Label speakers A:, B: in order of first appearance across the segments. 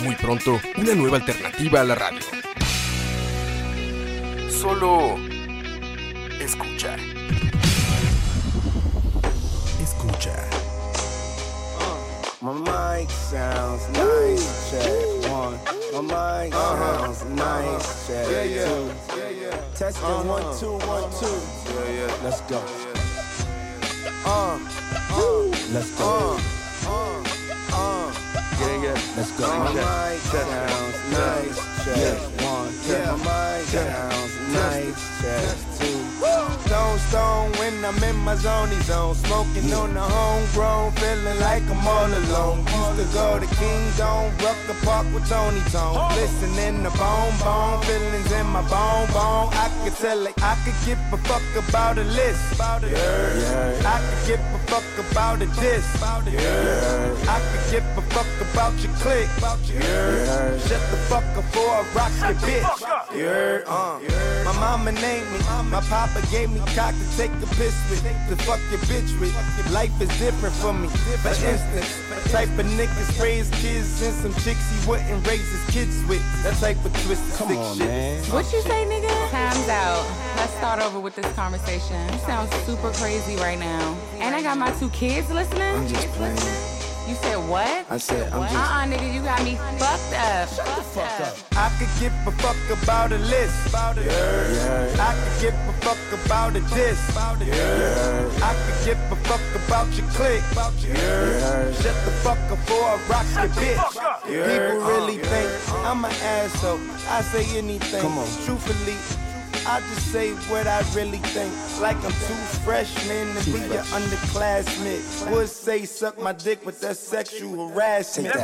A: Muy pronto, una nueva alternativa a la radio. Solo escucha. Escucha.
B: My mic sounds nice, check one. My mic sounds nice, check two. Test it, one, two, one, two. Let's go. Uh, woo. let's go. Uh, uh, Let's go. My mic sounds nice, check one. My mic sounds nice, check two. Stone, stone, when I'm in my zony zone, smoking on the homegrown, feeling like I'm all alone. Used to go to King Dome, Rucker Park with Tony Tone. Listening to Bone Bone, feelings in my bone bone. I could tell like I could give a fuck about a list. About a I could give a fuck about a diss. About a I could give a fuck about your click. About your Shut the fuck up before I rock your bitch. Yeah, uh. My mama named me, my papa gave me cock to take the piss with, to fuck your bitch with. Life is different for me. For instance, type of niggas raise kids and some chicks he wouldn't raise his kids with. That type of twisted Come on, shit.
C: What you say, nigga? Time's out. Let's start over with this conversation. You sound super crazy right now. And I got my two kids listening.
B: I'm just playing.
C: You said what?
B: I said, I'm
C: Uh
B: just.
C: uh nigga, you got me fucked up. Shut the fuck up.
B: I could give a fuck about a list. About a I could give a fuck about a diss. About a I could give a fuck about your click. About your Shut the fuck up before I rock your bitch. People really think I'm an asshole. I say anything. Truthfully. I just say what I really think. Like I'm too freshman to be your underclassman. Would say suck my dick, but that's sexual harassment.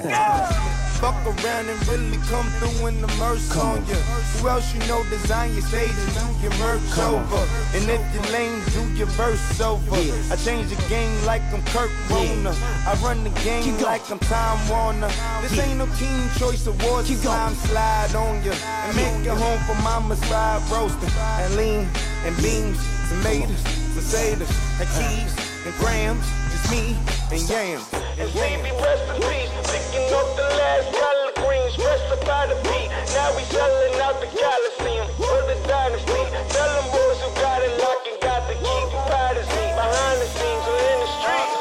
B: Fuck around and really come through in the merch on ya. Who else you know design your stage and do your merch over? And if you're lame, do your verse over. I change the game like I'm Kurt Warner. I run the game like I'm Time Warner. This ain't no Teen Choice Awards. Time slide on ya. And make it home for mama's fried roasting. And lean and beans, tomatoes, potatoes, and cheese, and grams. Just me and yams. And yams.
D: Baby, rest in peace. Picking up the last collard greens. Rest up by the beat. Now we selling out the Coliseum for the dynasty. Tell them boys who got it locked and got the key. You proud as me. Behind the scenes or in the streets.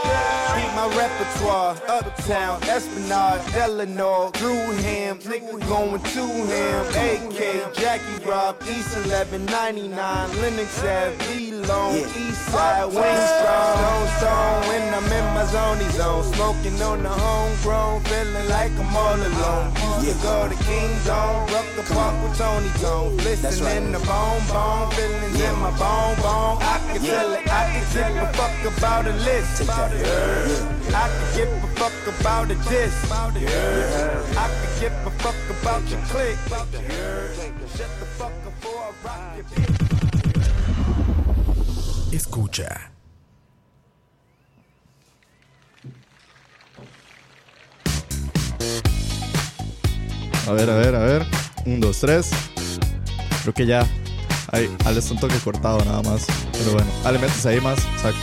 B: Keep my repertoire uptown, Esplanade, Eleanor, Drew Ham, nigga going to him, AK, Jackie Rob, East 1199, Linux Ave, Long, East Side, Wingstone, Stone Stone, when I'm in my zony zone, smoking on the homegrown, feeling like I'm all alone. Used to go to King Dome, rock the park with Tony Tone, listening to Bone Bone, feelings in my bone bone, I can tell it, I can tell a fuck about a list. I could give a fuck about a diss. About it. I could give a fuck about your click. About your Shut the fuck up before I rock your bitch.
A: Escucha.
E: A ver, a ver, a ver. Un, dos, tres. Creo que ya. Ahí, Ale está un toque cortado nada más. Pero bueno, Ale, metes ahí más. Exacto.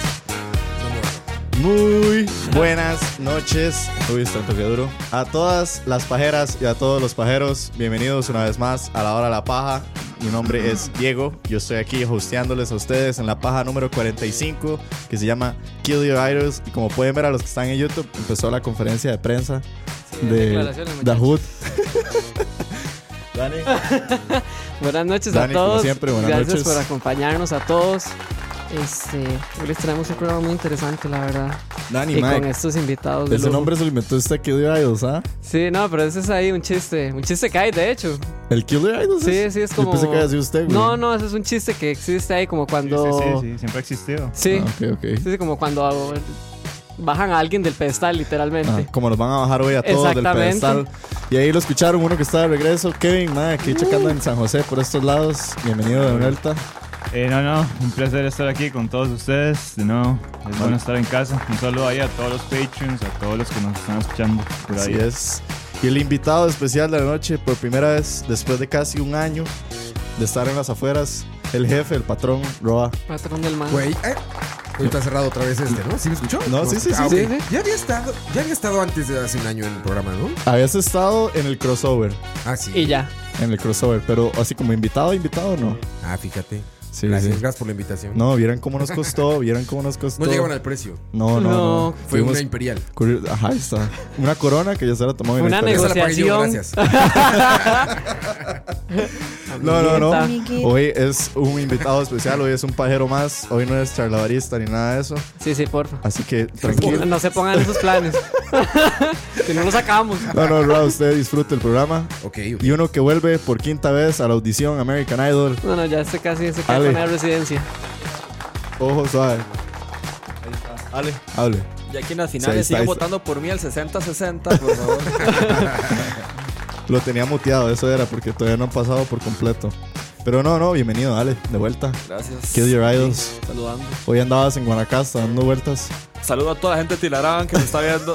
E: Muy buenas noches. Uy, está un toque duro. A todas las pajeras y a todos los pajeros, bienvenidos una vez más a la hora de la paja. Mi nombre es Diego. Yo estoy aquí hosteándoles a ustedes en la paja número 45 que se llama Kill Your Idols. Y como pueden ver a los que están en YouTube, empezó la conferencia de prensa de
F: declaraciones,
E: Dahood. Dani,
F: Buenas noches
E: Dani,
F: a
E: como
F: todos.
E: siempre, buenas
F: Gracias
E: noches.
F: por acompañarnos a todos. Este, hoy les traemos un programa muy interesante, la verdad.
E: Dani,
F: y
E: Mike.
F: con estos invitados. de
E: Ese
F: lujo.
E: nombre se lo inventó este Kill Your Idols, ¿ah?
F: Sí, no, pero ese es ahí un chiste. Un chiste que hay, de hecho.
E: ¿El Kill Your Idols?
F: Sí, sí, es
E: Yo
F: como.
E: pensé que había sido usted, güey.
F: No, no, ese es un chiste que existe ahí como cuando.
G: Sí, sí, sí, siempre ha existido.
F: Sí,
E: Ah, ok, ok.
F: sí, sí, como cuando ah, bajan a alguien del pedestal,
E: Ah,
F: literalmente.
E: como los Ah, van a bajar hoy a todos del
F: Exactamente.
E: pedestal. Y ahí lo escucharon, uno que está de regreso, Kevin, madre,
F: Uh.
E: que checando en San José por estos lados. Bienvenido de vuelta.
H: Eh, no, no, un placer estar aquí con todos ustedes. De nuevo, es bueno estar en casa. Un saludo ahí a todos los patrons, a todos los que nos están escuchando por
E: Así
H: ahí.
E: es. Y el invitado especial de la noche, por primera vez, después de casi un año de estar en las afueras, el jefe, el patrón, Roa.
F: Patrón del man.
A: Güey, eh, está cerrado otra vez este, ¿no? ¿Sí me escuchó?
E: No, sí, sí, sí,
A: Ah, ok.
F: sí, sí.
A: Ya había estado, ya había estado antes de hace un año en el programa, ¿no?
E: Habías estado en el crossover,
A: Ah, sí.
F: Y ya.
E: en el crossover, pero así como invitado, invitado, no.
A: Ah, fíjate.
E: Sí,
A: gracias,
E: sí.
A: gracias por la invitación.
E: No, vieran cómo nos costó, vieran cómo nos costó.
A: No llegaron al precio.
E: No, no, no.
F: No.
A: Fue
E: Fuimos
A: una imperial.
E: curri- Ajá, ahí está. Una corona que ya se la tomó en
F: Una
E: esta-
A: Esa la pagué yo,
F: Negociación.
A: gracias.
E: No, no, no.
F: Amiguita.
E: Hoy es un invitado especial, hoy es un pajero más, hoy no es charlabarista ni nada de eso.
F: Sí, sí, porfa.
E: Así que tranquilo.
F: No se pongan esos planes. que no los sacamos.
E: No, no, Roa, usted disfrute el programa.
A: Ok, ok.
E: Y uno que vuelve por quinta vez a la audición American Idol.
F: No, no, ya este casi se queda
E: Ale.
F: con la residencia.
E: Ojo suave.
I: Ale.
E: Hable.
I: Y aquí en
E: ahí
I: las finales
E: está, ahí
I: siguen
E: está.
I: votando por mí al 60-60, por favor.
E: Lo tenía muteado, eso era, porque todavía no han pasado por completo. Pero no, no, bienvenido, Ale, de vuelta.
I: Gracias.
E: Kill Your Idols.
I: Saludando.
E: Hoy andabas en Guanacaste dando vueltas.
I: Saludo a toda la gente de Tilarán que me está viendo.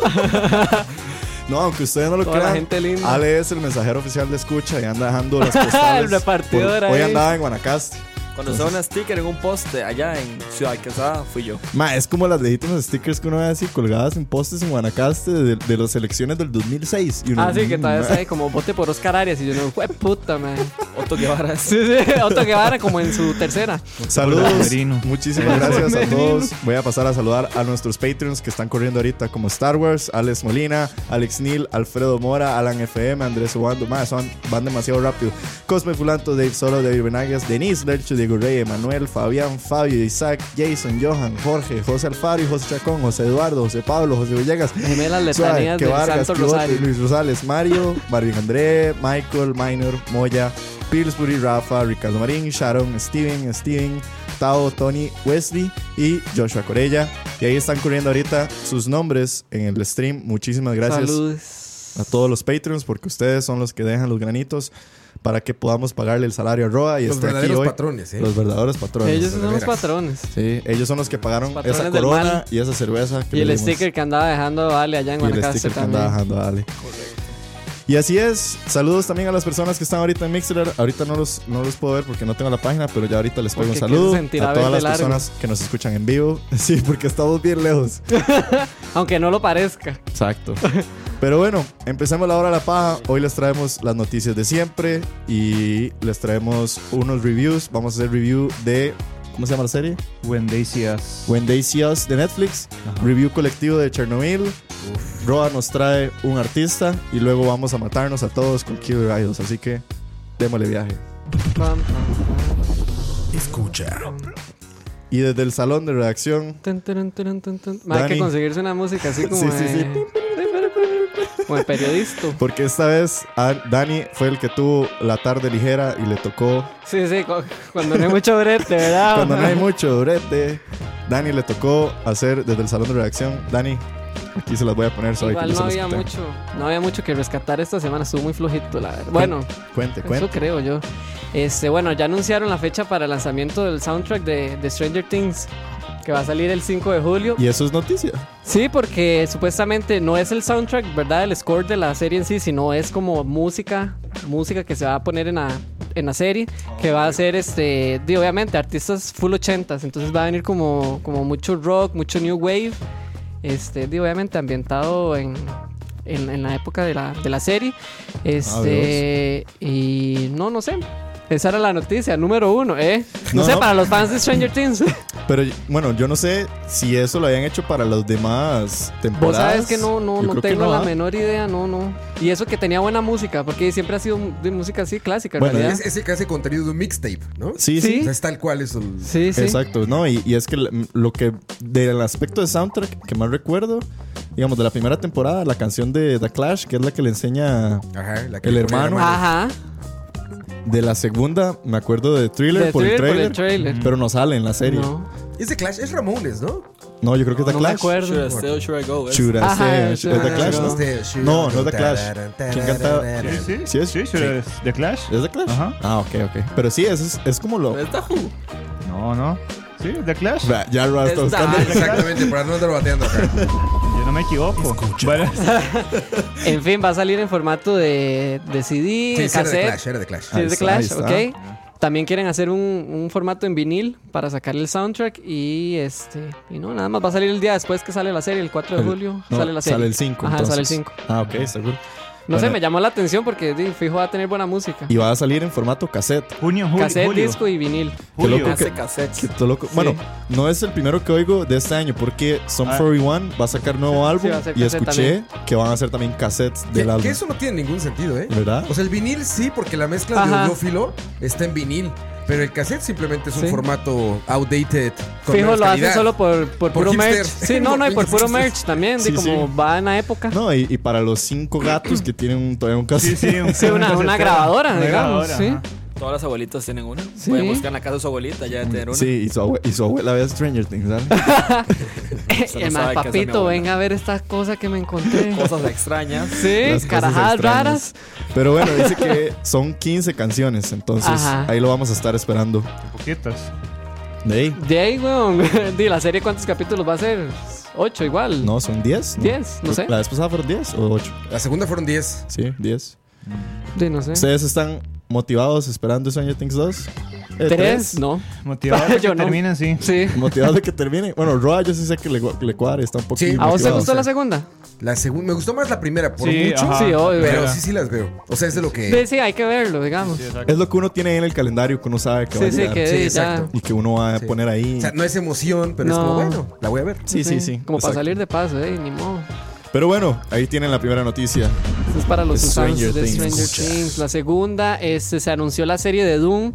E: No, aunque ustedes no lo
F: Toda la
E: crean,
F: gente linda.
E: Ale es el mensajero oficial de escucha y anda dejando las postales.
F: El repartidor
E: por- Hoy
F: ahí.
E: andaba en Guanacaste.
I: Cuando usaba un sticker en un poste allá en Ciudad Quesada, fui yo.
E: Ma, es como las legítimas stickers que uno ve así colgadas en postes en Guanacaste de, de las elecciones del 2006. Y uno,
F: Ah, sí, que todavía
E: "Mm,
F: está ahí como vote por Oscar Arias. Y yo no, fue puta, man.
I: Otto Guevara.
F: Sí, sí, Otto Guevara como en su tercera.
H: Hola,
E: Saludos.
H: Merino.
E: Muchísimas gracias a todos. Voy a pasar a saludar a nuestros Patreons que están corriendo ahorita, como Star Wars, Alex Molina, Alex Neal, Alfredo Mora, Alan FM, Andrés Ubando. Más, son, van demasiado rápido. Cosme Fulanto, Dave Solo, David Benagas, Denise Lercho, Diego Rey, Emanuel, Fabián, Fabio, Isaac, Jason, Johan, Jorge, José Alfaro, y José Chacón, José Eduardo, José Pablo, José Villegas.
F: Gemelas
E: Suárez,
F: letanías
E: que
F: del
E: Vargas,
F: Santo
E: Quijote,
F: Rosario.
E: Luis Rosales, Mario, Marvin André, Michael, Minor, Moya, Pillsbury, Rafa, Ricardo Marín, Sharon, Steven, Steven, Tao, Tony, Wesley y Joshua Corella. Y ahí están corriendo ahorita sus nombres en el stream. Muchísimas gracias
F: Saludos.
E: a todos los Patreons porque ustedes son los que dejan los granitos para que podamos pagarle el salario a Roa y
A: Los
E: esté aquí
A: verdaderos
E: hoy.
A: patrones, ¿eh?
E: Los verdaderos patrones.
F: Ellos son los
A: veras.
F: patrones.
E: Sí, ellos son los que pagaron
F: Los
E: esa
F: patrones del
E: corona
F: mal.
E: y esa cerveza. Que
F: Y
E: le
F: el
E: dimos.
F: sticker que andaba dejando Ale allá en
E: Y el
F: Guanacaste
E: sticker que andaba
F: también.
E: dejando Ale. Y así es. Saludos también a las personas que están ahorita en Mixer. Ahorita no los, no los puedo ver porque no tengo la página, pero ya ahorita les pego un
F: Porque
E: saludo.
F: ¿qué se sentirá
E: A todas las
F: verte largo?
E: personas que nos escuchan en vivo. Sí, porque estamos bien lejos.
F: Aunque no lo parezca.
E: Exacto. Pero bueno, empecemos la hora de la paja. Hoy les traemos las noticias de siempre y les traemos unos reviews. Vamos a hacer review de. ¿Cómo se llama la serie?
H: When they see us.
E: When They See Us de Netflix, review colectivo de Chernobyl. Roa nos trae un artista y luego vamos a matarnos a todos con Kill Your Idols. Así que démosle viaje.
F: Pam, pam,
A: Escucha.
E: Y desde el salón de redacción,
F: tun, turun, turun, tun, tun. Ma, Hay
E: Dani.
F: que conseguirse una música así como
E: Sí, sí, sí.
F: de- Como de periodista.
E: porque esta vez a Dani fue el que tuvo la tarde ligera y le tocó.
F: Sí, sí, cu- cuando no hay mucho brete, ¿verdad?
E: Cuando no hay mucho durete, Dani le tocó hacer desde el salón de redacción. Dani, aquí se las voy a poner. Sorry, que
F: Igual
E: yo
F: no
E: se las
F: había
E: quité.
F: mucho, no había mucho que rescatar esta semana, estuvo muy flojito, la verdad. Bueno,
E: Cuente,
F: eso
E: cuente.
F: creo yo. Este, bueno, ya anunciaron la fecha para el lanzamiento del soundtrack de, de Stranger Things, que va a salir el 5 de julio.
E: Y eso es noticia.
F: Sí, porque supuestamente no es el soundtrack, ¿verdad? El score de la serie en sí, sino es como música, música que se va a poner en la, en la serie, que va a ser, este, di, obviamente, artistas full 80s, entonces va a venir como, como mucho rock, mucho new wave, este, di, obviamente ambientado en, en, en la época de la, de la serie, este, y no, no sé. Esa era la noticia, número uno, ¿eh? No,
E: No,
F: sé,
E: no.
F: para los fans de Stranger Things.
E: Pero bueno, yo no sé si eso lo habían hecho para las demás
F: Vos
E: temporadas.
F: sabes que no, no,
E: Yo
F: no
E: creo que
F: tengo
E: no,
F: la
E: ¿ah?
F: menor idea, no, no. Y eso que tenía buena música, porque siempre ha sido de música así clásica, en
E: Bueno,
F: realidad.
A: Es ese que hace contenido de un mixtape, ¿no?
E: Sí, sí.
A: O
F: Sí.
A: sea, es tal cual es el...
F: Sí, sí.
E: Exacto, no, y, y es que l- lo que del aspecto de soundtrack que más recuerdo, digamos, de la primera temporada, la canción de The Clash, que es la que le enseña
A: Ajá, la
E: El hermano.
F: Ajá.
E: de la segunda, me acuerdo de Thriller,
F: De
E: por,
F: Thriller
E: el
F: por
E: trailer,
F: el tráiler.
E: pero no sale en la serie.
F: No.
A: Es de Clash, es Ramones, ¿no?
E: No, yo creo que es The
F: No me
E: Clash.
F: acuerdo.
I: Should I stay or should I go?
E: Should I
F: Ajá,
E: stay?
F: es
E: Should- ¿Es The
F: The
E: Clash?
F: Clash.
E: no? No, no es The Clash. ¿Quién canta?
H: Sí, sí,
E: Sí, es-
H: sí, sure, es ¿The Clash?
E: ¿Es The Clash?
H: Ajá.
E: Ah, ok, ok. Pero sí, es, es, es como lo.
I: ¿Está Who?
H: No, no. Sí, The Clash.
E: Vea, Ya lo está
I: Está-
E: buscando.
A: Exactamente, para no andar bateando acá.
H: Yo no me equivoco. Bueno,
F: En fin, va a salir en formato de, de CD,
A: Sí,
F: de
A: sí, era de
F: cassette.
A: Clash, era de Clash.
F: Sí,
E: Ahí
F: es de
E: está,
F: Clash,
E: ahí
F: ok. También quieren hacer un, un formato en vinil para sacar el soundtrack y este y no, nada más va a salir el día después que sale la serie, el 4 de
E: El-
F: julio,
E: no,
F: sale la serie.
E: Sale el 5.
F: Ajá, sale el 5.
E: Ah, ok, seguro.
F: No sé,
E: Bueno.
F: me llamó la atención porque di, fijo va a tener buena música.
E: Y va a salir en formato cassette.
H: junio, julio.
F: Cassette,
H: julio.
F: disco y vinil.
E: Qué
H: Julio.
E: loco
I: Hace cassettes.
E: que todo loco. Bueno, no es el primero que oigo de este año porque Some
H: Ah.
E: 41 va a sacar nuevo
F: Sí,
E: álbum
F: va a ser
E: y
F: cassette
E: escuché que van a hacer también cassettes
A: Que,
E: del álbum.
A: que eso no tiene ningún sentido, ¿eh?
E: ¿Verdad?
A: O sea, el vinil sí, porque la mezcla de
F: Ajá.
A: audiófilo está en vinil. Pero el cassette simplemente es un
F: Sí.
A: formato outdated. con
F: Fijo
A: menos
F: lo hacen
A: calidad.
F: solo por, por
A: Por
F: puro merch.
A: hipster.
F: Sí, no, no, y por puro merch también, di,
E: Sí,
F: como
E: sí.
F: va en la época.
E: No, y, y para los cinco gatos que tienen un- todavía un
H: Sí,
E: cassette.
H: sí. un-
F: Sí, una, una grabadora,
H: Una
F: digamos,
H: grabadora,
F: sí.
H: ajá.
I: Todas las abuelitas tienen una. Pueden
F: Sí.
I: buscar en la casa de su abuelita, ya de tener una.
E: Sí, y su, abue- y su abuela ve Stranger Things, ¿sabes?
I: Usted
F: Y
I: no
F: el más
I: sabe qué hace mi
F: papito,
I: abuela.
F: venga a ver esta cosa que me encontré.
I: Cosas extrañas.
F: sí,
E: Las cosas
F: carajadas
E: extrañas.
F: raras.
E: Pero bueno, dice que son 15 canciones, entonces
F: Ajá.
E: ahí lo vamos a estar esperando.
H: Poquitas.
E: De ahí,
F: De ahí, weón. Di, la serie, ¿cuántos capítulos va a ser? ¿Ocho igual?
E: no, son 10.
F: 10, no sé.
E: La vez pasada fueron 10 o 8.
A: La segunda fueron 10.
E: Sí, 10.
F: Di, no sé.
E: ¿Ustedes están motivados esperando Stranger Things 2? Eh,
F: ¿Tres? No.
H: Motivado para que
F: Yo no.
H: terminen, sí.
F: Sí.
E: Motivados de que termine. Bueno, Roa, yo sí sé que le, gu- le cuadra, está un poquito.
A: Sí.
F: ¿A vos te
A: Motivados,
F: gustó
A: o sea.
F: la segunda?
A: La segunda. Me gustó más la primera, por
H: Sí,
A: mucho.
H: ajá.
F: Sí, obvio.
A: Pero
H: Ajá.
A: sí, sí las veo. O sea, es de lo que.
F: Sí, sí, hay que verlo, digamos.
H: Sí,
F: Sí,
H: exacto.
E: Es lo que uno tiene ahí en el calendario que uno sabe que va a
F: sí,
E: llegar.
F: que
A: Sí,
F: di, ya.
A: exacto.
E: Y que uno va a poner ahí.
A: O sea, no es emoción, pero es
F: No.
A: como, bueno, la voy a ver.
E: sí, sí, sí.
F: Como para
E: exacto.
F: salir de paso, eh, ni modo.
E: Pero bueno, ahí tienen la primera noticia.
F: Eso es para los
E: Stranger
F: usuarios de
E: Things.
F: Stranger
E: Escucha.
F: Things. La segunda, este, se anunció la serie de Doom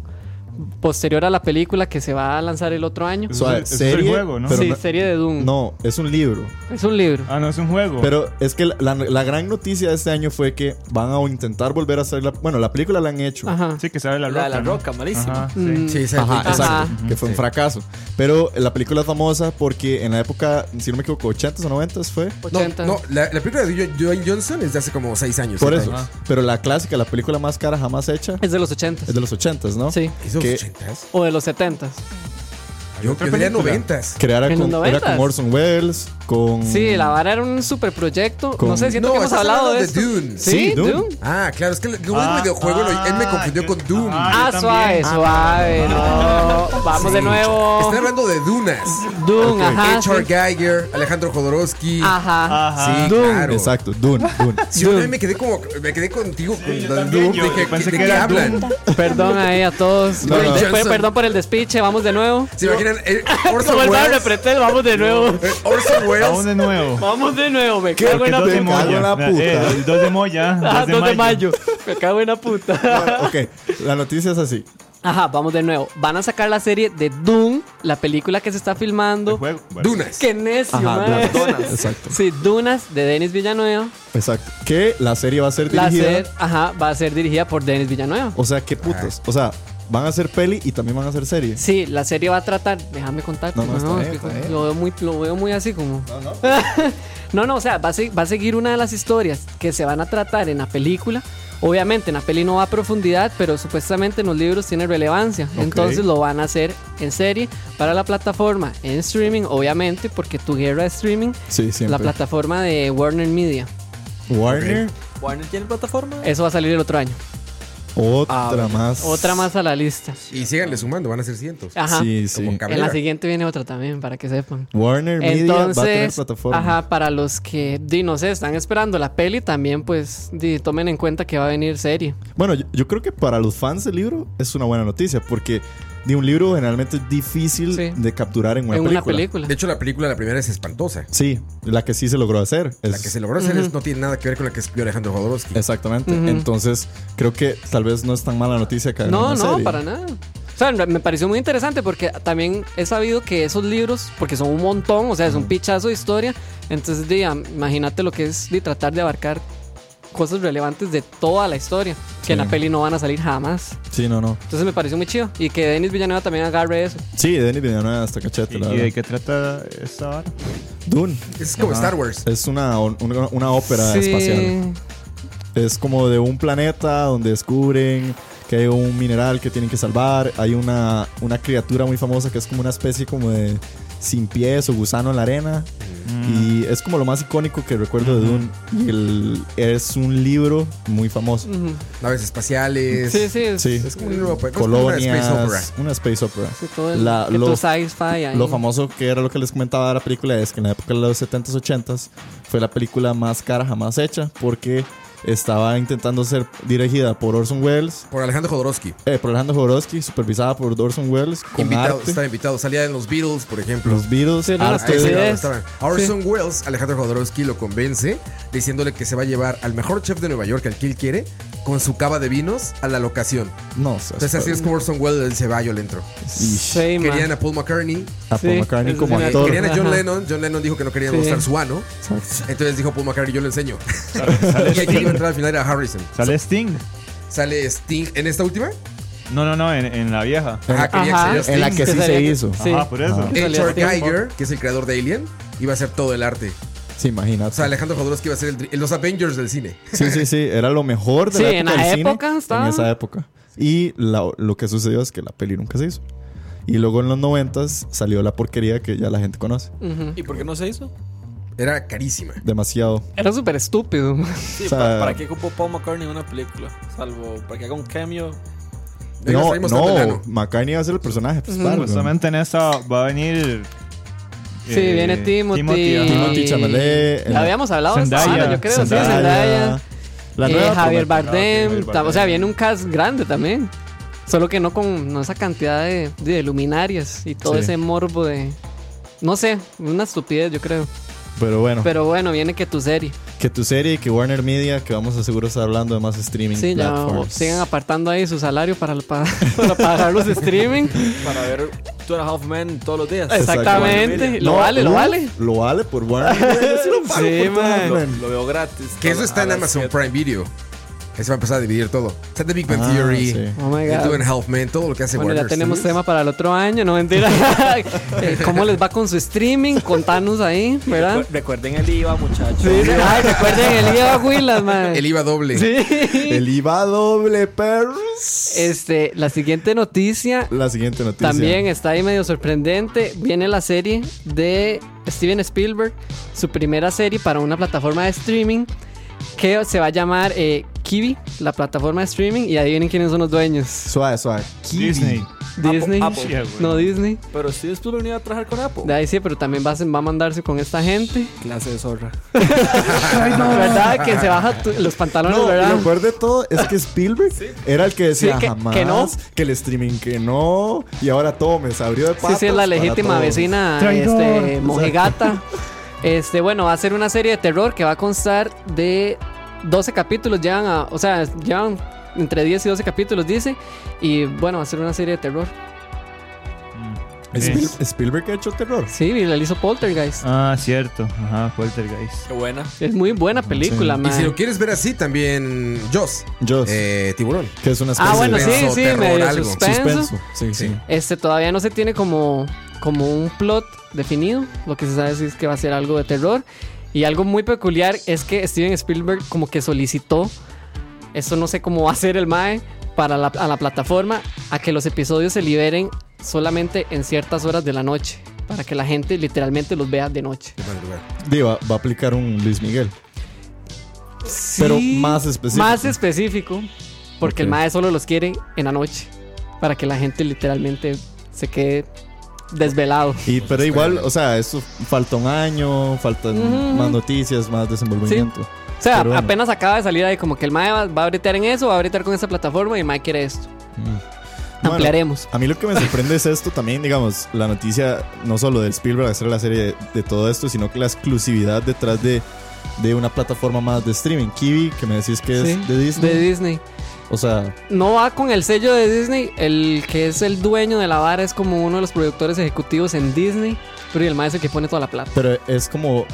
F: posterior a la película que se va a lanzar el otro año.
H: Eso
E: Suave,
H: es- eso es el
E: serie,
H: juego, ¿no?
E: pero
F: sí,
E: no-
F: serie de Doom.
E: No, es un libro.
F: Es un libro.
H: Ah, no, es un juego.
E: Pero es que la, la- la gran noticia de este año fue que van a intentar volver a hacer la. Bueno, la película la han hecho.
F: Ajá.
H: Sí, que sale la
I: La
H: roca.
I: de la
H: ¿no?
I: roca, malísimo.
H: Ajá, sí.
F: Mm.
A: Sí, exacto.
E: Ajá,
F: Ajá.
E: exacto. Que fue un fracaso. Pero la película es famosa porque en la época, si no me equivoco, 80s o 90s fue.
A: No,
F: 80.
A: no, la, la película de Dwayne Johnson es de hace como 6 años.
E: Por
A: siete
E: eso.
A: años.
E: Pero la clásica, la película más cara jamás hecha,
F: Es de los 80.
E: es de los 80s, ¿no?
F: Sí.
A: ¿Es de los
E: Que-
A: 80s?
F: O de los 70.
A: Yo
H: otra
A: creo que era
H: película?
A: 90s.
E: Creada
F: ¿En
E: con,
F: los
E: era
F: 90s?
E: con Orson Welles, con.
F: Sí, la vara era un super proyecto.
E: Con-
F: No sé, siento
A: No,
F: que hemos
A: estás
F: hablado de, esto.
A: hablando de Dune.
F: Sí,
E: Sí, Dune.
F: Dune.
A: Ah, claro, es que el Google
H: Ah,
A: videojuego lo- él me
H: ah,
A: confundió
H: yo-
A: con Doom.
H: ah,
F: Ah,
H: yo
F: suave,
H: también.
F: suave, no. Vamos de nuevo.
A: Están hablando de Dunas.
F: Doom, ajá.
A: H.R.
F: sí.
A: Geiger, Alejandro Jodorowsky.
F: Ajá.
H: Ajá.
A: Sí,
F: Dune.
A: claro.
E: Exacto, Dune, Dune.
A: Sí, yo también me quedé como, me quedé contigo con
H: yo
A: lo del
H: también,
A: Doom.
H: yo-
A: Dije,
H: yo pensé
A: ¿de
H: que
A: qué
H: era
A: hablan?
F: Perdón ahí a todos.
E: No, no.
F: Después, perdón por el despiche, vamos de nuevo.
A: ¿Se imaginan? Eh, Orson
F: Como el padre de
A: Welles.
F: Pretel, vamos de nuevo.
A: eh, Orson
H: Vamos
A: Welles.
H: de nuevo.
F: Vamos de nuevo, me
E: ¿Qué?
F: cago en la
E: ¿Qué
H: Dos
E: te
H: de
E: cago en la
H: Moya.
E: puta.
H: Eh, el dos de Moya.
F: puta. 2 Ah, de mayo. Me cago en la puta.
E: Bueno, ok, la noticia es así.
F: Ajá, vamos de nuevo. Van a sacar la serie de Doom, la película que se está filmando.
H: Juego. Bueno.
A: Dunas.
F: Qué necio,
E: Ajá,
F: mae.
E: Dunas. Exacto,
F: Sí, Dunas de Denis Villanueva.
E: exacto. Que la serie va a ser
F: La
E: dirigida.
F: ser, ajá, va a ser dirigida por Denis Villanueva.
E: O sea, qué
A: Ah.
E: putas. O sea, van a hacer peli y también van a hacer serie.
F: Sí, la serie va a tratar, déjame contarte,
E: No, no, está
F: no,
E: bien,
F: es que
E: está bien.
F: lo, veo muy, lo veo muy así como... No, no. o sea, va a, se- va a seguir una de las historias que se van a tratar en la película. Obviamente, en la peli no va a profundidad, pero supuestamente en los libros tiene relevancia.
E: Ok.
F: Entonces lo van a hacer en serie para la plataforma, en streaming, obviamente, porque tu guerra de streaming,
E: Sí,
F: la
E: siempre.
F: plataforma de Warner Media.
E: Warner,
I: Warner tiene plataforma.
F: Eso va a salir el otro año.
E: otra más.
F: Ah, Otra más a la lista.
A: Y síganle sumando, van a ser cientos.
F: Ajá.
E: Sí, sí.
A: Como
F: en la
A: cabrera.
F: siguiente viene otra también, para que sepan.
E: Warner Media va a tener
F: Entonces,
E: plataforma.
F: ajá, para los que, di, no sé, están esperando la peli, también pues di, tomen en cuenta que va a venir serie.
E: Bueno, yo, yo creo que para los fans del libro es una buena noticia porque de un libro generalmente es difícil
F: Sí.
E: de capturar en una
F: en
E: película.
F: una película.
A: De hecho, la película, la primera es espantosa.
E: Sí, la que sí se logró hacer. Es-
A: La que se logró hacer es- no tiene nada que ver con la que escribió Alejandro Jodorowsky.
E: Exactamente. Entonces, creo que tal vez no es tan mala noticia que hagan
F: No,
E: una
F: no,
E: serie.
F: para nada. O sea, me pareció muy interesante porque también he sabido que esos libros, porque son un montón, o sea, es un pichazo de historia, entonces di, am- imagínate lo que es de tratar de abarcar cosas relevantes de toda la historia, que en la
E: Sí.
F: peli no van a salir jamás.
E: Sí, no, no.
F: Entonces me pareció muy chido. Y que Denis Villanueva también agarre eso.
E: Sí, Denis Villanueva hasta cachete.
H: ¿Y,
E: la
H: y de
E: verdad.
H: qué trata esta vara?
E: Dune
A: Es como Star Wars.
E: es una, una, una ópera
F: Sí.
E: espacial. Es como de un planeta donde descubren que hay un mineral que tienen que salvar. Hay una, una criatura muy famosa que es como una especie como de sin pies o gusano en la arena.
A: Mm.
E: Y es como lo más icónico que recuerdo de Dune. Y el, es un libro muy famoso.
F: Ujú.
A: Naves espaciales.
F: Sí, sí. es-
E: Sí.
A: Es como un nuevo es como una
E: Colonias.
A: space opera.
E: Una space opera.
F: sí, todo el-
E: La-
F: que todo
E: los-
F: sci-fi ahí.
E: Lo famoso que era lo que les comentaba de la película es que en la época de los 70s, 80s fue la película más cara jamás hecha porque estaba intentando ser dirigida por Orson Welles,
A: Por Alejandro Jodorowsky.
E: eh, por Alejandro Jodorowsky, supervisada por Orson Welles, con
A: Invitado,
E: arte,
A: estaba invitado. Salía en los Beatles, por ejemplo.
E: los Beatles,
F: Sí, no, las
A: Ah,
E: arte,
A: ese
F: Sí,
A: lado
F: es.
A: estaban. Orson Welles, Alejandro Jodorowsky lo convence diciéndole que se va a llevar al mejor chef de Nueva York, al que él quiere, con su cava de vinos a la locación.
E: no, o sea,
A: Entonces así es como Orson Welles se va yo le entro.
E: Ish.
F: Sí, ma.
A: Querían a Paul McCartney,
E: a Paul
F: Sí,
E: McCartney
F: es-
E: como
F: es-
E: actor.
A: querían a John
F: Ajá.
A: Lennon. John Lennon dijo que no quería
F: Sí.
A: mostrar su ano. Entonces dijo Paul McCartney, yo lo enseño. y aquí iba a entrar al final era Harrison.
H: ¿Sale Sting?
A: Sale Sting en esta última.
H: No, no, no, en, en la vieja.
A: Ajá, quería
F: Ajá.
A: que
E: En
A: saliera
E: la
A: Sting.
E: que sí
F: salía-
E: se hizo.
F: Sí.
H: Ajá, por eso.
E: Ajá.
F: que salía
A: H.R.
F: Sting.
A: Geiger, que es el creador de Alien, iba a hacer todo el arte.
E: Sí, imagínate.
A: O sea, Alejandro Jodorowsky iba a ser el dri- los Avengers del cine.
E: Sí, sí, sí. Era lo mejor de
F: Sí,
E: la
F: en
E: época
F: la
E: del
F: época
E: cine,
F: estaba-
E: En esa época. Y la- lo que sucedió es que la peli nunca se hizo. Y luego en los noventas salió la porquería que ya la gente conoce.
F: Ujú.
I: ¿Y por qué no se hizo?
A: Era carísima.
E: Demasiado.
F: Era súper estúpido.
I: Sí,
E: O sea-
I: ¿para, ¿para qué ocupó Paul McCartney en una película? Salvo para que haga un cameo.
A: Venga,
E: No,
A: salimos tanto enano.
E: no, McCartney va a ser el personaje principal. güey.
H: Justamente en esta va a venir.
F: Sí,
H: Eh,
F: viene Timothy.
H: ajá.
E: Eh, Timothy Chalamet,
F: Ya
E: eh,
F: habíamos hablado de esta
H: ah, Zendaya,
F: vara, yo creo. Sí,
E: Zendaya,
F: Zendaya.
E: La
F: eh,
E: nueva
F: Javier
E: promesa.
F: Bardem,
H: Javier
F: tam-
H: Bardem.
F: O sea, viene un cast grande también. Solo que no con no esa cantidad de, de luminarias y todo
E: Sí.
F: ese morbo de. No sé, una estupidez, yo creo.
E: Pero bueno,
F: Pero bueno, viene que tu serie.
E: que tu serie, que Warner Media, que vamos a seguro estar hablando de más streaming.
F: Sí, ya
E: platforms.
F: sigan apartando ahí su salario para, para, para pagar los streaming.
I: Para ver Two and a Half Men todos los días.
F: Exactamente. Lo vale, lo
E: uh,
F: vale.
E: Lo vale por Warner Media. sí, lo pago
F: Sí,
E: por todo,
F: man.
I: Lo,
E: man.
I: lo veo gratis.
A: Que eso
I: A
A: está en
I: las
A: Amazon
I: siete.
A: Prime Video. Ahí se va a empezar a dividir todo. Está The Big Bang
E: Ah,
A: Theory,
E: sí.
F: Oh my
A: The
F: God.
A: Two and a Half Men, todo lo que hace
F: Bueno,
A: Warner
F: ya tenemos
A: Studios.
F: tema para el otro año, no mentira. Eh, ¿Cómo les va con su streaming? Contanos ahí, ¿verdad?
I: Recu- Recuerden el IVA, muchachos.
F: Sí, sí. Ay, recuerden el IVA Huilas, man.
A: El IVA doble.
F: Sí.
E: El IVA doble, perros.
F: Este, la siguiente noticia
E: La siguiente noticia.
F: también está ahí medio sorprendente. Viene la serie de Steven Spielberg, su primera serie para una plataforma de streaming que se va a llamar eh, Kiwi, la plataforma de streaming. Y adivinen quiénes son los dueños.
E: Suave, suave. Kiwi.
H: Disney.
F: Disney.
I: Apple.
H: Yeah, güey.
F: No Disney.
I: Pero si después lo venía a trabajar con Apple.
F: De ahí sí, pero también va a, va a mandarse con esta gente.
I: Clase de zorra.
F: ¿Verdad? Que se baja tu- los pantalones,
E: No,
F: ¿verdad?
E: lo peor de todo es que Spielberg era el que decía
F: Sí, que-
E: jamás
F: que
E: que,
F: no.
E: el streaming que no y ahora todo me se abrió de patas.
F: Sí, sí, es la
E: para
F: legítima
E: todos.
F: vecina,
H: Traidor.
F: este, mojigata. Este, bueno, va a ser una serie de terror que va a constar de 12 capítulos, llevan a, o sea, llevan entre 10 y 12 capítulos, dice, y bueno, va a ser una serie de terror.
E: Spiel- Spielberg ha hecho terror.
F: Sí, y la hizo Poltergeist.
H: Ah, cierto. Ajá, Poltergeist.
I: Qué buena.
F: Es muy buena película,
E: Sí.
A: Y
F: man.
A: si lo quieres ver así, también Joss.
E: Joss.
A: Eh, tiburón.
E: Que es una especie
F: Ah, bueno,
E: de
F: sí,
A: Suspenso,
F: sí,
A: terror,
F: medio
A: algo.
F: suspenso.
E: suspenso. Sí, sí.
A: Sí.
F: Este, todavía no se tiene como, como un plot definido. Lo que se sabe sí es que va a ser algo de terror. Y algo muy peculiar es que Steven Spielberg como que solicitó, esto no sé cómo va a ser el MAE, para la, a la plataforma, a que los episodios se liberen solamente en ciertas horas de la noche. Para que la gente literalmente los vea de noche.
A: De madrugada.
E: Digo, va, va a aplicar un Luis Miguel. Pero más específico.
F: Más específico, porque el
E: Ok.
F: MAE solo los quiere en la noche. Para que la gente literalmente se quede desvelado.
E: Y, pero igual, o sea, eso falta un año, faltan
F: Ujú.
E: más noticias, más desenvolvimiento.
F: O sea,
E: Pero bueno.
F: apenas acaba de salir ahí, como que el MAE va, va a bretear en eso, va a bretear con esta plataforma y el MAE quiere esto.
E: Mm.
F: Ampliaremos.
E: A mí lo que me sorprende es esto también, digamos, la noticia no solo del Spielberg hacer la serie de, de todo esto, sino que la exclusividad detrás de, de una plataforma más de streaming, Kiwi, que me decís que
F: Sí,
E: es de Disney.
F: De Disney.
E: o sea,
F: No va con el sello de Disney, el que es el dueño de la vara es como uno de los productores ejecutivos en Disney, pero y el MAE es el que pone toda la plata.
E: pero es como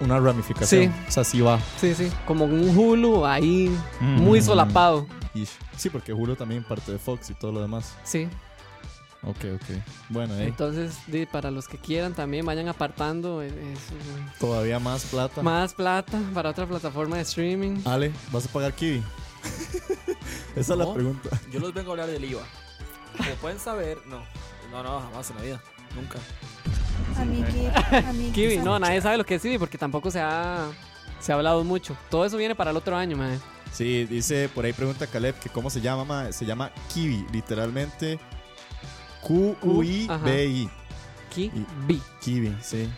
E: una ramificación.
F: Sí.
E: O sea, sí va.
F: Sí, sí. Como un Hulu ahí,
H: Mm.
F: muy solapado.
E: Ish. Sí, porque Hulu también parte de Fox y todo lo demás.
F: Sí.
E: Ok, ok. Bueno, eh,
F: Entonces, di, para los que quieran también, vayan apartando eh, eso, güey.
E: todavía más plata.
F: más plata para otra plataforma de streaming.
E: Ale, ¿vas a pagar Kiwi? Esa es la
I: No.
E: pregunta.
I: Yo los vengo a hablar del IVA. Como pueden saber, no. No, no, jamás en la vida. Nunca.
F: Kiwi, no, nadie sabe lo que es Kiwi porque tampoco se ha, se ha hablado mucho. Todo eso viene para el otro año, madre.
E: Sí, dice por ahí pregunta Caleb que cómo se llama, ma? se llama Kiwi, literalmente Q U I B I.
F: Kiwi.
E: Kiwi, sí.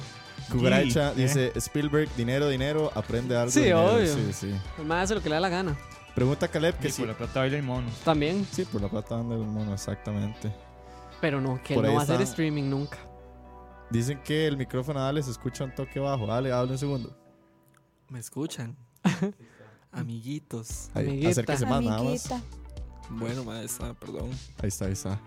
E: Cucaracha
H: Kiwi, ¿eh?
E: dice Spielberg, dinero, dinero, aprende algo.
F: Sí,
E: dinero".
F: obvio.
E: Sí, sí.
F: El mae hace lo que le da la gana.
E: Pregunta Caleb que
H: Y
E: sí.
H: por la plata baila y monos.
F: También,
E: Sí, por la plata anda el mono, exactamente.
F: pero no, que
E: Por
F: no
E: ahí
F: va a hacer
E: está.
F: streaming nunca.
E: Dicen que el micrófono dale se escucha un toque bajo. Dale, habla un segundo.
I: Me escuchan. Amiguitos.
E: Ahí,
F: Amiguita.
E: acérquese más, nada más.
I: Bueno, maestra, perdón.
E: Ahí está, ahí está.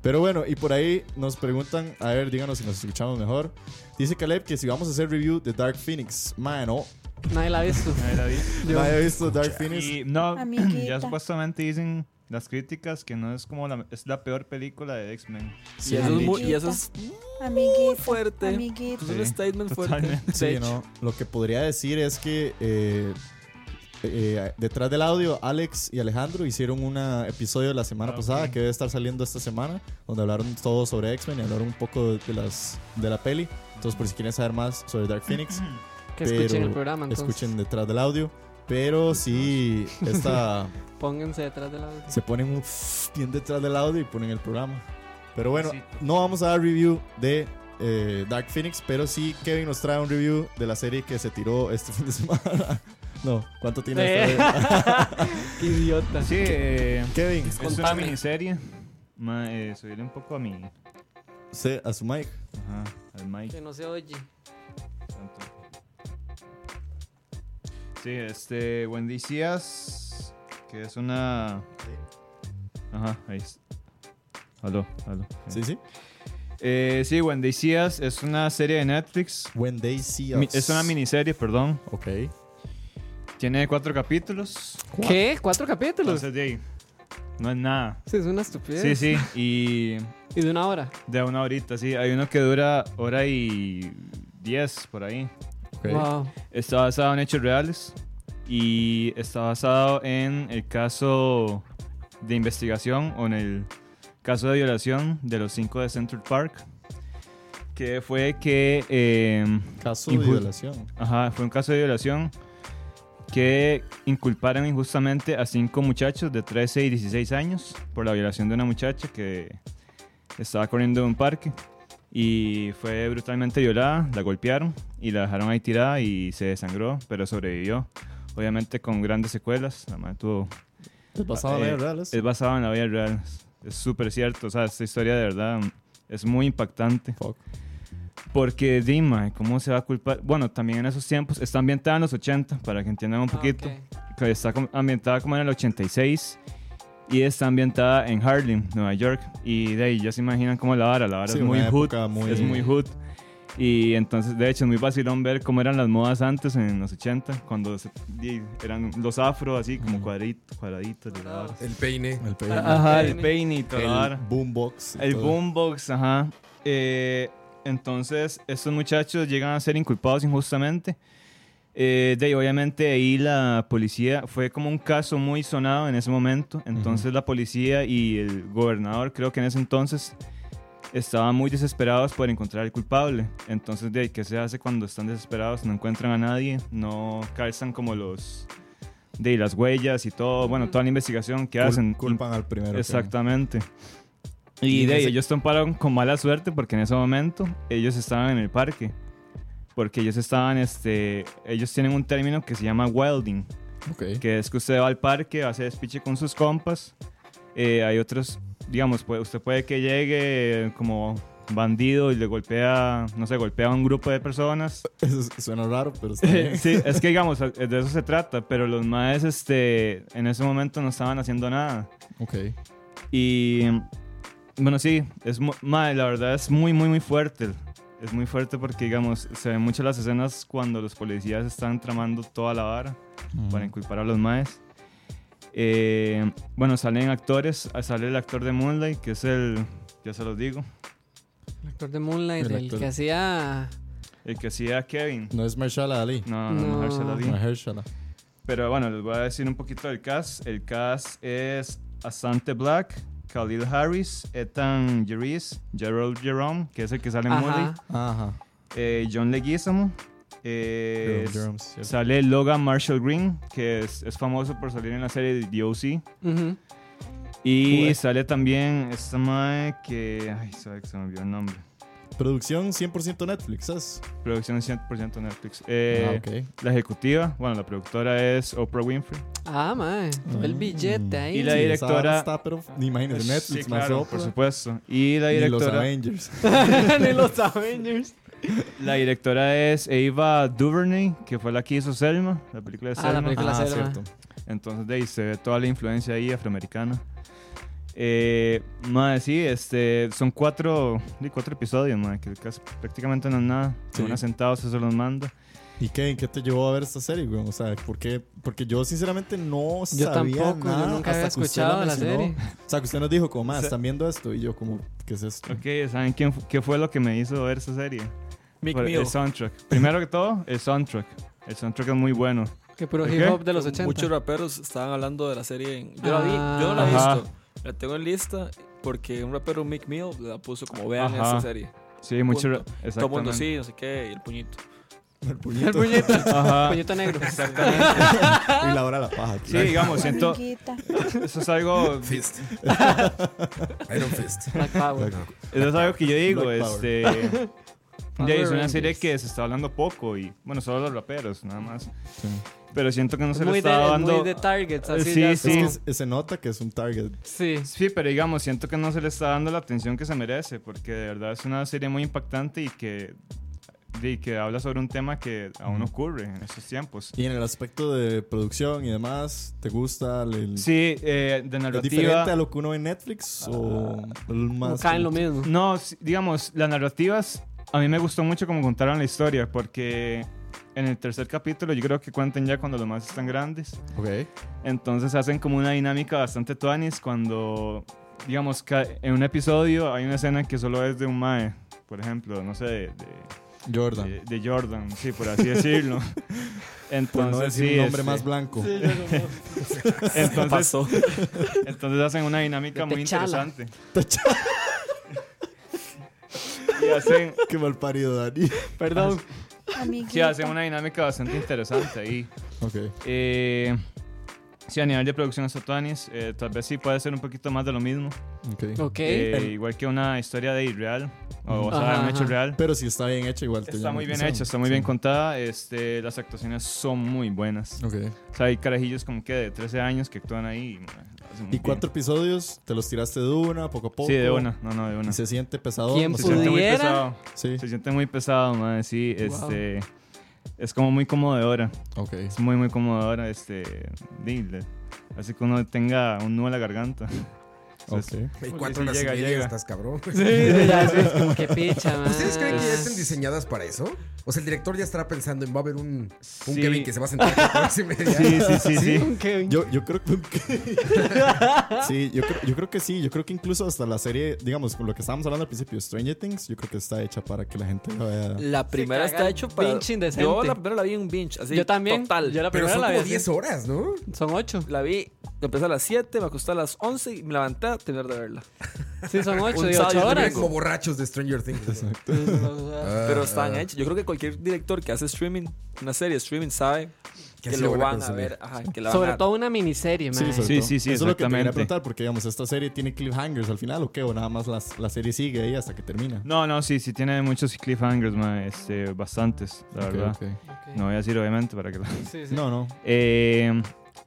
E: Pero bueno, y por ahí nos preguntan, a ver, díganos si nos escuchamos mejor. Dice Caleb que si vamos a hacer review de Dark Phoenix, mano,
F: Nadie la ha visto.
H: Ahí la vi.
E: no había visto Dark Phoenix.
H: Y no, ya supuestamente dicen las críticas que no es como la, es la peor película de X-Men.
E: Sí,
I: y, eso
E: han
I: es muy,
E: dicho.
I: y eso es muy fuerte. Es un
H: Sí,
I: statement fuerte.
H: totalmente.
E: Sí, no. Lo que podría decir es que eh, eh, detrás del audio, Alex y Alejandro hicieron un episodio la semana
H: Ah,
E: pasada
H: ok.
E: que debe estar saliendo esta semana, donde hablaron todo sobre X-Men y hablaron un poco de, de las, de la peli. Entonces, por si quieren saber más sobre Dark Phoenix,
F: Que
E: pero
F: escuchen el programa, entonces.
E: escuchen detrás del audio. Pero sí, esta
F: Pónganse detrás de la.
E: se ponen un bien detrás del audio y ponen el programa. Pero bueno,
H: Sí.
E: no vamos a dar review de eh, Dark Phoenix, pero sí Kevin nos trae un review de la serie que se tiró este fin de semana. no, ¿cuánto tiene
F: Eh.
E: esta vez?
F: Qué idiota.
H: Sí, eh,
E: Kevin,
H: es una miniserie. Ma, eh, subirle un poco a mi.
E: se, a su mic.
H: Ajá, al mic.
F: Que no se oye.
H: tanto. Sí, este, Bendicías, que es una... Ajá, ahí es. Aló, aló.
E: Sí, sí.
H: Eh, sí, Bendicías es una serie de Netflix.
E: When they see
H: Mi-
E: us.
H: Es una miniserie, perdón.
E: Ok.
H: Tiene cuatro capítulos.
F: ¿Qué? ¿Cuatro capítulos?
H: Entonces, de ahí, no es nada.
F: Sí, es una estupidez.
H: Sí, sí, y
F: Y de una hora.
H: de una horita, sí. Hay uno que dura hora y diez, por ahí.
E: ok.
F: Wow.
H: Está basado en hechos reales y está basado en el caso de investigación o en el caso de violación de los cinco de Central Park, que fue que eh,
E: Caso de
H: Injust-
E: violación.
H: ajá, fue un caso de violación que inculparon injustamente a cinco muchachos de 13 y 16 años por la violación de una muchacha que estaba corriendo en un parque y fue brutalmente violada, la golpearon y la dejaron ahí tirada y se desangró, pero sobrevivió. Obviamente con grandes secuelas, la madre tuvo-
E: ¿Es basado en
H: eh,
E: hechos reales?
H: Es basado en la vida real, es súper cierto, o sea, esta historia de verdad es muy impactante.
E: Fuck.
H: Porque Dima, ¿cómo se va a culpar? Bueno, también en esos tiempos, está ambientada en los 80, para que entiendan un
F: Ah,
H: poquito,
F: ok.
H: que está com- ambientada como en el 86 y está ambientada en Harlem, Nueva York. Y de ahí ya se imaginan cómo la vara, la vara
E: Sí,
H: es muy
E: una
H: hood,
E: época muy-
H: es muy hood. Y entonces, de hecho, es muy vacilón ver cómo eran las modas antes en los 80, cuando se- y eran los afro así, como cuadrit- cuadraditos. de la vara.
A: El peine.
E: El peine.
H: Ajá, el peine y toda la
E: El
H: vara.
E: boombox. y
H: El
E: todo.
H: boombox, ajá. Eh, entonces, estos muchachos llegan a ser inculpados injustamente. Eh, de ahí, obviamente, ahí la policía fue como un caso muy sonado en ese momento. Entonces, la policía y el gobernador, creo que en ese entonces, estaban muy desesperados por encontrar al culpable. Entonces, de ahí, ¿qué se hace cuando están desesperados? No encuentran a nadie, no calzan como los. De ahí, las huellas y todo, bueno, toda la investigación que
E: Cul-
H: hacen.
E: Culpan al primero. que-
H: Exactamente.
E: Y
H: Y de ahí,
E: ese-
H: ellos tomparon con mala suerte porque en ese momento ellos estaban en el parque. Porque ellos estaban, este, ellos tienen un término que se llama welding,
E: Ok.
H: que es que usted va al parque, hace despiche con sus compas. Eh, hay otros, digamos, puede- usted puede que llegue eh, como bandido y le golpea, no sé, golpea a un grupo de personas.
E: Eso suena raro, pero está bien.
H: Sí, es que digamos, de eso se trata, pero los maes, este, en ese momento no estaban haciendo nada.
E: Ok.
H: Y bueno, sí, es mu- mae, la verdad es muy, muy, muy fuerte. es muy fuerte porque, digamos, se ven muchas las escenas cuando los policías están tramando toda la vara para inculpar a los maes. Eh, bueno, salen actores. ah, Sale el actor de Moonlight, que es el. Ya se los digo.
F: El actor de Moonlight,
E: El
F: el,
E: actor.
F: que hacía.
H: El que hacía a Kevin.
E: No es Mahershala Ali.
H: No, no, no,
F: No.
H: Mahershala Ali.
E: Mahershala.
H: Pero bueno, les voy a decir un poquito del cast. El cast es Asante Black, Khalil Harris, Ethan Jeris, Gerald Jerome, que es el que sale en Moonlight.
F: Ajá.
E: Ajá.
H: eh, John Leguizamo. eh,
E: Jerome, Jerome, sí.
H: sale Logan Marshall Green, que es, es famoso por salir en la serie de DOC.
F: ujú.
H: Y
E: Joder.
H: sale también esta mae que. Ay, sabe que se me olvidó el nombre.
E: Producción 100% Netflix, ¿es?
H: Producción 100% Netflix. Eh,
E: ah, ok.
H: La ejecutiva, bueno, la productora es Oprah Winfrey.
F: Ah, mae. El billete ahí.
H: Y la
E: Sí, esa
H: directora-
E: vara Está, pero ni imagínate,
H: Pues, Sí,
E: Netflix más
H: claro,
E: Oprah,
H: por supuesto. Y la
E: ni los
H: directora,
E: Avengers.
F: Ni los Avengers.
H: la directora es Eva DuVernay, que fue la que hizo Selma, la película de
F: Ah,
H: Selma.
F: la película
E: ah,
F: Selma.
E: cierto.
H: Entonces de ahí se ve toda la influencia ahí afroamericana. Eh, madre, sí, este, son cuatro, di, cuatro episodios, madre, que casi- prácticamente no es nada.
E: Sí.
H: Se van sentados, eso los manda.
E: ¿Y Kevin, qué te llevó a ver esta serie, güey? O sea, ¿por qué? Porque yo sinceramente no
F: Yo
E: sabía
F: tampoco, yo
E: nada hasta
F: nunca había
E: que usted
F: escuchado
E: la
F: de la
E: mencionó.
F: serie.
E: O sea, que usted nos dijo, como, ah,
H: O sea-
E: están viendo esto. Y yo, como, ¿qué es esto?
H: Ok, ¿saben quién fu- qué fue lo que me hizo ver esa serie?
I: Mick
H: Fue
I: Mill.
H: el soundtrack. Primero que todo, el soundtrack. El soundtrack es muy bueno.
F: Que puro
H: ¿De
F: hip hop
H: qué?
F: de los 80.
I: Muchos raperos estaban hablando de la serie. en- Yo la vi, yo no la he
H: Ajá.
I: visto. La tengo en lista porque un rapero, Mick Mill, la puso como vean
H: Ajá.
I: esta serie.
H: Sí, mucho.
I: Punto.
H: exactamente.
I: Todo el mundo sí, no sé qué, y el puñito.
E: El puñito.
F: El puñito.
H: Ajá.
F: puñito negro.
E: y la hora de la paja.
H: Sí, digamos, siento. Eso es algo.
A: Fist. Iron Fist.
F: Black Power.
H: Eso es algo que yo digo,
E: Black Power.
H: este... ya,
F: Power
H: es una serie
F: Rangers.
H: que se está hablando poco y, bueno, solo los raperos, nada más.
E: Sí.
H: Pero siento que no se
F: Es
H: le
F: muy, de,
H: está
F: es muy
H: dando...
F: de targets, así
H: Sí,
F: ya
H: sí.
F: como-
E: Es que se nota que es un target.
F: sí.
H: Sí, pero digamos, siento que no se le está dando la atención que se merece, porque de verdad es una serie muy impactante y que, y que habla sobre un tema que aún ocurre en estos tiempos.
E: Y en el aspecto de producción y demás, ¿te gusta? El, el-
H: Sí, eh, de
E: ¿Es
H: narrativa...
E: diferente a lo que uno ve en Netflix?
F: Ah,
E: ¿O el
F: Como
E: más?
F: caen lo mismo.
H: No, sí, digamos, las narrativas, a mí me gustó mucho como contaron la historia, porque en el tercer capítulo yo creo que cuentan ya cuando los más están grandes.
E: Ok.
H: Entonces hacen como una dinámica bastante tuanis cuando, digamos, ca- en un episodio hay una escena que solo es de un mae, por ejemplo, no sé, de, de,
E: Jordan.
H: de- de Jordan, sí, por así decirlo.
E: Por no
H: Entonces,
E: decir
H: sí,
E: un nombre
H: este,
E: más blanco.
I: ¿Qué
H: entonces,
I: pasó?
H: entonces hacen una dinámica
F: De
H: muy
F: Techala.
H: interesante. Y hacen,
E: Qué mal parido, Dani.
F: Perdón.
H: sí, hacen una dinámica bastante interesante ahí.
E: Ok.
H: Eh, sí, a nivel de producción es Tuanis, eh, tal vez sí puede ser un poquito más de lo mismo.
E: Ok.
F: Ok.
H: Eh, igual que una historia de irreal o, sea,
F: Ajá,
H: un hecho
F: ajá.
H: real.
E: Pero si está bien hecha, igual te
H: Está
E: llama
H: muy
E: la
H: bien
E: atención.
H: hecha, está muy
E: Sí.
H: bien contada. Este, las actuaciones son muy buenas.
E: Ok.
H: O sea, hay carajillos como que de 13 años que actúan ahí.
E: Y cuatro episodios, te los tiraste de una, poco a poco.
H: Sí, de una. No, no, de una.
E: Y se siente pesado.
F: ¿Quién
H: Se
E: sea,
H: siente muy
F: pudiera?
H: pesado.
E: Sí.
H: Se siente muy pesado, madre. Sí, este. Es como muy conmovedora.
E: Ok.
H: Es muy, muy conmovedora. Este. Dile. Así que uno tenga un nudo en la garganta.
E: Ok.
A: Hay
H: Porque
A: cuatro
H: si
A: horas y
H: llega,
A: media,
H: llega.
A: estás cabrón.
F: Sí, ya, sí, es como que picha, man.
A: ¿Ustedes creen que ya estén diseñadas para eso? O sea, el director ya estará pensando en va a haber un, un
H: Sí.
A: Kevin que se va a sentar cuatro horas y media.
H: Sí, sí, sí, sí.
E: Yo, yo creo que. sí, yo creo, yo creo que sí. Yo creo que incluso hasta la serie, digamos, con lo que estábamos hablando al principio, Stranger Things, yo creo que está hecha para que la gente la vea.
I: La primera
F: caga
I: está
F: el
I: hecho para.
F: pinche indecente.
I: Yo la primera la vi en binge, así.
F: Yo también.
I: Total.
F: Yo la
A: Pero
F: primera
A: son
F: la vi
A: como
F: así.
A: 10 horas, ¿no?
F: Son ocho.
I: La vi, empecé a las 7, me acosté a las 11 y me levanté a terminar de verla.
F: Sí, son ocho.
I: Un
F: De
I: sábado
F: ocho
I: yo
F: horas.
A: Eran como borrachos de Stranger Things. ¿no? Ah.
I: Pero están hechas. Yo creo que cualquier director que hace streaming, una serie de streaming, sabe que,
A: así
I: lo
A: van a
I: van a,
A: consumir.
I: ver. Ajá, que la van
F: Sobre
I: a-
F: todo una miniserie, man.
E: Sí, sobre
H: Sí,
E: todo.
H: sí, sí,
E: Eso es lo que te quería
H: exactamente.
E: preguntar, porque digamos, esta serie tiene cliffhangers al final o qué, o nada más las- la serie sigue ahí hasta que termina.
H: No, no, sí, sí tiene muchos cliffhangers, ma, este, bastantes, la
E: Ok,
H: verdad.
E: ok.
F: Ok.
H: No voy a decir obviamente para que...
F: Sí, sí.
E: No, no.
H: Eh,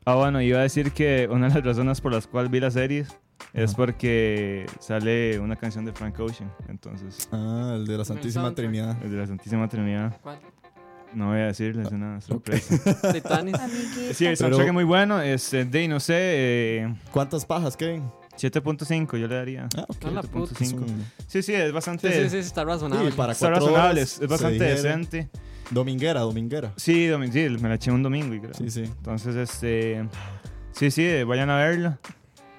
H: ah, bueno, iba a decir que una de las razones por las cuales vi la serie es
E: Ajá.
H: porque sale una canción de Frank Ocean, entonces,
E: Ah, el de la Santísima
F: soundtrack.
E: Trinidad.
H: el de la Santísima Trinidad.
F: ¿Cuál?
H: No voy a decirles es una sorpresa.
F: Titanis.
H: Sí, el soundtrack es muy bueno, este, de, no sé, eh,
E: ¿Cuántas pajas, Kevin?
H: 7.5 yo le daría.
E: Ah, ok.
F: A la puta.
E: Es un-
H: 7.5 Sí, sí, es bastante...
F: Sí, sí, sí, está razonable.
E: Sí, para
H: Está
E: cuatro
H: razonable,
E: horas
H: es, es
E: se
H: bastante
E: digiere.
H: decente.
E: Dominguera, dominguera.
H: Sí, domingo, sí, me la eché un domingo. y creo.
E: Sí, sí.
H: Entonces, este... Sí, sí, eh, vayan a verla.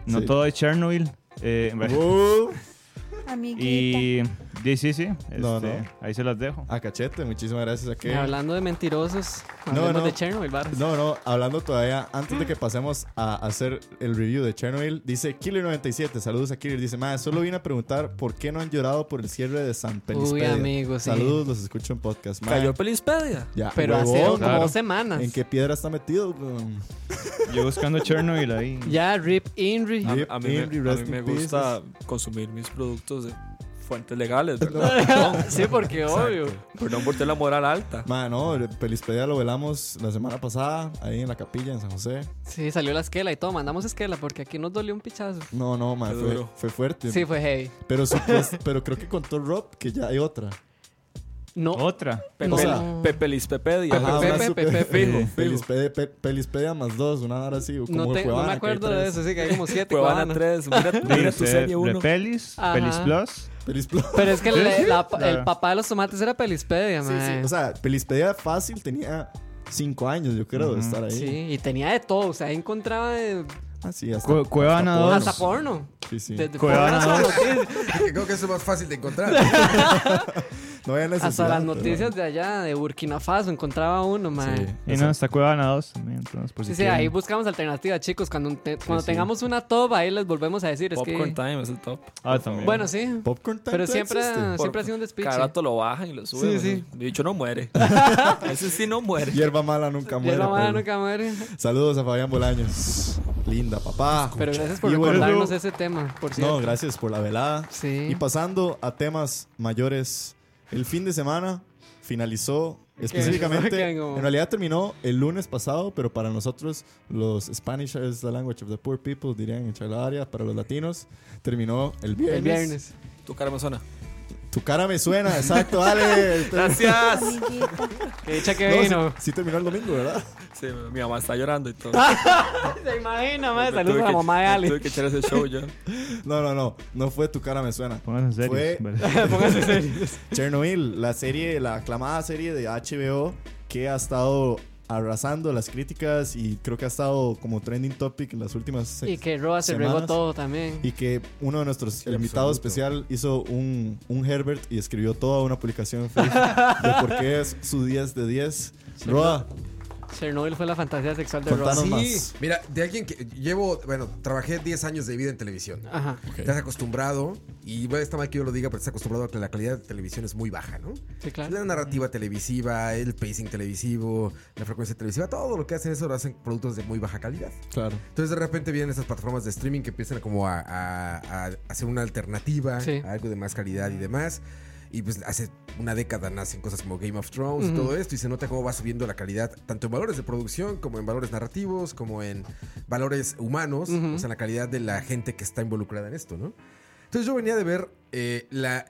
H: No
E: Sí. Uh.
H: todo es Chernobyl. eh, y... y Sí, sí,
E: No,
H: este,
E: no.
H: ahí se las dejo.
E: A cachete, muchísimas gracias a
F: Y
E: que.
F: Hablando de mentirosos,
E: No,
F: hablemos
E: no.
F: de Chernobyl, varas.
E: No, no, hablando todavía, antes de que pasemos a hacer el review de Chernobyl, dice Killer97, saludos a Killer, dice, madre, solo vine a preguntar por qué no han llorado por el cierre de San Pelispedia.
F: amigo, sí.
E: Saludos, los escucho en podcast, mae.
I: Cayó Pelispedia.
E: Ya,
F: Pero hace
E: huevón,
F: como
H: claro.
F: dos semanas.
E: ¿En qué piedra está metido? weón?
H: Yo buscando Chernobyl ahí.
F: Ya, Rip Inri. Ah,
I: A,
E: Rip,
I: a mí, me-
E: Henry,
I: a mí
E: rest
I: me
E: in
I: gusta consumir mis productos de fuentes legales, ¿verdad?
F: sí, porque obvio.
I: Perdón por tener la moral alta.
E: Mae, no, el Pelispedia lo velamos la semana pasada, ahí en la capilla en San José.
F: Sí, salió la esquela y todo. Mandamos esquela porque aquí nos dolió un pichazo.
E: No, no, mae,
I: Qué
E: fue,
I: duro.
E: fue fuerte.
F: Sí, fue heavy.
E: Pero, supuest- pero creo que contó Rob que ya hay otra.
F: No.
H: Otra.
I: Pepe,
E: O sea-
I: Pepe Lispepedia.
E: Ajá,
F: Pepe,
E: una
F: Pepe,
E: super-
F: Pepe,
I: fijo,
E: eh,
I: fijo.
E: Pelispedia, pe- Pelispedia más dos, una hora así. o Como
F: No, te- no
E: Cuevana,
F: me
E: que
F: acuerdo
E: hay
F: de
E: tres.
F: eso, sí, que hay como siete
I: Cuevana
F: cubanas.
I: 3. Mira, mira tu
H: Dice,
I: serie 1.
H: de Pelis,
F: Ajá.
H: Pelis Plus.
E: Pelispedia.
F: Pero es que el,
H: ¿Sí?
F: la-
H: No.
E: Ah.
F: el papá de los tomates era Pelispedia,
E: Sí,
F: man.
E: sí, O sea, Pelispedia fácil tenía cinco años, yo creo, de estar ahí.
F: Sí, y tenía de todo, o sea, ahí encontraba de,
E: Así, hasta.
H: Cue- Cuevana
E: hasta
F: hasta
H: 2.
F: porno.
E: Sí, sí.
F: Desde
H: Cuevana
F: porno hasta
H: dos.
F: las noticias,
A: Creo que eso es más fácil de encontrar.
E: No había necesidad.
F: hasta las
E: pero-
F: noticias de allá, de Burkina Faso, encontraba uno, man.
E: Sí,
F: Sí.
H: Y no, está Cuevana 2 también. Entonces, por si
F: Sí, ahí buscamos alternativas, chicos. Cuando, te- cuando
E: sí.
F: tengamos una top, ahí les volvemos a decir. Es
I: Popcorn
F: que,
I: Time es el top.
H: Ah, también.
F: bueno, sí,
E: Popcorn Time
F: pero
E: todavía
F: siempre,
E: existe.
F: siempre ha sido un despiche.
I: Cada rato lo bajan y lo suben. Sí, sí. Bicho no muere. Ese sí no muere.
E: Hierba mala nunca
F: Ya
E: muere.
F: la madre
E: pero-
F: nunca muere.
E: Saludos a Fabián Bolaños. Linda, papá.
F: Pero gracias por
E: Y bueno,
F: recordarnos ese tema, por cierto.
E: No, gracias por la velada.
F: Sí.
E: Y pasando a temas mayores, el fin de semana finalizó específicamente,
F: qué vengo?
E: en realidad terminó el lunes pasado, pero para nosotros los Spanish is the language of the poor people, dirían en Chalaria, para los latinos, terminó el viernes.
F: El viernes.
I: Tu cara me suena.
E: Tu cara me suena, exacto, dale.
I: Gracias.
F: Que dicha que
E: No, sí-
F: vino.
E: sí terminó el domingo, ¿verdad?
I: Sí, mi mamá está llorando y todo.
F: Se imagina, madre.
I: Me
F: Saludos
I: tuve
F: a la
I: que-
F: mamá de
I: me
F: Ale.
I: Tuve que echar ese show ya.
E: No, no, no, no fue tu cara me suena.
H: Pónganse serios.
E: Fue-
H: vale.
F: Pónganse serios.
E: Chernobyl, la serie, la aclamada serie de HBO que ha estado arrasando las críticas y creo que ha estado como trending topic en las últimas se-
F: Y que Roa se
E: Semanas.
F: regó todo también.
E: y que uno de nuestros invitados especial hizo un, un Herbert y escribió toda una publicación en Facebook de por qué es su 10 de 10. Roa,
F: Chernobyl fue la fantasía sexual de Roa.
E: contanos
A: Sí,
E: más.
A: mira, de alguien que llevo, bueno, trabajé 10 años de vida en televisión.
F: Ajá.
A: Te has acostumbrado, y bueno, está mal que yo lo diga, pero estás acostumbrado a que la calidad de televisión es muy baja, ¿no?
F: Sí, claro.
A: La narrativa televisiva, el pacing televisivo, la frecuencia televisiva, todo lo que hacen eso lo hacen productos de muy baja calidad.
E: Claro.
A: Entonces de repente vienen esas plataformas de streaming que empiezan como a, a- a hacer una alternativa
F: Sí.
A: a algo de más calidad y demás. Y pues hace una década nacen cosas como Game of Thrones y
F: Ujú.
A: todo esto y se nota cómo va subiendo la calidad tanto en valores de producción como en valores narrativos, como en valores humanos,
F: Ujú.
A: o sea, en la calidad de la gente que está involucrada en esto, ¿no? Entonces yo venía de ver eh, la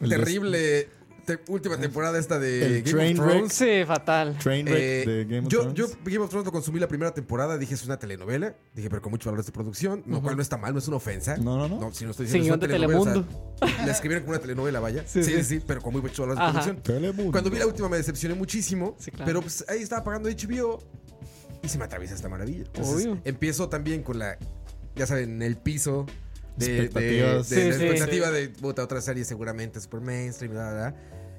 E: El
A: terrible te- última temporada esta de
E: el
A: Game
E: train
A: of
E: wreck.
A: Thrones.
F: Sí, fatal.
E: Trainwreck
A: Eh,
E: de Game of
A: yo,
E: Thrones.
A: yo Game of Thrones lo consumí la primera temporada, dije es una telenovela, dije pero con muchos valores de producción, lo cual no está mal, no es una ofensa.
E: No, no, no.
A: si no estoy
F: Sin
A: diciendo es una
F: guión de
A: telenovela, o sea, la escribieron como una telenovela, vaya. Sí, sí, sí, pero con muy muchos valores de
F: Ajá.
A: producción.
E: Telemundo.
A: Cuando vi la última me decepcioné muchísimo,
F: Sí, claro.
A: pero pues ahí estaba pagando HBO y se me atraviesa esta maravilla. Entonces,
F: Obvio.
A: empiezo también con la, ya saben, el piso de, de-
E: Expectativas.
A: de
F: Sí,
A: la
F: sí.
A: expectativa de puta, otra serie seguramente super mainstream, bla, bla, bla.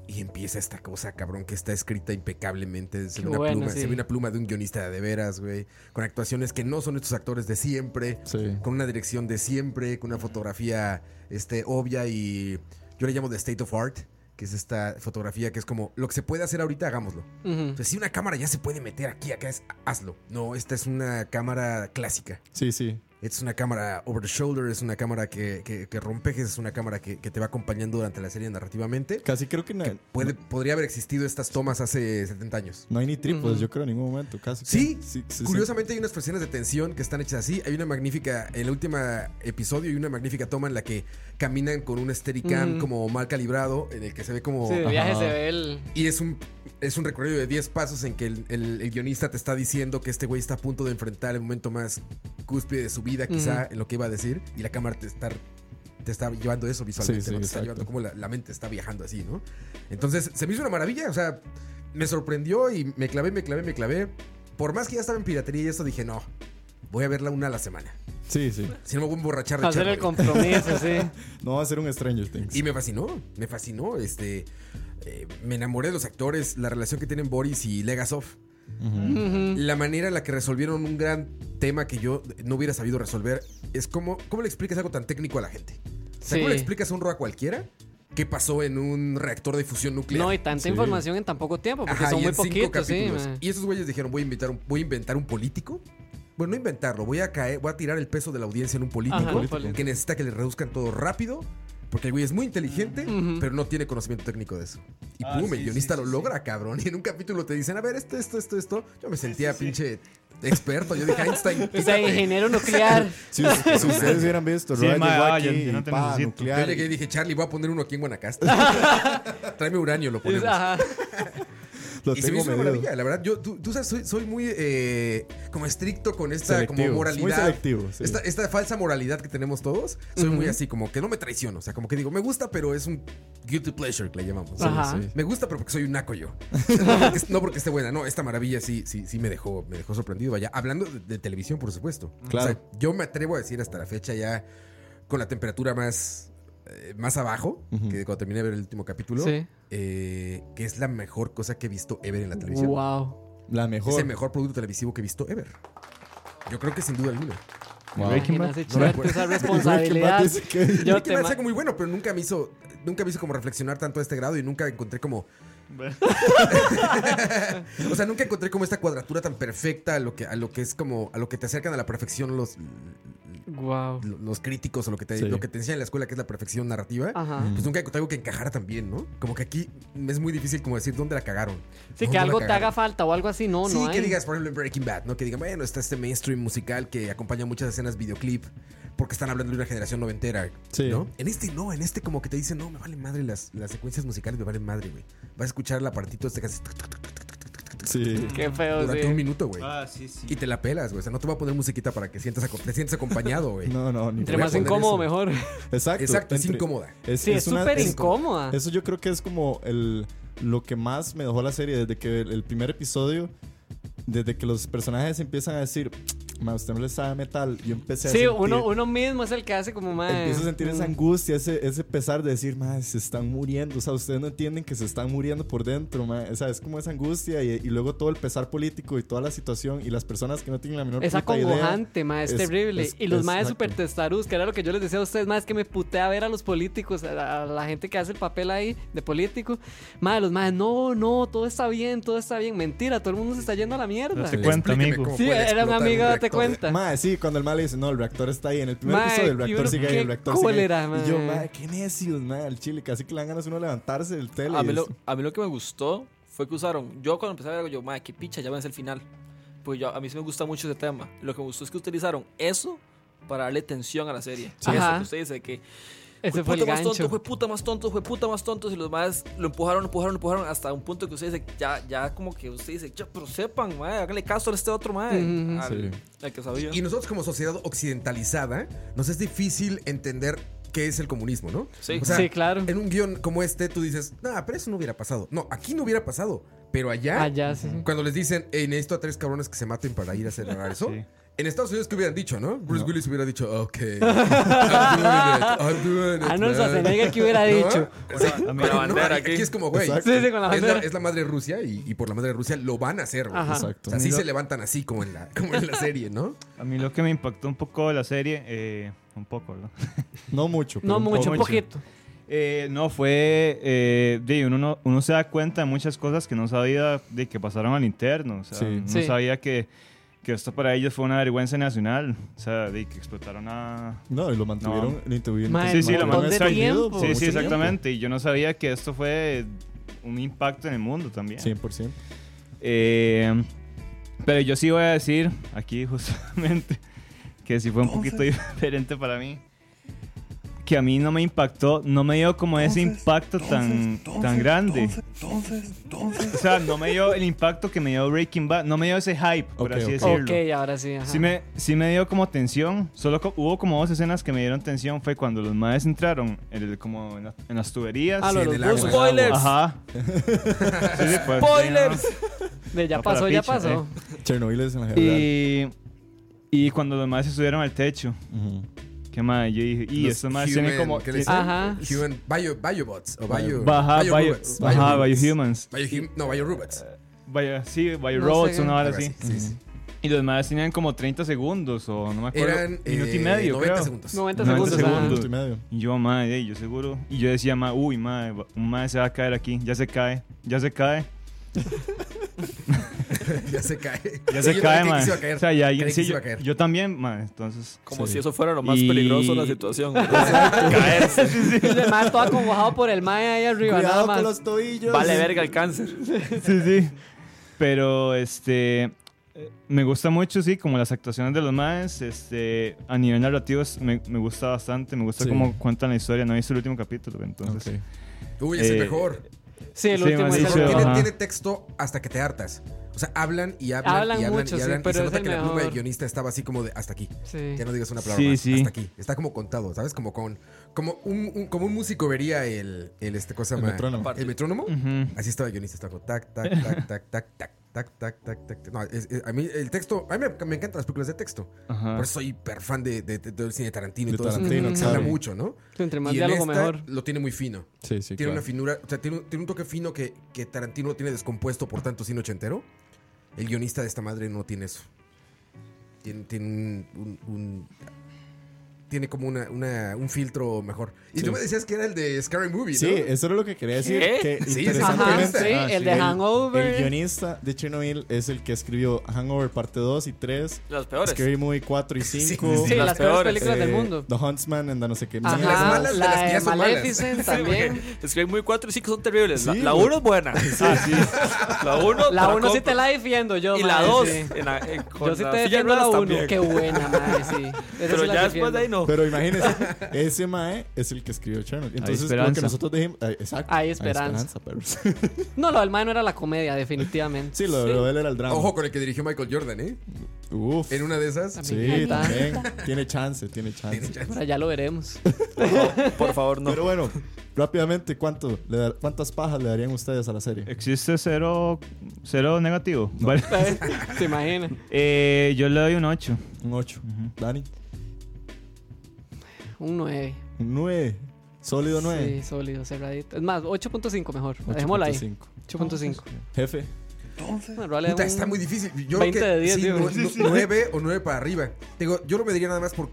A: Y empieza esta cosa, cabrón, que está escrita impecablemente. Se
F: Qué
A: ve, una
F: bueno,
A: pluma,
F: sí.
A: se ve una pluma de un guionista de veras, güey. Con actuaciones que no son estos actores de siempre.
E: Sí.
A: Con una dirección de siempre. Con una fotografía este, obvia y... Yo le llamo The State of Art. Que es esta fotografía que es como... Lo que se puede hacer ahorita, hagámoslo.
F: Ujú.
A: O sea, si Pues, una cámara ya se puede meter aquí, acá, es, hazlo. No, esta es una cámara clásica.
E: Sí, sí.
A: Es una cámara over the shoulder, es una cámara que, que, que rompejes, es una cámara que, que te va acompañando durante la serie narrativamente.
E: Casi creo que no,
A: Puede, podría haber existido estas tomas hace 70 años.
E: no hay ni trípodes,
F: Ujú.
E: yo creo, en ningún momento. Casi.
A: Sí,
E: sí.
A: curiosamente hay unas escenas de tensión que están hechas así. Hay una magnífica, en el último episodio hay una magnífica toma en la que caminan con un Steadicam
F: Ujú.
A: como mal calibrado, en el que se ve como...
F: Mm. Sí, de viaje se ve el.
A: Y es un, es un recorrido de 10 pasos en que el, el- el guionista te está diciendo que este güey está a punto de enfrentar el momento más cúspide de su vida quizá en lo que iba a decir y la cámara te está, te está llevando eso visualmente,
E: Sí, sí,
A: ¿no? te está
E: exacto.
A: llevando como la, la mente está viajando así, ¿no? Entonces se me hizo una maravilla, o sea, me sorprendió y me clavé, me clavé, me clavé. Por más que ya estaba en piratería y eso, dije, no, voy a verla una a la semana.
E: Sí, sí.
A: Si no me voy a emborrachar de
F: Hacer el
A: Chernobyl.
F: compromiso, sí.
E: No va a ser un Stranger Things.
A: Y me fascinó, me fascinó. Este, eh, me enamoré de los actores, la relación que tienen Boris y Legasov. La manera en la que resolvieron un gran tema que yo no hubiera sabido resolver es como, ¿cómo le explicas algo tan técnico a la gente? O sea, ¿Cómo
F: Sí.
A: le explicas a un roa cualquiera qué pasó en un reactor de fusión nuclear?
F: No, y tanta información en tan poco tiempo, porque
A: Ajá,
F: son
A: y
F: muy
A: en cinco
F: poquitos, sí.
A: capítulos.
F: mae.
A: Y esos güeyes dijeron, voy a, inventar un, voy a inventar un político. Bueno, no inventarlo, voy a caer, voy a tirar el peso de la audiencia en un político,
F: Ajá, un político.
A: que necesita que le reduzcan todo rápido. Porque el güey es muy inteligente, pero no tiene conocimiento técnico de eso. Y
H: Ah,
A: pum,
H: sí,
A: el guionista
H: sí,
A: lo
H: sí,
A: logra, cabrón. Y en un capítulo te dicen, a ver, esto, esto, esto, esto. Yo me sentía pinche experto. Yo dije, Einstein,
F: O sea,
A: quítate".
F: ingeniero nuclear.
E: Si, si ustedes hubieran visto,
H: Sí,
E: Roa
H: ma,
E: llegó
H: ah,
E: aquí,
H: yo- yo no te
E: pa,
H: necesito.
A: Yo
E: nuclear.
A: llegué y dije, Charlie, voy a poner uno aquí en Guanacaste. Tráeme uranio, lo ponemos.
F: Ajá.
E: Lo
A: y se me
E: tengo
A: hizo una
E: medido.
A: maravilla, la verdad. Yo, tú, tú sabes, soy, soy muy eh, como estricto con esta
E: Selectivo,
A: como
E: muy
A: moralidad.
E: selectivo, sí.
A: esta, esta falsa moralidad que tenemos todos. Soy muy así, como que no me traiciono. O sea, como que digo, me gusta, pero es un guilty pleasure que le llamamos.
F: Ajá.
A: Me gusta, pero porque soy un naco yo. No porque, no porque esté buena. No, esta maravilla sí, sí, sí me dejó, me dejó sorprendido. Vaya, hablando de, de televisión, por supuesto.
E: Claro.
A: O sea, yo me atrevo a decir hasta la fecha ya con la temperatura más, eh, más abajo, que cuando terminé de ver el último capítulo,
F: Sí.
A: eh, que es la mejor cosa que he visto ever en la televisión.
F: Wow.
E: La
A: Es
E: mejor.
A: el mejor producto televisivo que he visto ever. Yo creo que sin duda alguna.
E: Wow.
F: Imagínate,
A: No me
F: chingarte
A: acuerdo.
F: esa
E: Breaking
F: responsabilidad.
E: Bad dice que-
F: Yo
A: Breaking
F: te
A: Bad
F: ma-
A: es algo muy bueno, pero nunca me hizo, nunca me hizo como reflexionar tanto a este grado y nunca encontré como, o sea, nunca encontré como esta cuadratura tan perfecta a lo que, a lo que es como, a lo que te acercan a la perfección los,
F: Wow.
A: lo- los críticos o lo que te,
E: Sí.
A: lo que te enseñan en la escuela, que es la perfección narrativa,
F: Ajá.
A: pues nunca encontré algo que encajara tan bien, ¿no? Como que aquí es muy difícil como decir dónde la cagaron.
F: Sí,
A: ¿Dónde
F: que
A: la
F: algo te
A: cagaron?
F: haga falta o algo así, no,
A: sí,
F: no hay.
A: que digas, por ejemplo, en Breaking Bad, ¿no? Que digan, bueno, está este mainstream musical que acompaña muchas escenas videoclip porque están hablando de una generación noventera,
E: Sí.
A: ¿no? En este no, en este como que te dicen, no, me valen madre las, las secuencias musicales, me valen madre, güey. Vas a escuchar el apartito este que hace tuc, tuc, tuc,
E: Sí.
F: Qué feo,
A: durante
F: sí.
A: un minuto, güey.
H: Ah, sí, sí.
A: Y te la pelas, güey. O sea, no te voy a poner musiquita para que sientas, aco- te sientas acompañado, güey.
E: No, no, ni
F: Entre
A: Voy a
F: más
A: poner
F: incómodo,
A: eso.
F: mejor.
E: Exacto.
A: Exacto, es
E: entre-
A: incómoda.
F: Sí, es
E: una-
F: súper incómoda.
E: Eso yo creo que es como el, lo que más me dejó la serie. Desde que el, el primer episodio, desde que los personajes empiezan a decir, "Ma, usted no le sabe a metal, yo
A: pues,
E: empecé a
F: Sí,
E: sentir-
F: uno, uno mismo es el que hace como más.
E: Empiezo a sentir esa angustia, ese, ese pesar de decir, más se están muriendo. O sea, ustedes no entienden que se están muriendo por dentro, ma". O sea, es como esa angustia y, y luego todo el pesar político y toda la situación y las personas que no tienen la menor
F: Es
E: puta idea.
F: acongojante, ma, es,
E: Es-
F: terrible.
E: es-
F: y los
E: es-
F: maes
E: exacto.
F: súper testarús, que era lo que yo les decía a ustedes, más que me putea ver a los políticos, a la, a la gente que hace el papel ahí de político. Madre, los maes, no, no, todo está bien, todo está bien. Mentira, todo el mundo se está yendo a la mierda.
H: Date cuenta,
A: Explíqueme
H: amigo.
A: cómo
F: Sí,
A: puede
F: era un
A: explotar
F: amigo, date
A: reactor.
F: cuenta.
E: Mae, sí, cuando el mal le dice, no, el reactor está ahí. En el primer
F: Mae,
E: episodio,
F: y
E: el reactor
F: uno,
E: sigue ahí,
F: qué
E: el reactor
F: cólera,
E: sigue ahí. Y yo,
F: mae.
E: mae, qué necios, mae, el chile. Casi que le dan ganas a uno de levantarse del tele.
I: A
E: y
I: mí, lo,
E: es-
I: a mí lo que me gustó fue que usaron. Yo cuando empecé a ver algo, yo, madre, qué picha, ya van a ser el final. Pues yo, a mí sí me gusta mucho ese tema. Lo que me gustó es que utilizaron eso para darle tensión a la serie. Eso
F: Sí. Ajá.
I: que usted dice, que
F: Ese
I: fue
F: fue el
I: puta más
F: gancho.
I: tonto, fue puta más tonto, fue puta más tonto. Y los más lo empujaron, lo empujaron, lo empujaron hasta un punto que usted dice, ya, ya como que usted dice, ya, pero sepan, madre, háganle caso a este otro, madre.
F: Ujú.
I: al, al que sabía.
A: Y nosotros como sociedad occidentalizada, nos es difícil entender qué es el comunismo, ¿no?
I: Sí.
F: Sí, claro.
A: En un guión como este, tú dices, nah, pero eso no hubiera pasado. No, aquí no hubiera pasado. Pero allá,
F: Allá, sí.
A: cuando les dicen, hey, necesito a tres cabrones que se maten para ir a celebrar eso. En Estados Unidos, ¿qué hubieran dicho, no? Bruce Willis hubiera dicho, ok, I'm doing it, I'm doing
F: Arnold
A: it, man".
F: Ah, Schwarzenegger, ¿qué hubiera
A: ¿No?
F: dicho?
A: O sea,
H: Con la-
A: no,
I: bandera
A: aquí.
I: aquí.
A: es como, güey.
E: Exacto.
F: Sí, sí, con la
A: es, la,
F: bandera.
A: es la madre de Rusia y, y por la madre de Rusia lo van a hacer, güey.
F: Ajá.
A: O
E: Exacto.
A: sea, sí se levantan así como en la, como en la serie, ¿no?
H: A mí lo que me impactó un poco de la serie, eh, un poco, ¿verdad?
E: No mucho. pero
F: No
E: un
F: mucho, un
H: mucho.
F: poquito.
H: Eh, no, fue. eh, de, uno, no- uno se da cuenta de muchas cosas que no sabía de que pasaron al interno. O sea,
E: Sí.
H: no
F: Sí.
H: sabía que, que esto para ellos fue una vergüenza nacional. O sea, de que explotaron a.
E: No, y lo mantuvieron. Lo mantuvieron
F: Mae,
H: Sí, sí, lo
E: mantuvieron
H: mandó
F: de
E: extrañido
F: tiempo.
E: por
H: Sí, sí,
E: mucho tiempo.
H: exactamente. Y Este, yo no sabía que esto fue un impacto en el mundo también.
E: 100%.
H: Eh, pero yo sí voy a decir aquí justamente que sí fue un poquito diferente para mí. Que a mí no me impactó, no me dio como ese impacto tan, tan grande.
J: entonces, entonces.
H: O sea, no me dio el impacto que me dio Breaking Bad. No me dio ese hype, por
E: Ok,
H: así
E: ok.
H: decirlo.
F: Ok, ahora sí. ajá.
H: Sí me, sí me dio como tensión. Solo co- hubo como dos escenas que me dieron tensión. Fue cuando los maes entraron en el- como en, la- en las tuberías.
F: Ah, lo de los
A: Sí, en el
F: buzos.
A: agua.
I: Spoilers.
H: Ajá. Sí, sí, pues,
I: Spoilers.
F: De ya
H: No, para
F: pasó, ya
H: picha,
F: pasó.
E: Chernobyl es en la
H: sí,
E: general.
H: no. Y, y cuando los maes se subieron al techo. Qué madre, yo dije, y
A: Los
H: estos maes tienen
A: human-
H: como.
A: ¿qué le dicen?
F: Ajá.
A: Human bio, biobots o bio,
H: Baja, bio,
A: biorobots,
H: ajá,
A: biorobots.
H: biohumans. Eh,
A: Bio- no, biorobots.
H: Bio- sí, bio
F: No
H: robots,
F: sé.
H: una hora
A: Algo
H: así.
A: así, sí, sí.
H: Y los demás tenían como 30 segundos o no me acuerdo.
A: Eran
H: minuto
A: eh,
H: y medio,
A: 90
H: creo.
A: segundos.
F: 90
H: 90
F: segundos. ajá.
H: segundos.
E: Minuto y medio.
H: Y yo, madre, ey, yo seguro. Y yo decía, ma, uy, madre, va- un madre se va a caer aquí. Ya se cae, ya se cae,
A: ya se cae.
H: ya
A: Sí,
H: se
A: yo
H: cae,
A: creí que
H: madre.
A: se iba a caer.
H: O sea, ya alguien
A: Creí que
H: sí,
A: se
H: yo,
A: iba a caer.
H: yo también, madre. Entonces,
I: Como si eso fuera lo más
H: Y-
I: peligroso de la situación.
H: caerse. sí, sí,
F: Y el mae todo acongojado por el mae ahí arriba, nada
E: Cuidado
F: más.
E: con los tobillos.
I: vale verga el cáncer.
H: sí, sí. Pero, este. eh, Me gusta mucho, sí, como las actuaciones de los maes. Este, a nivel narrativo, es- me, me gusta bastante. Me gusta
E: Sí.
H: cómo cuentan la historia. No he visto el último capítulo, entonces.
E: Ok.
A: Uy, es el
H: Eh,
A: mejor.
F: Sí, el
H: Sí,
F: último
H: me
F: es
H: han
F: el
H: dicho,
F: último.
A: Tiene,
H: ajá.
A: tiene texto hasta que te hartas. O sea, hablan y hablan,
F: Hablan
A: y hablan
F: mucho,
A: y
F: sí,
A: hablan. y
F: pero
A: se
F: es
A: nota
F: el
A: que la pluma del
F: mejor.
A: guionista estaba así como de hasta aquí.
F: Sí.
A: Ya no digas una palabra
H: Sí,
A: más.
H: sí.
A: Hasta aquí. Está como contado, ¿sabes? Como con. Como un, un- como un músico vería el, el este cosa
E: El metrónomo.
A: El metrónomo.
H: Ujú.
A: Así estaba el guionista, estaba como tac, tac, tac, tac, tac, tac, tac, tac, tac, tac. No, es- es- a mí el texto, a mí me, me encantan las películas de texto.
H: Ajá.
A: Por eso soy hiper fan de, de- de- del cine de Tarantino y
E: De
A: todo eso.
E: Tarantino,
A: Se
E: claro.
A: habla mucho, ¿no?
F: Entre más
A: y en
F: diálogo,
A: esta
F: mejor.
A: lo tiene muy fino.
E: Sí, sí,
A: Tiene
E: claro.
A: una finura, o sea, tiene un, tiene un toque fino que, que Tarantino lo tiene descompuesto por tanto cine ochentero. El guionista de esta madre no tiene eso. Tiene, tiene un, un- un- Tiene como una, una- un filtro mejor. Y
E: Sí.
A: tú me decías que era el de Scary Movie, ¿no?
E: Sí, eso era lo que quería decir.
I: ¿Qué?
E: Que
A: Sí,
F: Ajá,
E: interesantemente,
F: sí,
H: Ah, sí.
F: el de
E: el-
F: Hangover.
E: El guionista de Chernobyl es el que escribió Hangover parte 2 y 3,
I: Las peores.
E: Scary Movie 4 y 5.
F: sí, las,
I: las
F: peores
I: peores,
F: películas del
E: eh,
F: mundo.
E: The Huntsman and the no sé qué.
F: Ajá,
E: mierda.
A: malas de
F: la
A: las que ya
F: de
A: son malas.
F: Maleficent
I: Porque
F: también.
I: Es que hay muy cuatro y cinco son terribles.
E: Sí,
I: la
E: güey.
I: 1 es buena. Ah, sí. La 1
F: La 1 sí te la defiendo yo,
I: Y
F: mae,
I: la 2
F: sí.
I: con
F: Yo sí
I: la
F: te
I: silla de
F: defiendo la
I: ruedas
F: 1.
I: también.
F: Qué buena, mae, sí. Esa
I: Pero
F: sí
I: ya
F: la
I: después
F: defiendo.
I: de ahí no.
E: Pero imagínense, ese Mae es el que escribió Chernobyl. Entonces, lo
H: esperanza.
E: que nosotros dijimos. eh, exacto.
F: Hay esperanza.
E: esperanza, perros.
F: No, lo del mae no era la comedia, definitivamente.
E: sí, lo, lo de él era el drama.
A: Ojo con el que dirigió Michael Jordan, ¿eh?
E: Uf.
A: En una de esas.
E: Sí, también. tiene chance, tiene chance.
F: Ahora ya lo veremos.
I: Por favor, no.
E: Pero bueno, rápidamente, ¿cuánto le da- ¿cuántas pajas le darían ustedes a la serie?
H: Existe cero, cero negativo. Vale.
F: ¿Te imaginas?
H: Eh, yo le doy un 8.
E: Un 8. Dani,
F: Un 9.
E: un 9. Sólido 9.
F: Sí, sólido, cerradito. Es más, 8.5 mejor. Dejémoslo ahí. 8.5.
E: Jefe.
F: Bueno, Roa le da
A: Puta,
F: un-
A: está muy difícil. Yo
F: 20
A: creo que
F: de 10,
A: sí,
F: digo.
A: nue- nue- nueve o nueve para arriba. Digo, yo lo mediría nada más por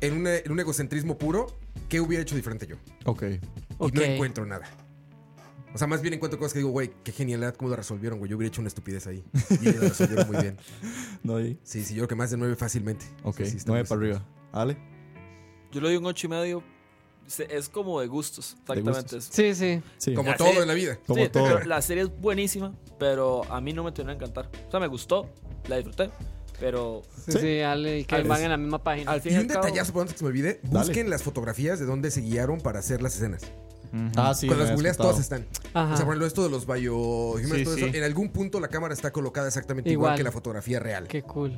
A: en, una- en un egocentrismo puro, ¿qué hubiera hecho diferente yo?
E: Ok.
A: Y no
F: Ok.
A: encuentro nada. O sea, más bien encuentro cosas que digo, güey, qué genialidad, cómo la resolvieron, güey. Yo hubiera hecho una estupidez ahí. Y ellos la resolvieron muy bien.
E: No di.
A: Sí, sí, yo creo que más de nueve fácilmente.
E: Ok.
A: Sí, sí, está
E: 9
A: muy-
E: para arriba. Ale.
I: Yo le doy un 8 y medio. Se- Es como de gustos, exactamente.
E: gustos.
I: eso.
F: Sí, sí.
E: Sí.
A: Como
I: Ya
A: todo
I: sé.
A: en la vida.
E: Como
I: Sí,
E: todo.
I: pero La serie es buenísima, pero a mí no me terminó de encantar. O sea, me gustó, la disfruté, pero
F: Sí, sí, Ale y que
I: Al-
F: van en la misma página.
I: al fin
A: Y
I: y
A: un
I: al cabo,
A: detallazo, perdón, antes que se me olvide,
E: Dale.
A: busquen las fotografías de dónde se guiaron para hacer las escenas.
E: Ah, sí. me
A: Cuando las
E: habías
A: googleas,
E: contado.
A: todas están.
F: Ajá.
A: O sea, por ejemplo, esto de los biohumans,
H: Sí,
A: todo
H: sí.
A: eso, en algún punto la cámara está colocada exactamente igual,
F: Igual.
A: que la fotografía real.
F: Qué cool.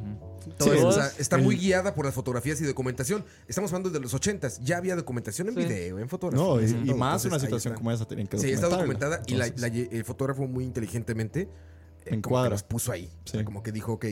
A: Todo
E: Sí,
A: eso, o
E: vos-
A: sea, está muy guiada por las fotografías y documentación. Estamos hablando de los 80 ya había documentación en
F: Sí.
A: video, en fotografía.
E: No, y, y
A: en todo.
E: más
A: Entonces,
E: una
A: ahí
E: situación
A: está.
E: como esa tienen que
A: Sí, está
E: documentarla.
A: documentada y la-
E: Entonces,
A: la- el fotógrafo muy inteligentemente eh,
E: En
A: como que
E: cuadra.
A: los puso ahí. O sea,
E: Sí.
A: como que dijo, ok,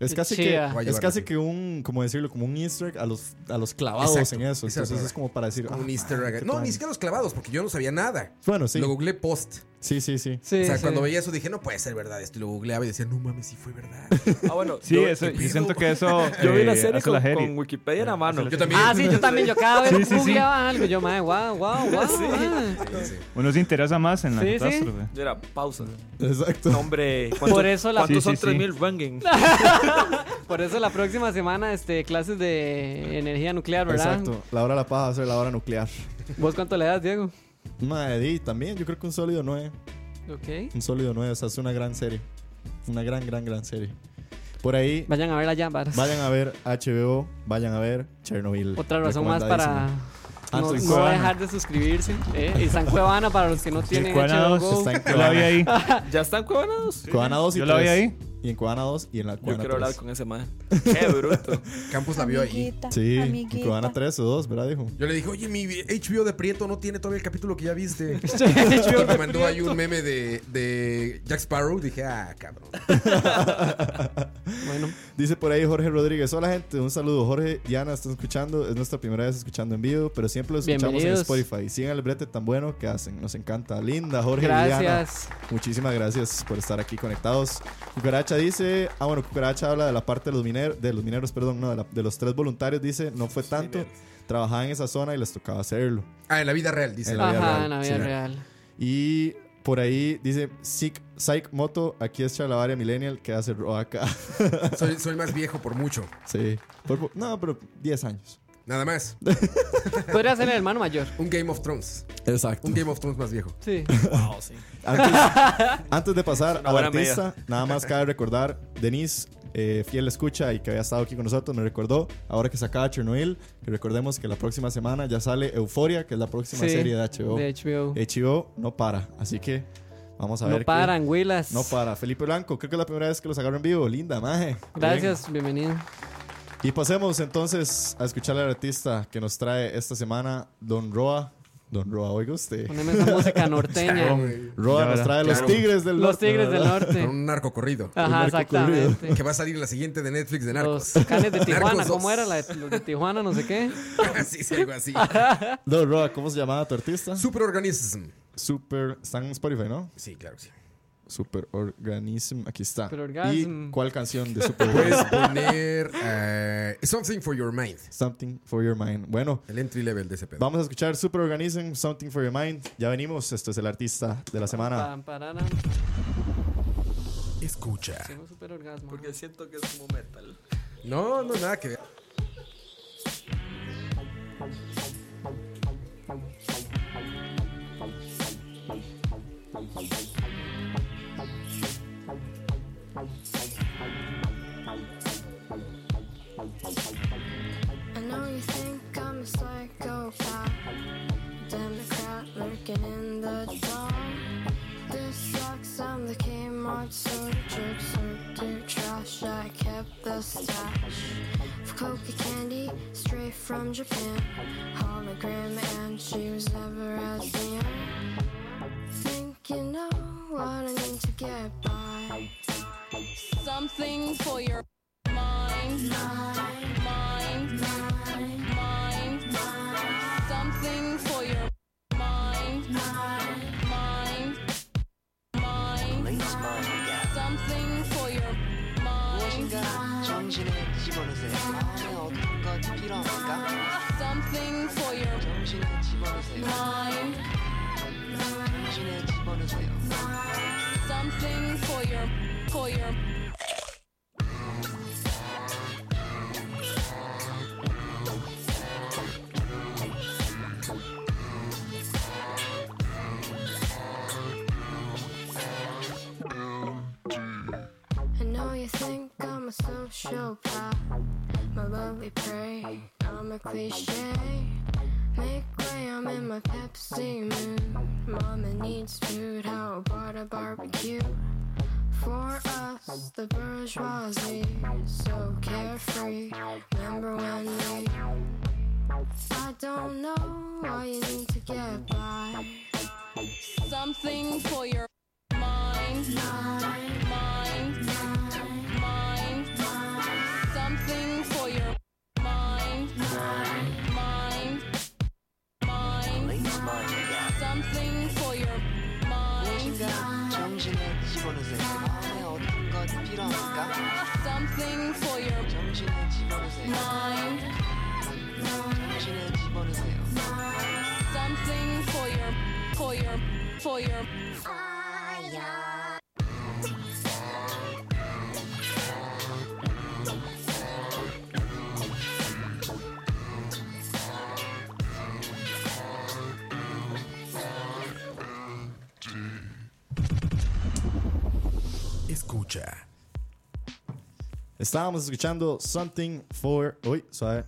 E: es
F: Qué
E: casi
F: chida.
E: que
A: Voy a
E: es casi
A: llevarla.
E: que un como decirlo como un Easter egg a los a los clavados
A: Exacto,
E: en eso.
A: esa es la
E: Entonces
A: palabra.
E: es como para decir
A: un
E: ah,
A: easter egg.
E: qué
A: No,
E: tal.
A: ni siquiera los clavados, porque yo no sabía nada.
E: Bueno, sí.
A: Lo googleé post.
E: Sí, sí, sí.
F: Sí,
A: o sea,
F: sí.
A: cuando veía eso dije, no puede ser verdad esto. Y lo googleaba y decía, no mames, sí fue verdad.
I: ah, bueno,
H: Sí,
I: yo,
H: eso, yo
A: pido?
H: siento que eso.
I: yo vi la
H: eh,
I: serie,
H: hace
I: con,
H: la serie.
I: con Wikipedia en la mano.
A: Yo también.
F: Ah, sí, yo también. Yo cada vez
H: Sí, sí, sí.
F: googleaba algo. Yo, mae, wow, wow, wow. ah.
A: Sí, sí.
H: Uno se interesa más en la
F: Sí, sí.
H: catástrofe.
I: Yo era pausa.
E: Exacto.
I: No, hombre, ¿cuánto-
F: Por eso la-
I: ¿cuántos
H: Sí, sí,
I: son
H: sí.
I: 3000 ranking?
F: Por eso la próxima semana, este, clases de energía nuclear, ¿verdad?
E: Exacto. La hora de la paja va a ser la hora nuclear.
F: ¿Vos cuánto le das, Diego?
E: Madre, di, también yo creo que un sólido 9.
F: Ok.
E: Un sólido 9, o sea, es una gran serie. Una gran, gran, gran serie. Por ahí,
F: Vayan a ver la varas.
E: vayan a ver HBO, vayan a ver Chernobyl.
F: Otra razón más para, No,
E: San
F: no va a
E: Ah, Cuevana.
F: dejar de suscribirse. ¿eh? Y San Cuevana para los que no tienen
K: Cuevana
F: HBO
K: 2
F: Go.
E: Está en
K: Yo la vi
E: Cuevana.
K: ahí.
I: ¿Ya están cuevanados?
E: Cuevana 2 y
K: Yo la vi
E: 3.
K: ahí.
E: Y en Cuevana 2 y en la
I: Yo
E: Cuevana
I: quiero
E: 3.
I: hablar con
F: este
I: ese man. Qué bruto.
A: Campos la vio ahí.
E: Sí, en Cuevana 3 o 2, ¿verdad, dijo?
A: Yo le dije, oye, mi HBO de Prieto no tiene todavía el capítulo que ya viste.
F: HBO
A: Y me mandó ahí un meme de, de Jack Sparrow. Dije, ah, cabrón.
F: Bueno,
E: Dice por ahí Jorge Rodríguez. Hola, gente. Un saludo, Jorge. Diana, están escuchando. Es nuestra primera vez escuchando en vivo, pero siempre lo escuchamos en
F: Bienvenidos.
E: Spotify. Sigan el brete tan bueno que hacen. Nos encanta. Linda, Jorge. y Diana.
F: gracias.
E: Muchísimas gracias por estar aquí conectados. Cucaracha dice, ah bueno, Cucaracha habla de la parte de los mineros, de los mineros, perdón, no, de, la- de los tres voluntarios dice, no fue tanto, trabajaban en esa zona y les tocaba hacerlo.
A: Ah, en la vida real, dice.
E: En la vida
F: Ajá,
E: real,
F: en la vida
E: sí.
F: real.
E: Y por ahí dice, Psych, Psych Moto, aquí es Chalabaria Millennial que hace Roaca.
A: Soy, soy más viejo por mucho.
E: sí. Por- por- no, pero 10 años.
A: Nada más.
F: Podría ser el hermano mayor.
A: Un Game of Thrones.
E: Exacto.
A: Un Game of Thrones más viejo.
F: Sí.
I: Wow, sí.
E: Antes, antes de pasar
I: Una
E: al
I: buena
E: artista, nada más cabe recordar, Denise, eh, fiel escucha y que había estado aquí con nosotros, me recordó, ahora que se acaba Chernobyl, que recordemos que la próxima semana ya sale Euforia, que es la próxima
F: Sí,
E: serie de HBO.
F: De HBO.
E: HBO no para, así que vamos a ver.
F: No
E: qué-
F: paran, Willas.
E: No para. Felipe Blanco, creo que es la primera vez que los agarro en vivo. Linda, maje.
F: Gracias, bienvenido.
E: Bien. Y pasemos entonces a escuchar al artista que nos trae esta semana, Don Roa. Don Roa, oiga usted.
F: Poneme esa música norteña.
E: Roa
K: Ya
E: nos
K: verá.
E: trae los
A: Claro.
E: Tigres del
F: Los
E: Norte,
F: Tigres del
E: ¿verdad?
A: Con
F: Norte.
A: un narco corrido.
F: Ajá,
E: primer que ocurrió.
F: exactamente.
A: Que va a salir la siguiente de Netflix de
F: Los
A: narcos.
F: canes de Tijuana,
A: Narcos
F: ¿cómo
A: dos.
F: era? La de, los de Tijuana, no sé qué.
A: sí, sí, algo así.
E: Don Roa, ¿cómo se llamaba tu artista?
A: Superorganism.
E: Super. Están en Spotify, ¿no?
A: Sí, claro que sí.
E: Super Organism. Aquí está.
F: Superorganism.
E: ¿Y cuál canción de Super
A: Puedes poner eh, Something for Your Mind.
E: Something for Your Mind. Bueno,
A: El entry level de ese pedo.
E: vamos a escuchar Super Organism, Something for Your Mind. Ya venimos. Esto es el artista de la semana.
F: Pam, pararam.
A: Escucha.
F: Tengo super orgasmo.
I: Porque siento que es como metal.
A: No, no, nada que ver.
J: I know you think I'm a psychopath. Democrat lurking in the dark. This sucks, I'm the Kmart soda jerk, sorter trash. I kept the stash of coca candy straight from Japan. Hologram and she was never as near. Think you know what I need to get by.
L: Something for your mind,
J: Mine,
L: mind,
J: mine,
L: mind. Something for your mind,
J: mine.
L: mind, mind. Something for your mind, something for your mind, something for your, for your.
J: I know you think I'm a sociopath, my lovely prey. I'm a cliche. Make way, I'm in my Pepsi mood. Mama needs food, how about a barbecue? For us, the bourgeoisie, so carefree. Remember when we? I don't know what you need to get by.
L: Something for your mind, mind, mind. Something for your mind, mind, mind. Something for your mind, something for your mind, something for your, for your, for your.
A: Escucha.
E: Estábamos escuchando Something for. Uy, suave.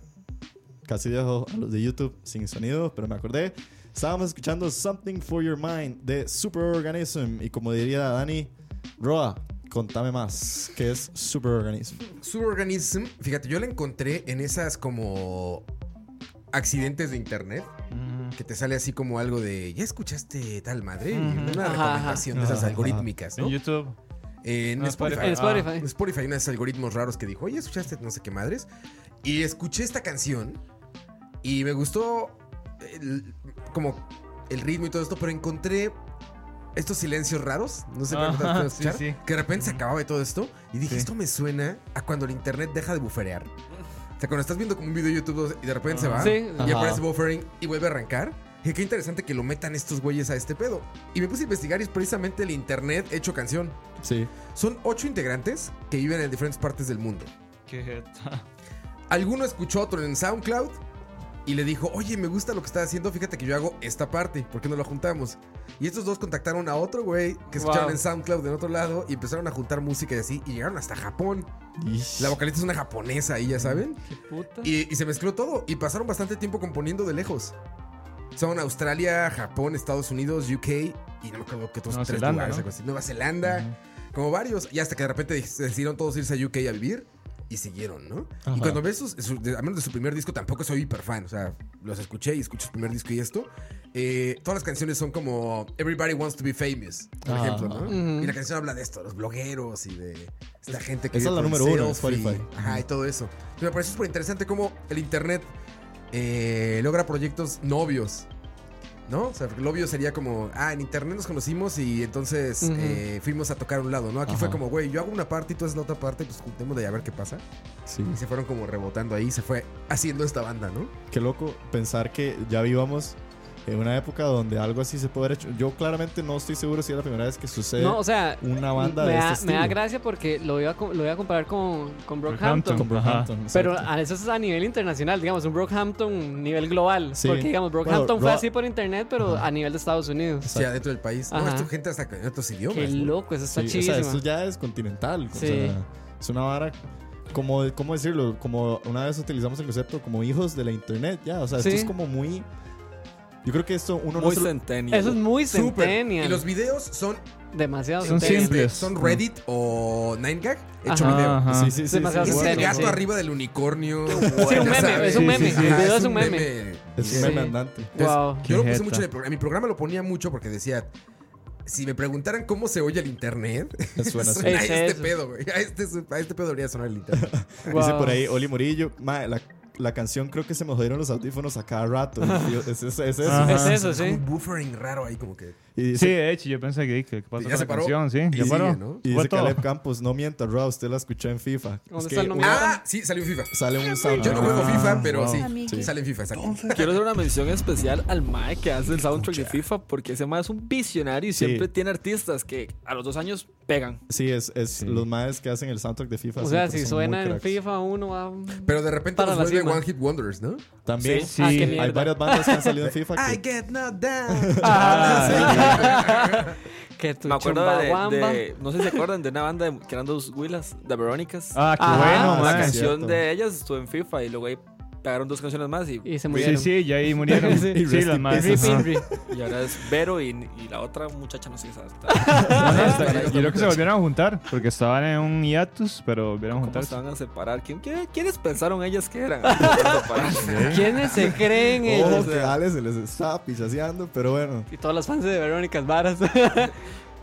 E: Casi dejo a los de YouTube sin sonido, pero me acordé. Estábamos escuchando Something for Your Mind de Superorganism. Y como diría Dani, Roa, contame más. ¿Qué es Superorganism?
A: Suborganism, fíjate, yo la encontré en esas como accidentes de internet. Que te sale así como algo de, ¿ya escuchaste tal madre? Y Una
F: Ajá,
A: recomendación de
H: ajá.
A: esas
H: Ajá.
A: algorítmicas,
H: En
A: ¿no?
H: YouTube.
A: En
H: Ah,
A: Spotify.
F: En Spotify.
A: En Spotify, unos algoritmos raros que dijo, oye, escuchaste no sé qué madres. Y escuché esta canción y me gustó el- como el ritmo y todo esto, pero encontré estos silencios raros, no sé
H: Ajá,
A: cuántas puedo
H: sí,
A: escuchar,
H: sí.
A: que de repente se acababa de todo esto y dije,
H: Sí.
A: esto me suena a cuando el internet deja de buferear. O sea, cuando estás viendo como un video de YouTube y de repente se
H: Ah,
A: va
F: Sí.
A: y
E: Ajá.
A: aparece buffering y vuelve a arrancar. Dije, qué interesante que lo metan estos güeyes a este pedo. Y me puse a investigar y es precisamente el internet hecho canción.
E: Sí.
A: Son ocho integrantes que viven en diferentes partes del mundo.
H: Qué jeta.
A: Alguno escuchó a otro en SoundCloud y le dijo, oye, me gusta lo que estás haciendo, fíjate que yo hago esta parte, ¿por qué no lo juntamos? Y estos dos contactaron a otro güey que escucharon
F: Wow.
A: en SoundCloud en otro lado y empezaron a juntar música y así, y llegaron hasta Japón. La vocalista es una japonesa ahí, ya saben.
F: Qué puta.
A: Y, y se mezcló todo y pasaron bastante tiempo componiendo de lejos. Son Australia, Japón, Estados Unidos, UK y no me acuerdo qué otros
H: Nueva
A: tres
H: Zelanda,
A: lugares,
H: ¿no?
A: algo así. Nueva Zelanda, como varios. Y hasta que de repente dec- se decidieron todos irse a UK a vivir y siguieron, ¿no? Y cuando ves sus, su- de- a menos de su primer disco, tampoco soy hiper fan. O sea, los escuché y escucho su primer disco y esto. eh, todas las canciones son como Everybody Wants to Be Famous, por
E: Ah.
A: ejemplo, ¿no?
F: Ujú.
A: Y la canción habla de esto, los blogueros y de esta gente que
E: Esa es
A: vive
E: la
A: por
E: número
A: el
E: uno en
A: selfie.
E: Spotify.
A: Ajá, y todo eso. Y me parece súper interesante cómo el internet eh, logra proyectos novios. ¿No? O sea, porque lo obvio sería como, ah, en internet nos conocimos y entonces
F: Ujú.
A: eh, fuimos a tocar a un lado, ¿no? Aquí fue
E: Ajá.
A: como, güey, yo hago una parte y tú haces la otra parte, pues juntemos de ahí a ver qué pasa.
E: Sí.
A: Y se fueron como rebotando ahí, se fue haciendo esta banda, ¿no?
E: Qué loco pensar que ya vivamos en una época donde algo así se puede haber hecho. Yo claramente no estoy seguro si es la primera vez que sucede
F: No, o sea,
E: una banda
F: me,
E: de
F: da,
E: este
F: me da
E: estilo.
F: gracia porque lo iba a, co- lo iba a comparar con, con
H: Brockhampton.
F: Brockhampton.
E: Con Brockhampton,
F: Pero
E: exacto.
F: a- eso es a nivel internacional, digamos, un Brockhampton nivel global.
E: Sí.
F: Porque, digamos, Brockhampton
E: Bueno,
F: fue
E: Ro-
F: así por internet, pero a nivel de Estados Unidos.
A: O sea, dentro del país. No,
F: Ajá.
A: esto gente hasta en otros
F: Qué
A: idiomas. ¿no?
F: loco, eso está
E: Sí, o sea,
F: chidísimo.
E: esto ya es continental. o
F: Sí.
E: sea, es una vara. Como, ¿Cómo decirlo? Como una vez utilizamos el concepto como hijos de la internet, ya. O sea,
F: Sí.
E: esto es como muy. Yo creo que esto uno no
I: Muy
E: se lo-
I: centennial.
F: Eso es muy
A: Súper.
F: centennial.
A: Y los videos son,
F: Demasiado
H: Son
F: centennial.
H: simples.
A: son Reddit o 9gag hecho
F: Ajá.
A: video.
H: Ajá.
E: Mm. Sí, sí, sí.
F: Demasiado
E: sí,
A: Es
E: sí.
A: el
F: Centennial,
A: gato
F: sí.
A: arriba del unicornio.
F: Sí, un
A: Ya
F: meme,
A: sabes.
F: es un
H: Sí,
F: meme.
H: sí, sí.
F: El
A: Ajá,
F: video es un meme.
E: Es un
F: Sí.
E: meme andante.
A: Entonces,
F: Wow.
A: Yo lo
H: Qué
A: puse
H: jeta.
A: mucho en el programa. En mi programa lo ponía mucho porque decía: si me preguntaran cómo se oye el internet,
E: Suena así.
A: suena a
F: Es
A: este
F: eso.
A: pedo, güey. A este, a este pedo debería sonar el internet.
E: Dice
F: Wow.
E: por ahí Oli Murillo. "Mae, la, la canción creo que se me jodieron los audífonos a cada rato. Y yo, es, es- es eso.
H: Ajá.
F: Es eso,
A: Como
F: sí.
A: Un buffering raro ahí, como que.
E: Y
H: Sí,
E: dice,
H: de hecho, yo pensé que, que pasó
A: Ya
H: con
A: se
H: la
A: paró.
H: canción, sí.
A: Y
H: Ya
A: sigue,
H: paró.
A: ¿no?
E: y
H: Fue
E: dice
H: todo.
E: Caleb Campos, no mienta, Rob, usted la escuchó en FIFA.
F: ¿Dónde
E: Es
F: está
E: que
F: el nombre?
E: una-
A: Ah, sí, salió en FIFA.
E: sale un sound.
A: Yo no juego FIFA, pero
E: Ah, wow.
A: sí, sale en FIFA, exacto.
I: Quiero hacer una mención especial al Mae que hace el soundtrack de FIFA porque ese Mae es un visionario y
E: Sí.
I: siempre tiene artistas que a los dos años pegan.
E: Sí, es, es los maes que hacen el soundtrack de FIFA.
F: O
E: sí,
F: sea,
E: pero
F: si
E: son muy
F: suena en
E: cracks.
F: FIFA uno va...
A: Pero de repente
F: Para
A: nos
F: la
A: vuelve
F: cima.
A: One Hit Wonders, ¿no?
E: También
F: Ah,
H: Sí.
F: qué
H: Hay
E: hay
F: mierda.
E: varias bandas que han salido en FIFA
A: I
E: que
A: get knocked down.
I: Ah.
F: Ah, Que tu
I: Me acuerdo de,
F: chumbawamba.
I: de- no sé si se acuerdan, de una banda de- que eran dos Willas, de Verónicas.
H: Ah, qué
F: Ajá.
H: bueno,
I: la
E: sí,
H: mae.
E: sí.
I: canción
E: cierto.
I: de ellas estuvo en FIFA y luego ahí pegaron dos canciones más y,
F: Y se
H: Sí,
F: murieron.
H: sí, ya ahí murieron.
F: Sí.
H: sí,
E: Rest
H: las
E: in
H: madres.
E: peace.
H: Ajá.
F: Ri-
I: y ahora es Vero y, y la otra muchacha no sé qué sabe.
H: Ajá, Ah, está- Yo creo que se volvieron a juntar porque estaban en un hiatus, pero volvieron a
I: ¿Cómo
H: juntarse.
I: se van a separar? ¿Quién, qué- ¿Quiénes pensaron ellas que eran? Antes de separarse.
F: ¿Quiénes se creen?
H: Oh,
F: ellos?
E: Ojo, Oh, que Alex se les está pichaseando, pero bueno.
F: Y todas las fans de Verónicas Varas.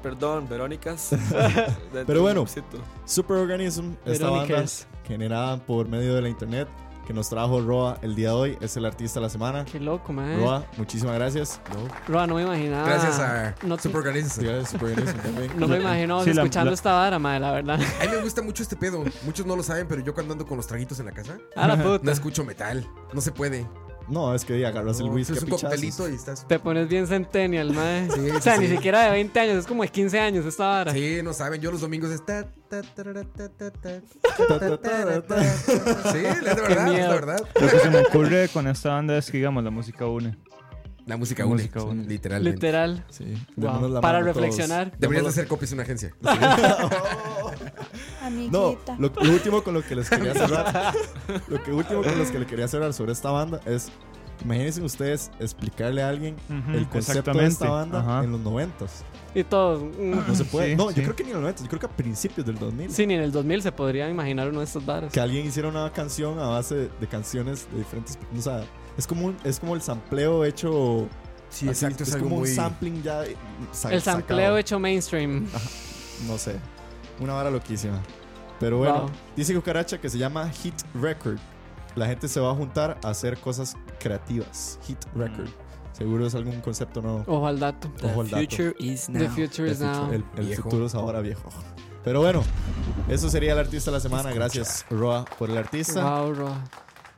I: Perdón, Verónicas.
E: Pero bueno.
I: Besito.
E: Superorganism, esta banda
F: Verónicas.
E: generada por medio de la internet que nos trajo Roa el día de hoy, es el artista de la semana.
F: Qué loco, man. Roa.
E: Roa, muchísimas gracias.
F: no me imaginaba.
A: Gracias a
F: No, te-
A: Superorganism.
E: Gracias, Superorganism también.
F: no me imaginaba
H: Sí, la-
F: escuchando
H: la-
F: esta vara, madre, la verdad.
A: A mí me gusta mucho este pedo. Muchos no lo saben, pero yo cuando ando con los traguitos en la casa,
F: A la
A: no
F: puta.
A: escucho metal. No se puede.
E: No, es que ahí agarras el
A: No,
E: whisky
A: es
E: a
A: un
E: pichazos.
A: coctelito y estás.
F: Te pones bien centennial, madre.
A: Sí, sí,
F: o sea, ni
A: sí.
F: siquiera de 20 años, es como de 15 años esta vara.
A: Sí, no saben. Yo los domingos es. ta, ta, tarara, ta, ta, ta, ta, ta, ta, ta. Sí, es la verdad, es
F: miedo.
A: la verdad.
H: Lo que se me ocurre con esta banda es que, digamos, la música une.
A: La música
H: La
A: une,
H: música une.
A: literalmente.
F: Literal.
E: Sí,
F: Wow.
E: démonos la
F: Para
E: mano todos.
F: reflexionar.
A: Deberías de hacer copies de una agencia.
E: No,
M: amiguita.
E: lo, lo último con lo que les quería cerrar, lo que último con los que le quería cerrar sobre esta banda es, imagínense ustedes explicarle a alguien
H: Ujú,
E: el concepto de
H: exactamente,
E: esta banda
H: ajá.
E: en los noventas.
F: Y todo. mm.
E: No se puede.
H: Sí,
E: no,
H: sí.
E: yo creo que ni en los noventas, yo creo que a principios del 2000.
F: Sí, ni en el 2000 se podría imaginar uno de estos bares.
E: Que alguien hiciera una canción a base de, de canciones de diferentes, o sea, es como un- es como el sampleo hecho
A: Sí,
E: así,
A: exacto, es
E: es
A: algo
E: como
A: muy-
E: un sampling ya eh, sa-
F: El
E: sacado.
F: sampleo hecho mainstream.
E: no sé. Una vara loquísima. Pero bueno,
F: Wow.
E: dice Cucaracha que se llama Hit Record. La gente se va a juntar a hacer cosas creativas. Hit Record. Seguro es algún concepto nuevo.
F: Mm. Ojo al dato.
E: Ojo al dato.
I: is
F: The future
E: El
F: is now.
E: futuro- el- el
A: Viejo.
E: futuro es ahora viejo. Pero bueno, eso sería el artista de la semana. Gracias, Roa, por el artista.
F: Wow, Roa.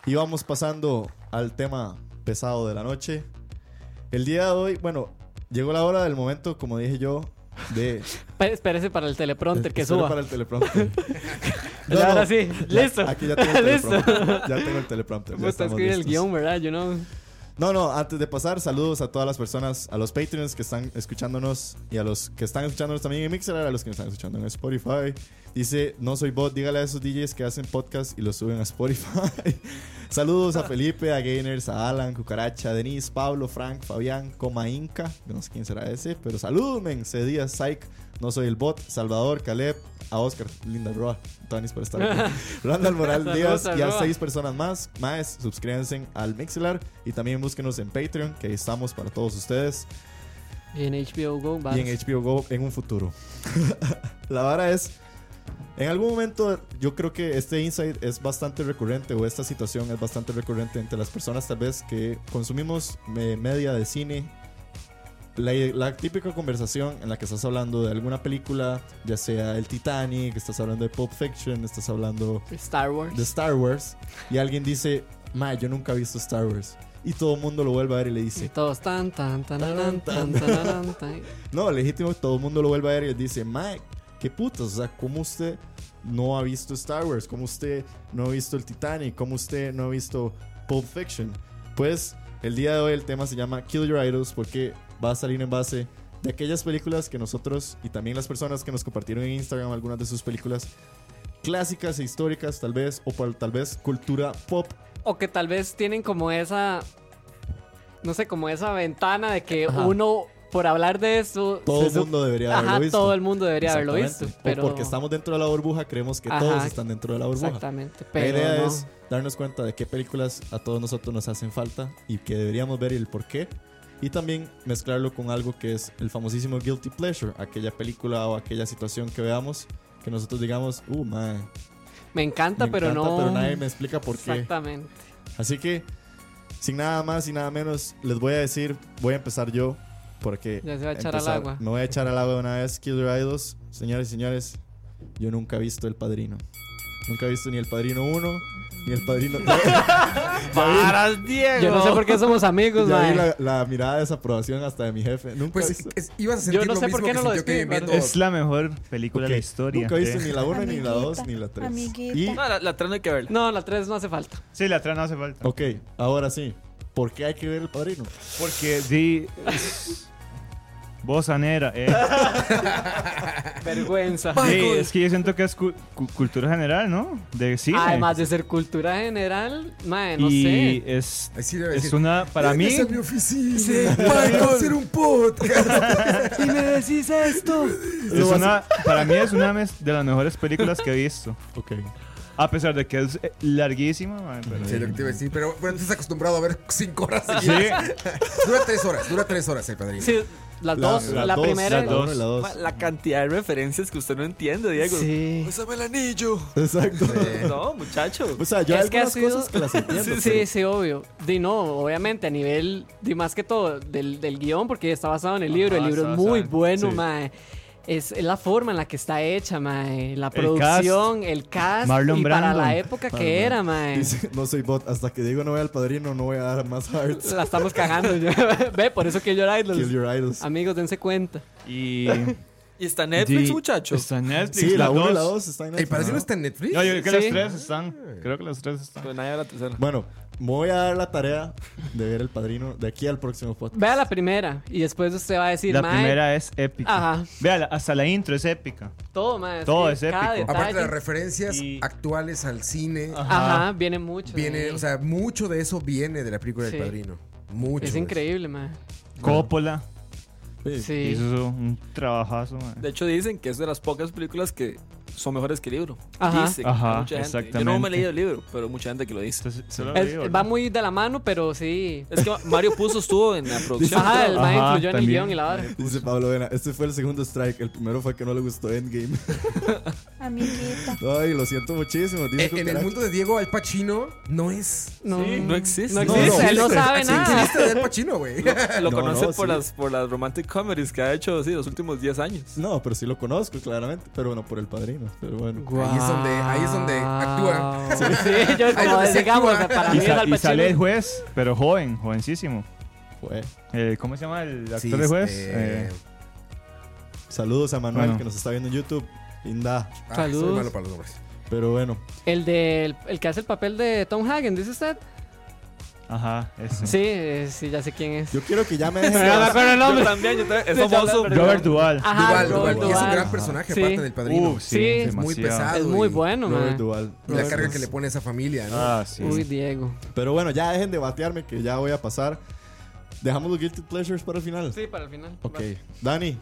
E: Y vamos pasando al tema pesado de la noche. El día de hoy, bueno, llegó la hora del momento, como dije yo, de
F: Pa- Espérese para el teleprompter que
E: Espera
F: suba.
E: para el teleprompter.
F: Ya, ahora sí. Listo.
E: Aquí ya tengo el
F: Listo.
E: teleprompter. Ya tengo el teleprompter. ya
F: Me gusta
E: estamos
F: escribir el
E: listos.
F: guión, ¿verdad? You know.
E: No, no, antes de pasar, saludos a todas las personas, a los Patreons que están escuchándonos y a los que están escuchándonos también en Mixer, a los que nos están escuchando en Spotify. Dice, no soy bot, dígale a esos DJs que hacen podcast y los suben a Spotify. saludos a Felipe, a Gainers, a Alan, Cucaracha, Denise, Pablo, Frank, Fabián, Coma Inca, que no sé quién será ese, pero saludos, men, C. Díaz, Psych, no soy el bot, Salvador, Caleb, a Oscar, Linda Roa, Tonis por estar aquí, Randall Moral
F: Saludos
E: Díaz
F: a
E: y a
F: Roa.
E: seis personas más. Más, suscríbanse al Mixelar y también búsquenos en Patreon, que ahí estamos para todos ustedes.
F: Y en HBO Go, vas.
E: Y en HBO Go en un futuro. La vara es. En algún momento, yo creo que este insight es bastante recurrente o esta situación es bastante recurrente entre las personas, tal vez que consumimos eh, media de cine. La, la típica conversación en la que estás hablando de alguna película, ya sea el Titanic, estás hablando de Pulp Fiction, estás hablando
F: Star Wars.
E: de Star Wars y alguien dice, ma, yo nunca he visto Star Wars. Y todo el mundo lo vuelve a ver y le
F: Y
E: dice,
F: todos tan, tan, tan, tan, tan, tan, tan, tan.
E: no, legítimo, todo el mundo lo vuelve a ver y él dice, ma, qué putas, o sea, ¿cómo usted no ha visto Star Wars? ¿Cómo usted no ha visto el Titanic? ¿Cómo usted no ha visto Pulp Fiction? Pues el día de hoy el tema se llama Kill Your Idols porque va a salir en base de aquellas películas que nosotros y también las personas que nos compartieron en Instagram algunas de sus películas clásicas e históricas tal vez o por- tal vez cultura pop
F: O que tal vez tienen como esa. No sé, como esa ventana de que
E: Ajá.
F: uno, por hablar de eso.
E: Todo
F: se
E: el
F: su-
E: mundo debería haberlo
F: Ajá,
E: visto.
F: todo el mundo debería haberlo
E: Exactamente.
F: visto.
E: O
F: Pero...
E: porque estamos dentro de la burbuja, creemos que
F: Ajá.
E: todos están dentro de la burbuja.
F: Exactamente. Pero
E: la idea
F: no.
E: es darnos cuenta de qué películas a todos nosotros nos hacen falta y que deberíamos ver y el por qué. Y también mezclarlo con algo que es el famosísimo Guilty Pleasure, aquella película o aquella situación que veamos que nosotros digamos, uh, mae, me
F: Me encanta, pero
E: encanta,
F: no.
E: pero nadie me explica por qué.
F: Exactamente.
E: Así que, sin nada más y nada menos, les voy a decir, voy a empezar yo, porque...
F: Ya se va a echar al agua.
E: Me voy a echar al agua de una vez, Killer Idols. Señores y señores, yo nunca he visto El Padrino. Nunca he visto ni El Padrino 1, ni El Padrino... ya
I: Paras, Diego.
F: Yo no sé por qué somos amigos,
E: vi
F: mae.
E: la, la mirada de desaprobación hasta de mi jefe. Nunca he
A: Pues
E: visto...
A: es- ibas a sentir
F: Yo no sé
A: lo mismo
F: por qué
A: que
F: no lo
A: sintió Kevin
F: describen,
A: viendo-
H: Es la mejor película de
E: Ok,
H: la historia.
E: Nunca he visto
H: sí.
E: ni la 1, ni la 2, ni la 3.
M: Amiguita,
E: Y,
I: No, la, la tres no hay que verla.
F: No, la 3 no hace falta.
H: Sí, la otra no hace falta.
E: ok, ahora sí. ¿Por qué hay que ver El Padrino?
H: Porque di. Bosanera, eh.
F: Vergüenza.
H: Sí, es que yo siento que es cu- cu- cultura general, ¿no? De cine.
F: Además de ser cultura general, mae, no
H: y
F: sé.
H: es,
A: Así debe
H: es
A: decir.
H: una, para mí,
A: Regresa a mi oficina para hacer un podcast.
F: Y me decís esto.
H: es una, para mí es una mes- de las mejores películas que he visto.
E: Ok.
H: A pesar de que es eh, larguísima, man, pero-
A: Sí, lo que te iba a decir, pero bueno, estás acostumbrado a ver cinco horas
H: Sí,
A: seguidas. Dura tres horas, dura tres horas el padrino.
F: Sí, las dos. La,
E: dos,
F: primera.
E: La 1 y la 2.
I: Ma, La cantidad de referencias que usted no entiende, Diego.
F: Sí.
I: Úsame Pues el anillo.
E: Exacto.
I: No, muchacho.
E: O sea, yo hay
F: Es que ha
E: algunas
F: sido-
E: cosas que las entiendo.
F: Sí,
E: pero-
F: sí, sí, obvio. Di no, obviamente, a nivel, di más que todo, del, del guión, porque está basado en el libro.
H: Ajá,
F: el libro
H: está
F: es muy
H: basado en-
F: bueno,
E: sí.
F: mae. Es la forma en la que está hecha, mae. La
H: El cast.
F: producción, el cast.
H: Marlon
F: y para
H: Brando.
F: la época
E: Marlon
F: que era, mae.
E: Dice, no soy bot. Hasta que digo no voy al padrino, no voy a dar más hearts.
F: La estamos cagando. yo- Ve, por eso que yo era
E: Kill your idols.
F: Amigos, dense cuenta.
H: Y.
I: Y está en Netflix,
H: di-
I: muchacho.
H: Está en Netflix.
E: Sí, la 1
H: dos.
E: y la 2 están en
A: ¿El
E: Netflix,
A: padrino
E: ¿no?
A: está en Netflix?
H: No, yo creo que las
F: Sí.
H: tres están. Creo que las tres están.
I: Pero Pues nadie ve la tercera.
E: Bueno, me voy a dar la tarea de ver el padrino de aquí al próximo podcast.
F: Vea la primera y después usted va a decir,
H: La
F: "Mae,
H: primera es épica.
F: Ajá.
H: Vea, la- hasta la intro es épica.
F: todo, mae,
H: Todo
F: que
H: es épico.
F: cada detalle-
A: Aparte de las referencias
H: Y-
A: actuales al cine,
F: Ajá, viene mucho.
A: viene,
F: sí.
A: o sea, mucho de eso viene de la película
F: Sí.
A: del Padrino. Mucho. pues.
F: es
A: de eso.
F: increíble, mae.
H: Coppola
F: Sí.
H: hizo un trabajazo. mae.
I: De hecho, dicen que es de las pocas películas que son mejores que el libro.
F: Ajá.
I: Dicen,
H: Ajá,
I: hay mucha gente. Yo no
H: exactamente.
I: me he leído el libro, pero mucha gente que lo dice.
H: Entonces, se lo
F: Es-
H: digo,
F: va
H: ¿no?
F: muy de la mano, pero sí.
I: Es que Mario Puzo estuvo en la producción.
F: Ajá, Ah,
E: Ah,
F: el mae
H: Ajá,
F: influyó en el
H: también.
F: guión y la vara.
E: Dice Pablo Vena, este fue el segundo strike. El primero fue que no le gustó Endgame. Eh,
M: Amiguita.
E: Ay, lo siento muchísimo. Dice
A: Eh, En el
E: Cucaracha.
A: mundo de Diego, Al Pacino no es.
F: No,
I: no existe.
F: No
I: No,
F: existe,
A: no
F: él no
A: existe.
F: sabe
A: Así
F: nada.
A: existe de Al Pacino, güey.
I: Lo
E: No,
I: conocen
E: no,
I: por,
E: sí.
I: las, por las romantic comedies que ha hecho sí, los últimos 10 años.
E: No, pero sí lo conozco, claramente. Pero bueno, por el padrino. Pero bueno.
A: Ahí es donde- ahí es donde actúa.
F: Guau. Sí, yo
A: Ahí es
F: como
A: donde se
F: digamos,
A: actúa.
F: para mí
H: Y,
F: es
H: sa-
F: Al
H: y sale el
F: Pacino.
H: juez, pero joven, jovencísimo.
E: Fue.
H: Eh, ¿Cómo se llama el actor
A: Sí,
H: de juez?
A: este,
H: Eh,
E: Saludos a Manuel
H: Bueno.
E: que nos está viendo en YouTube. Linda.
A: ah,
F: Saludos.
A: soy malo para los nombres.
E: Pero bueno,
F: El, del el que hace el papel de Tom Hagen, ¿dice usted?
H: ajá, ese.
F: Sí, eh, sí, ya sé quién es.
E: yo quiero que ya me
F: Pero no me
E: dejen.
F: acuerdo el nombre.
I: Yo también, yo también. Es
F: Sí, ya
I: famoso.
F: la-
H: Robert Duval.
F: Ajá, Robert
A: Duval, Duval, Y es un
F: Duval.
A: gran personaje,
F: Sí.
A: aparte del padrino.
H: Uh, sí,
F: Sí.
H: es
F: Es
A: muy
H: demasiado.
A: pesado.
F: Es muy
A: y-
F: bueno,
E: Robert
F: man.
E: Duval.
A: y la carga que le pone a esa familia, ¿no?
H: Ah, sí.
F: Uy, Diego.
E: Pero bueno, ya dejen de batearme que ya voy a pasar. Dejamos los Guilty Pleasures para el final.
F: Sí, para el final.
E: Ok. Dani,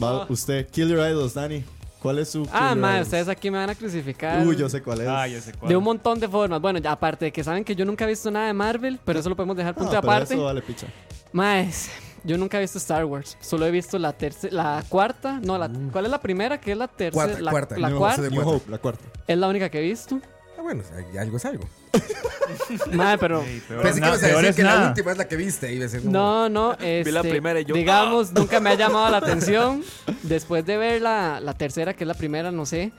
E: va
F: Ah.
E: usted. Kill Your Idols, Dani. ¿Cuál es su.
F: Ah,
E: Kill Your
F: madre,
E: Idols?
F: ustedes aquí me van a crucificar.
E: Uy, yo sé cuál es.
H: Ah, ya sé cuál.
F: De un montón de formas. Bueno, ya aparte de que saben que yo nunca he visto nada de Marvel, pero eso lo podemos dejar punto
E: Ah,
F: y
E: pero
F: aparte.
E: Eso vale picha.
F: Más, yo nunca he visto Star Wars. Solo he visto la tercera, la cuarta. No, la,
E: Mm.
F: ¿cuál es la primera? Que es la tercera.
A: Cuarta,
F: la
A: cuarta.
F: la
A: No,
F: cuarta
A: sé de
E: New
A: cuarta.
E: Hope, la cuarta.
F: es la única que he visto.
A: Ah, bueno, o sea, algo es algo.
F: Madre, pero.
H: Sí, peor
A: Pensé
H: es
A: que
H: nada,
A: ibas a
H: peor
A: decir
H: es
A: que la
H: nada.
A: última es la que viste. Y decías,
F: No, no, este,
I: la primera y yo,
F: digamos, nunca me ha llamado la atención. Después de ver la, la tercera, que es la primera, no sé.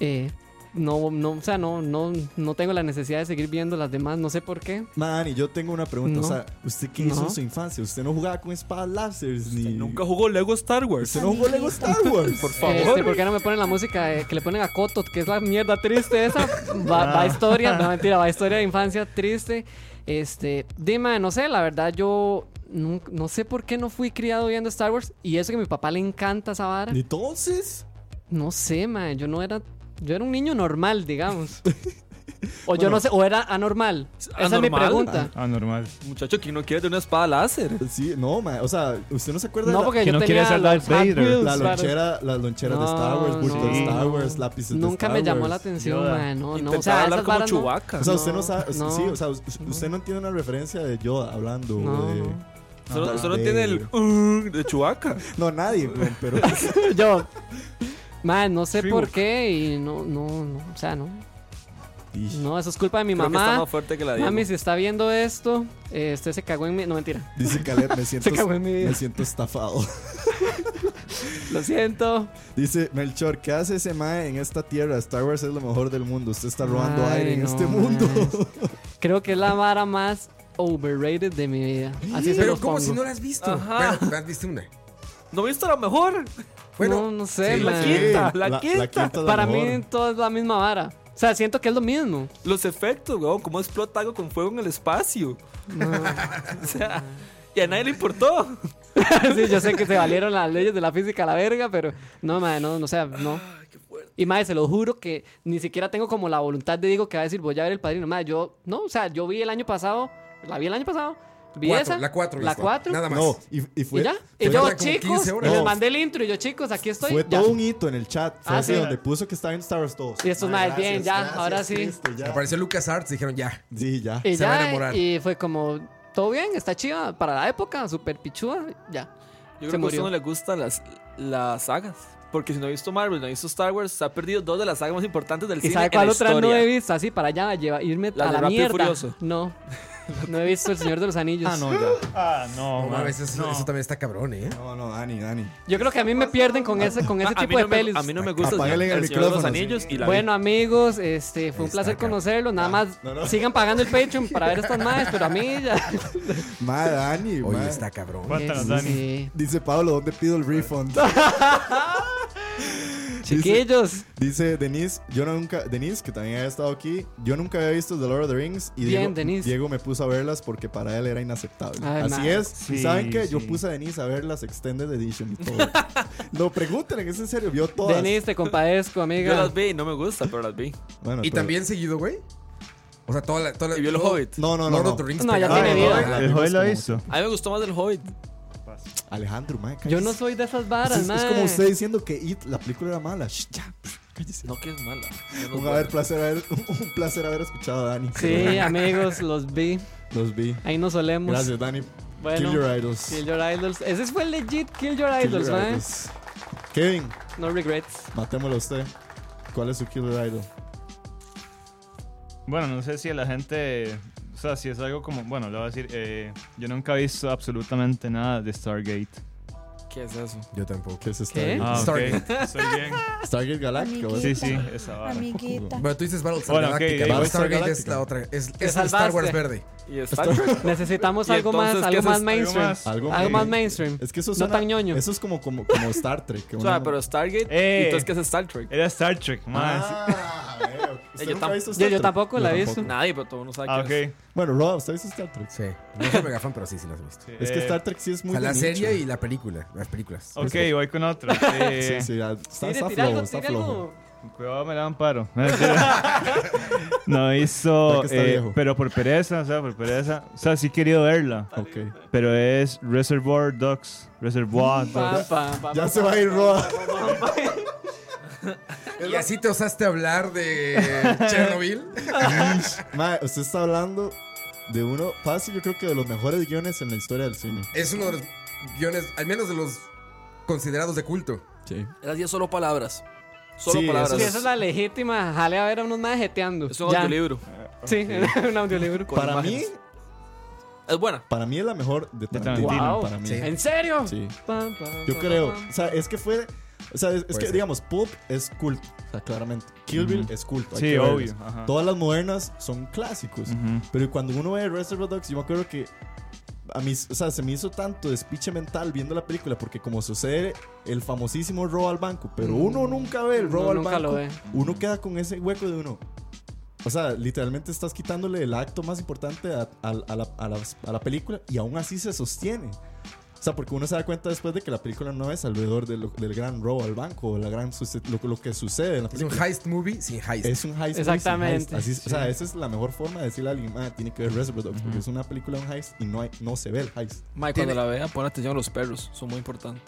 F: eh, no, no, o sea, no, no, no tengo la necesidad de seguir viendo las demás, no sé por qué.
E: Man, y yo tengo una pregunta.
F: No.
E: O sea, ¿usted qué
F: No.
E: hizo en su infancia? ¿Usted no jugaba con espadas láseres ni.
I: Nunca jugó Lego Star Wars.
E: ¿Usted no jugó Lego Star Wars?
I: Por
F: Este,
I: favor.
F: ¿Por qué no me ponen la música eh, que le ponen a Coto, que es la mierda triste esa? Va,
I: Ah.
F: va historia, no mentira, va historia de infancia triste. Este, dime, no sé, la verdad yo nun- no, sé por qué no fui criado viendo Star Wars y eso que a mi papá le encanta esa vara.
E: Entonces.
F: No sé, man, yo no era yo era un niño normal, digamos. O yo no sé, o era anormal. Esa es mi
I: ¿Anormal?
F: pregunta.
H: Ah, normal.
I: Muchacho, ¿quién no quiere de una espada láser?
E: Sí, no, man. O sea, ¿usted no se acuerda
F: No,
E: de la-
F: porque
H: que
F: yo
H: no quiere
F: tenía
H: ser
F: los
H: Darth
F: Hot
H: Vader.
F: Wheels,
E: la
F: varas.
E: lonchera, las loncheras de
F: No,
E: Star Wars, bultos de
H: no.
E: Star Wars, lápices de
F: Nunca
E: Star
F: me llamó
E: Wars.
F: la atención,
H: Yoda.
F: man, no, no,
I: Intentaba
F: o sea,
I: hablar
F: esas
I: como
F: varas no.
I: Chewbacca.
E: O sea,
F: No,
E: usted no sabe.
F: no.
E: sí, o sea, us- usted no tiene una referencia de Yoda hablando.
F: No,
E: de-
F: no.
I: Solo,
E: Ah,
I: solo
E: de-
I: tiene el uh, de Chewbacca.
E: No, nadie, weón, pero.
I: Ah.
F: Yo. Man, no sé
H: Freework.
F: por qué y no, no, no, o sea, no.
E: Ish.
F: No, eso es culpa de mi
I: Creo que está
F: mamá.
I: más fuerte que la de.
F: Mami, si está viendo esto, eh, usted se cagó en mi... No, mentira.
E: Dice Caleb, me siento,
F: Se cagó en mi vida.
E: me siento estafado.
F: Lo siento.
E: Dice Melchor, ¿qué hace ese mae en esta tierra? Star Wars es lo mejor del mundo. Usted está robando
F: Ay,
E: aire en
F: no,
E: este mundo.
F: Creo que es la vara más overrated de mi vida. Así se
A: Pero
F: los
A: ¿cómo
F: pongo.
A: si no la has visto?
I: Ajá.
A: Pero, ¿Has visto una?
I: ¿No viste la mejor?
A: Bueno,
F: no, no sé,
A: sí,
F: man.
I: la quinta,
E: La-
I: la,
E: la
I: quinta.
E: quinta es la
F: Para
E: mejor.
F: mí todo es la misma vara. O sea, siento que es lo mismo.
I: Los efectos, weón. Cómo explota algo con fuego en el espacio. o sea, y a nadie le importó.
F: sí, yo sé que se valieron las leyes de la física a la verga, pero no, madre, no, no, o sea, no. Y madre, se lo juro que ni siquiera tengo como la voluntad de digo que va a decir voy a ver el padrino. Madre, yo, no, o sea, yo vi el año pasado, la vi el año pasado, vi
A: cuatro,
F: esa.
A: la 4.
F: La 4.
A: Nada más.
E: No, y, y fue.
F: Y ya.
E: fue-
F: Y yo,
A: como 15
F: chicos,
A: horas.
F: y les
E: No.
F: mandé el intro y yo, chicos, aquí estoy.
E: Fue
F: ya.
E: todo un hito en el chat. Fue
F: Ah,
E: así
F: sí.
E: donde puso que estaba en Star Wars 2.
F: Y estos madres, bien, ya, ahora sí.
A: Apareció Lucas Arts dijeron ya.
E: Sí, ya.
F: Y
A: Se va a
F: ya,
A: enamorar.
F: y fue como, todo bien, está chiva para la época, súper pichúa, ya.
I: Yo
F: Se
I: creo que a usted
F: murió.
I: no le gustan las, las sagas. Porque si no ha visto Marvel, no ha visto Star Wars, se ha perdido dos de las sagas más importantes del
F: ¿Y
I: cine.
F: sabe
I: en
F: cuál
I: la
F: otra
I: historia.
F: no he visto? Así para allá, lleva- irme
I: La
F: a
I: de
F: la
I: Rápido y
F: mierda.
I: Furioso.
F: No, no he visto El Señor de los Anillos.
E: Ah, no, ya.
H: Ah, no,
A: No,
H: man.
A: mames, eso,
H: No.
A: eso también está cabrón, ¿eh?
E: No, no, Dani, Dani.
F: Yo creo que a mí me pierden con ese, con
I: A-
F: ese
I: a, mí
F: tipo
I: no
F: de
I: me-
F: pelis.
I: a mí no me gusta el,
E: Apáguenle el
I: Señor de los
E: micrófono, sí.
I: Anillos y la
F: Bueno, amigos, este, fue un placer
A: acá.
F: conocerlos. Nada más
E: no, no.
F: sigan pagando el Patreon para ver estas madres, pero a mí ya.
E: Ma, Dani,
A: Oye,
E: ma.
A: está cabrón.
H: Cuéntanos,
F: Sí,
H: Dani.
F: sí.
E: Dice Pablo, ¿dónde pido el refund?
F: Chiquillos.
E: Dice Denise, yo nunca, Denise, que también ha estado aquí, yo nunca había visto The Lord of the Rings y
F: Bien,
E: Diego,
F: Denise.
E: Diego me puso a verlas porque para él era inaceptable.
F: Ay,
E: Así
F: man.
E: es. ¿Y
H: Sí,
E: saben qué? Yo
H: sí.
E: puse a Denise a ver las Extended Edition y todo. no, pregúntenle, que es en serio, vio todas.
F: Denise, te compadezco,
I: Yo
F: amiga.
I: las vi, no me gusta, pero las vi.
E: Bueno,
A: Y
E: pero-
A: también seguido, güey. O sea, toda la. Toda la
I: Y vi el
A: todo-
I: Hobbit.
E: No, no, no.
A: Lord
E: no.
A: of the Rings.
F: No, ya
A: pegado.
F: tiene vida.
E: la
H: El
E: vimos
H: joven lo
E: como-
H: hizo.
I: A mí me gustó más el Hobbit.
E: Alejandro, mae, cállese.
F: Yo no soy de esas
E: Es-
F: varas,
E: es,
F: mae.
E: como usted diciendo que It, la película era mala. Shh, ya, psh, cállese.
I: No, que es mala. Yo no
E: Un,
I: puedo.
E: haber placer haber, un placer haber escuchado a Dani.
F: Sí, amigos, los vi.
E: Los vi.
F: Ahí nos solemos.
E: Gracias, Dani.
F: Bueno,
E: Kill your idols.
F: Kill Your Idols. Ese fue el legit Kill Your
E: Kill
F: Idols,
E: your
F: mae.
E: idols. Kevin,
F: No regrets.
E: matémoslo a usted. ¿Cuál es su killer idol?
H: Bueno, no sé si a la gente. O sea, si es algo como. Bueno, le voy a decir. eh, yo nunca he visto absolutamente nada de Stargate.
I: ¿Qué es eso?
A: Yo tampoco.
E: ¿Qué es
F: ¿Qué?
E: Stargate?
H: Ah,
A: Stargate.
H: ok. Soy bien.
E: Stargate Galáctica. ¿o es?
H: Sí, sí, esa vara.
M: Amiguita.
A: Bueno, tú dices Battlestar
H: Bueno, ok,
A: Galactica.
H: digo,
A: Battlestar
E: Battlestar
A: Galactica es la otra. Es, es el
F: salvaste.
A: Star Wars verde.
I: ¿Y Star Trek?
F: Necesitamos
I: ¿Y
F: algo más,
I: entonces qué
F: algo
I: es
F: más
I: esto?
F: mainstream.
H: más?
F: Algo,
E: que-
F: más mainstream.
E: Es que eso
F: No
E: suena-
F: tan ñoño.
E: Eso es como, como, como Star Trek. que
I: O sea,
E: uno-
I: pero Stargate.
H: Eh.
I: ¿y Entonces, ¿qué es Star Trek?
H: Era Star Trek, más.
E: Ah, a ver, ¿usted
I: Yo
E: nunca ha
I: tam-
E: visto
F: Yo,
E: Star
F: yo
E: Trek?
F: tampoco la he visto.
E: tampoco.
I: Nadie, pero todo el mundo sabe
H: Ah, ok.
I: qué es.
E: Bueno, Rob, ¿usted ha visto Star Trek?
A: Sí. No soy mega fan, pero sí, sí las he visto.
E: Es que
H: Eh,
E: Star Trek sí es
A: O
E: muy
A: sea,
E: de
A: la
E: nicho.
A: serie y la película. Las películas.
H: Ok, voy con otro. Eh,
E: Sí, sí, ya, está,
F: Tire,
E: está
F: tira
E: flojo,
F: algo,
E: está
F: tira
E: flojo.
F: algo.
H: Cuidado, me la amparo. No, mentira. No hizo.
E: Ya que está
H: eh,
E: viejo.
H: pero por pereza, o sea, por pereza. O sea, sí he querido verla.
E: Ok.
H: Pero es Reservoir Dogs. Reservoir Dogs.
F: Pam, pam, pam,
E: Ya
F: pam,
E: se va a ir Roa.
A: Y así te osaste hablar de Eh, Chernobyl.
E: Mae, usted está hablando de uno fácil, yo creo que de los mejores guiones en la historia del cine.
A: es uno de los guiones, al menos de los considerados de culto.
E: Sí.
I: Era 10 solo palabras. Solo
E: Sí,
I: palabras.
E: eso
F: Sí, esa es la legítima. Jale a ver a unos más jeteando.
I: Es un
F: Ya.
I: audiolibro.
F: Sí, un audiolibro.
I: con
E: Para mí,
I: imágenes. Es buena.
E: para mí es la mejor de Tarantino.
F: Tarantino.
E: Para mí.
A: Sí.
F: ¿En serio?
E: Sí.
F: Pam, pam,
E: Yo
F: pam,
E: creo.
F: pam.
E: O sea, es que fue. O sea, es, es
A: Puede
E: que,
A: ser.
E: digamos, Pulp es culto. O sea, claramente. Kill Bill es culto. hay
H: Sí,
E: que
H: obvio,
E: verlas.
H: ajá.
E: Todas las modernas son clásicos.
H: Ujú.
E: Pero cuando uno ve Reservoir Dogs, yo me acuerdo que. A mí, o sea, se me hizo tanto despiche mental viendo la película porque como sucede el famosísimo robo al banco, pero uno nunca ve el robo
F: Uno
E: al
F: nunca
E: banco,
F: lo ve.
E: uno queda con ese hueco de uno. O sea, literalmente estás quitándole el acto más importante a, a- a la, a la- a la película y aún así se sostiene. O sea, porque uno se da cuenta después de que la película no es alrededor de lo- del gran robo al banco o la gran suce- lo, lo que sucede en la
A: Es un
E: película.
A: heist movie sin heist.
E: Es un heist. movie sin
F: Exactamente,
E: heist. Así-
F: sí.
E: O sea, esa es la mejor forma de decirle a alguien, "Ah, tiene que ver Reservoir Dogs, porque es una película un heist y no, hay- no se ve el heist.
I: Mike,
A: Tiene-
I: cuando la vea, pon atención a los perros. Son muy importantes.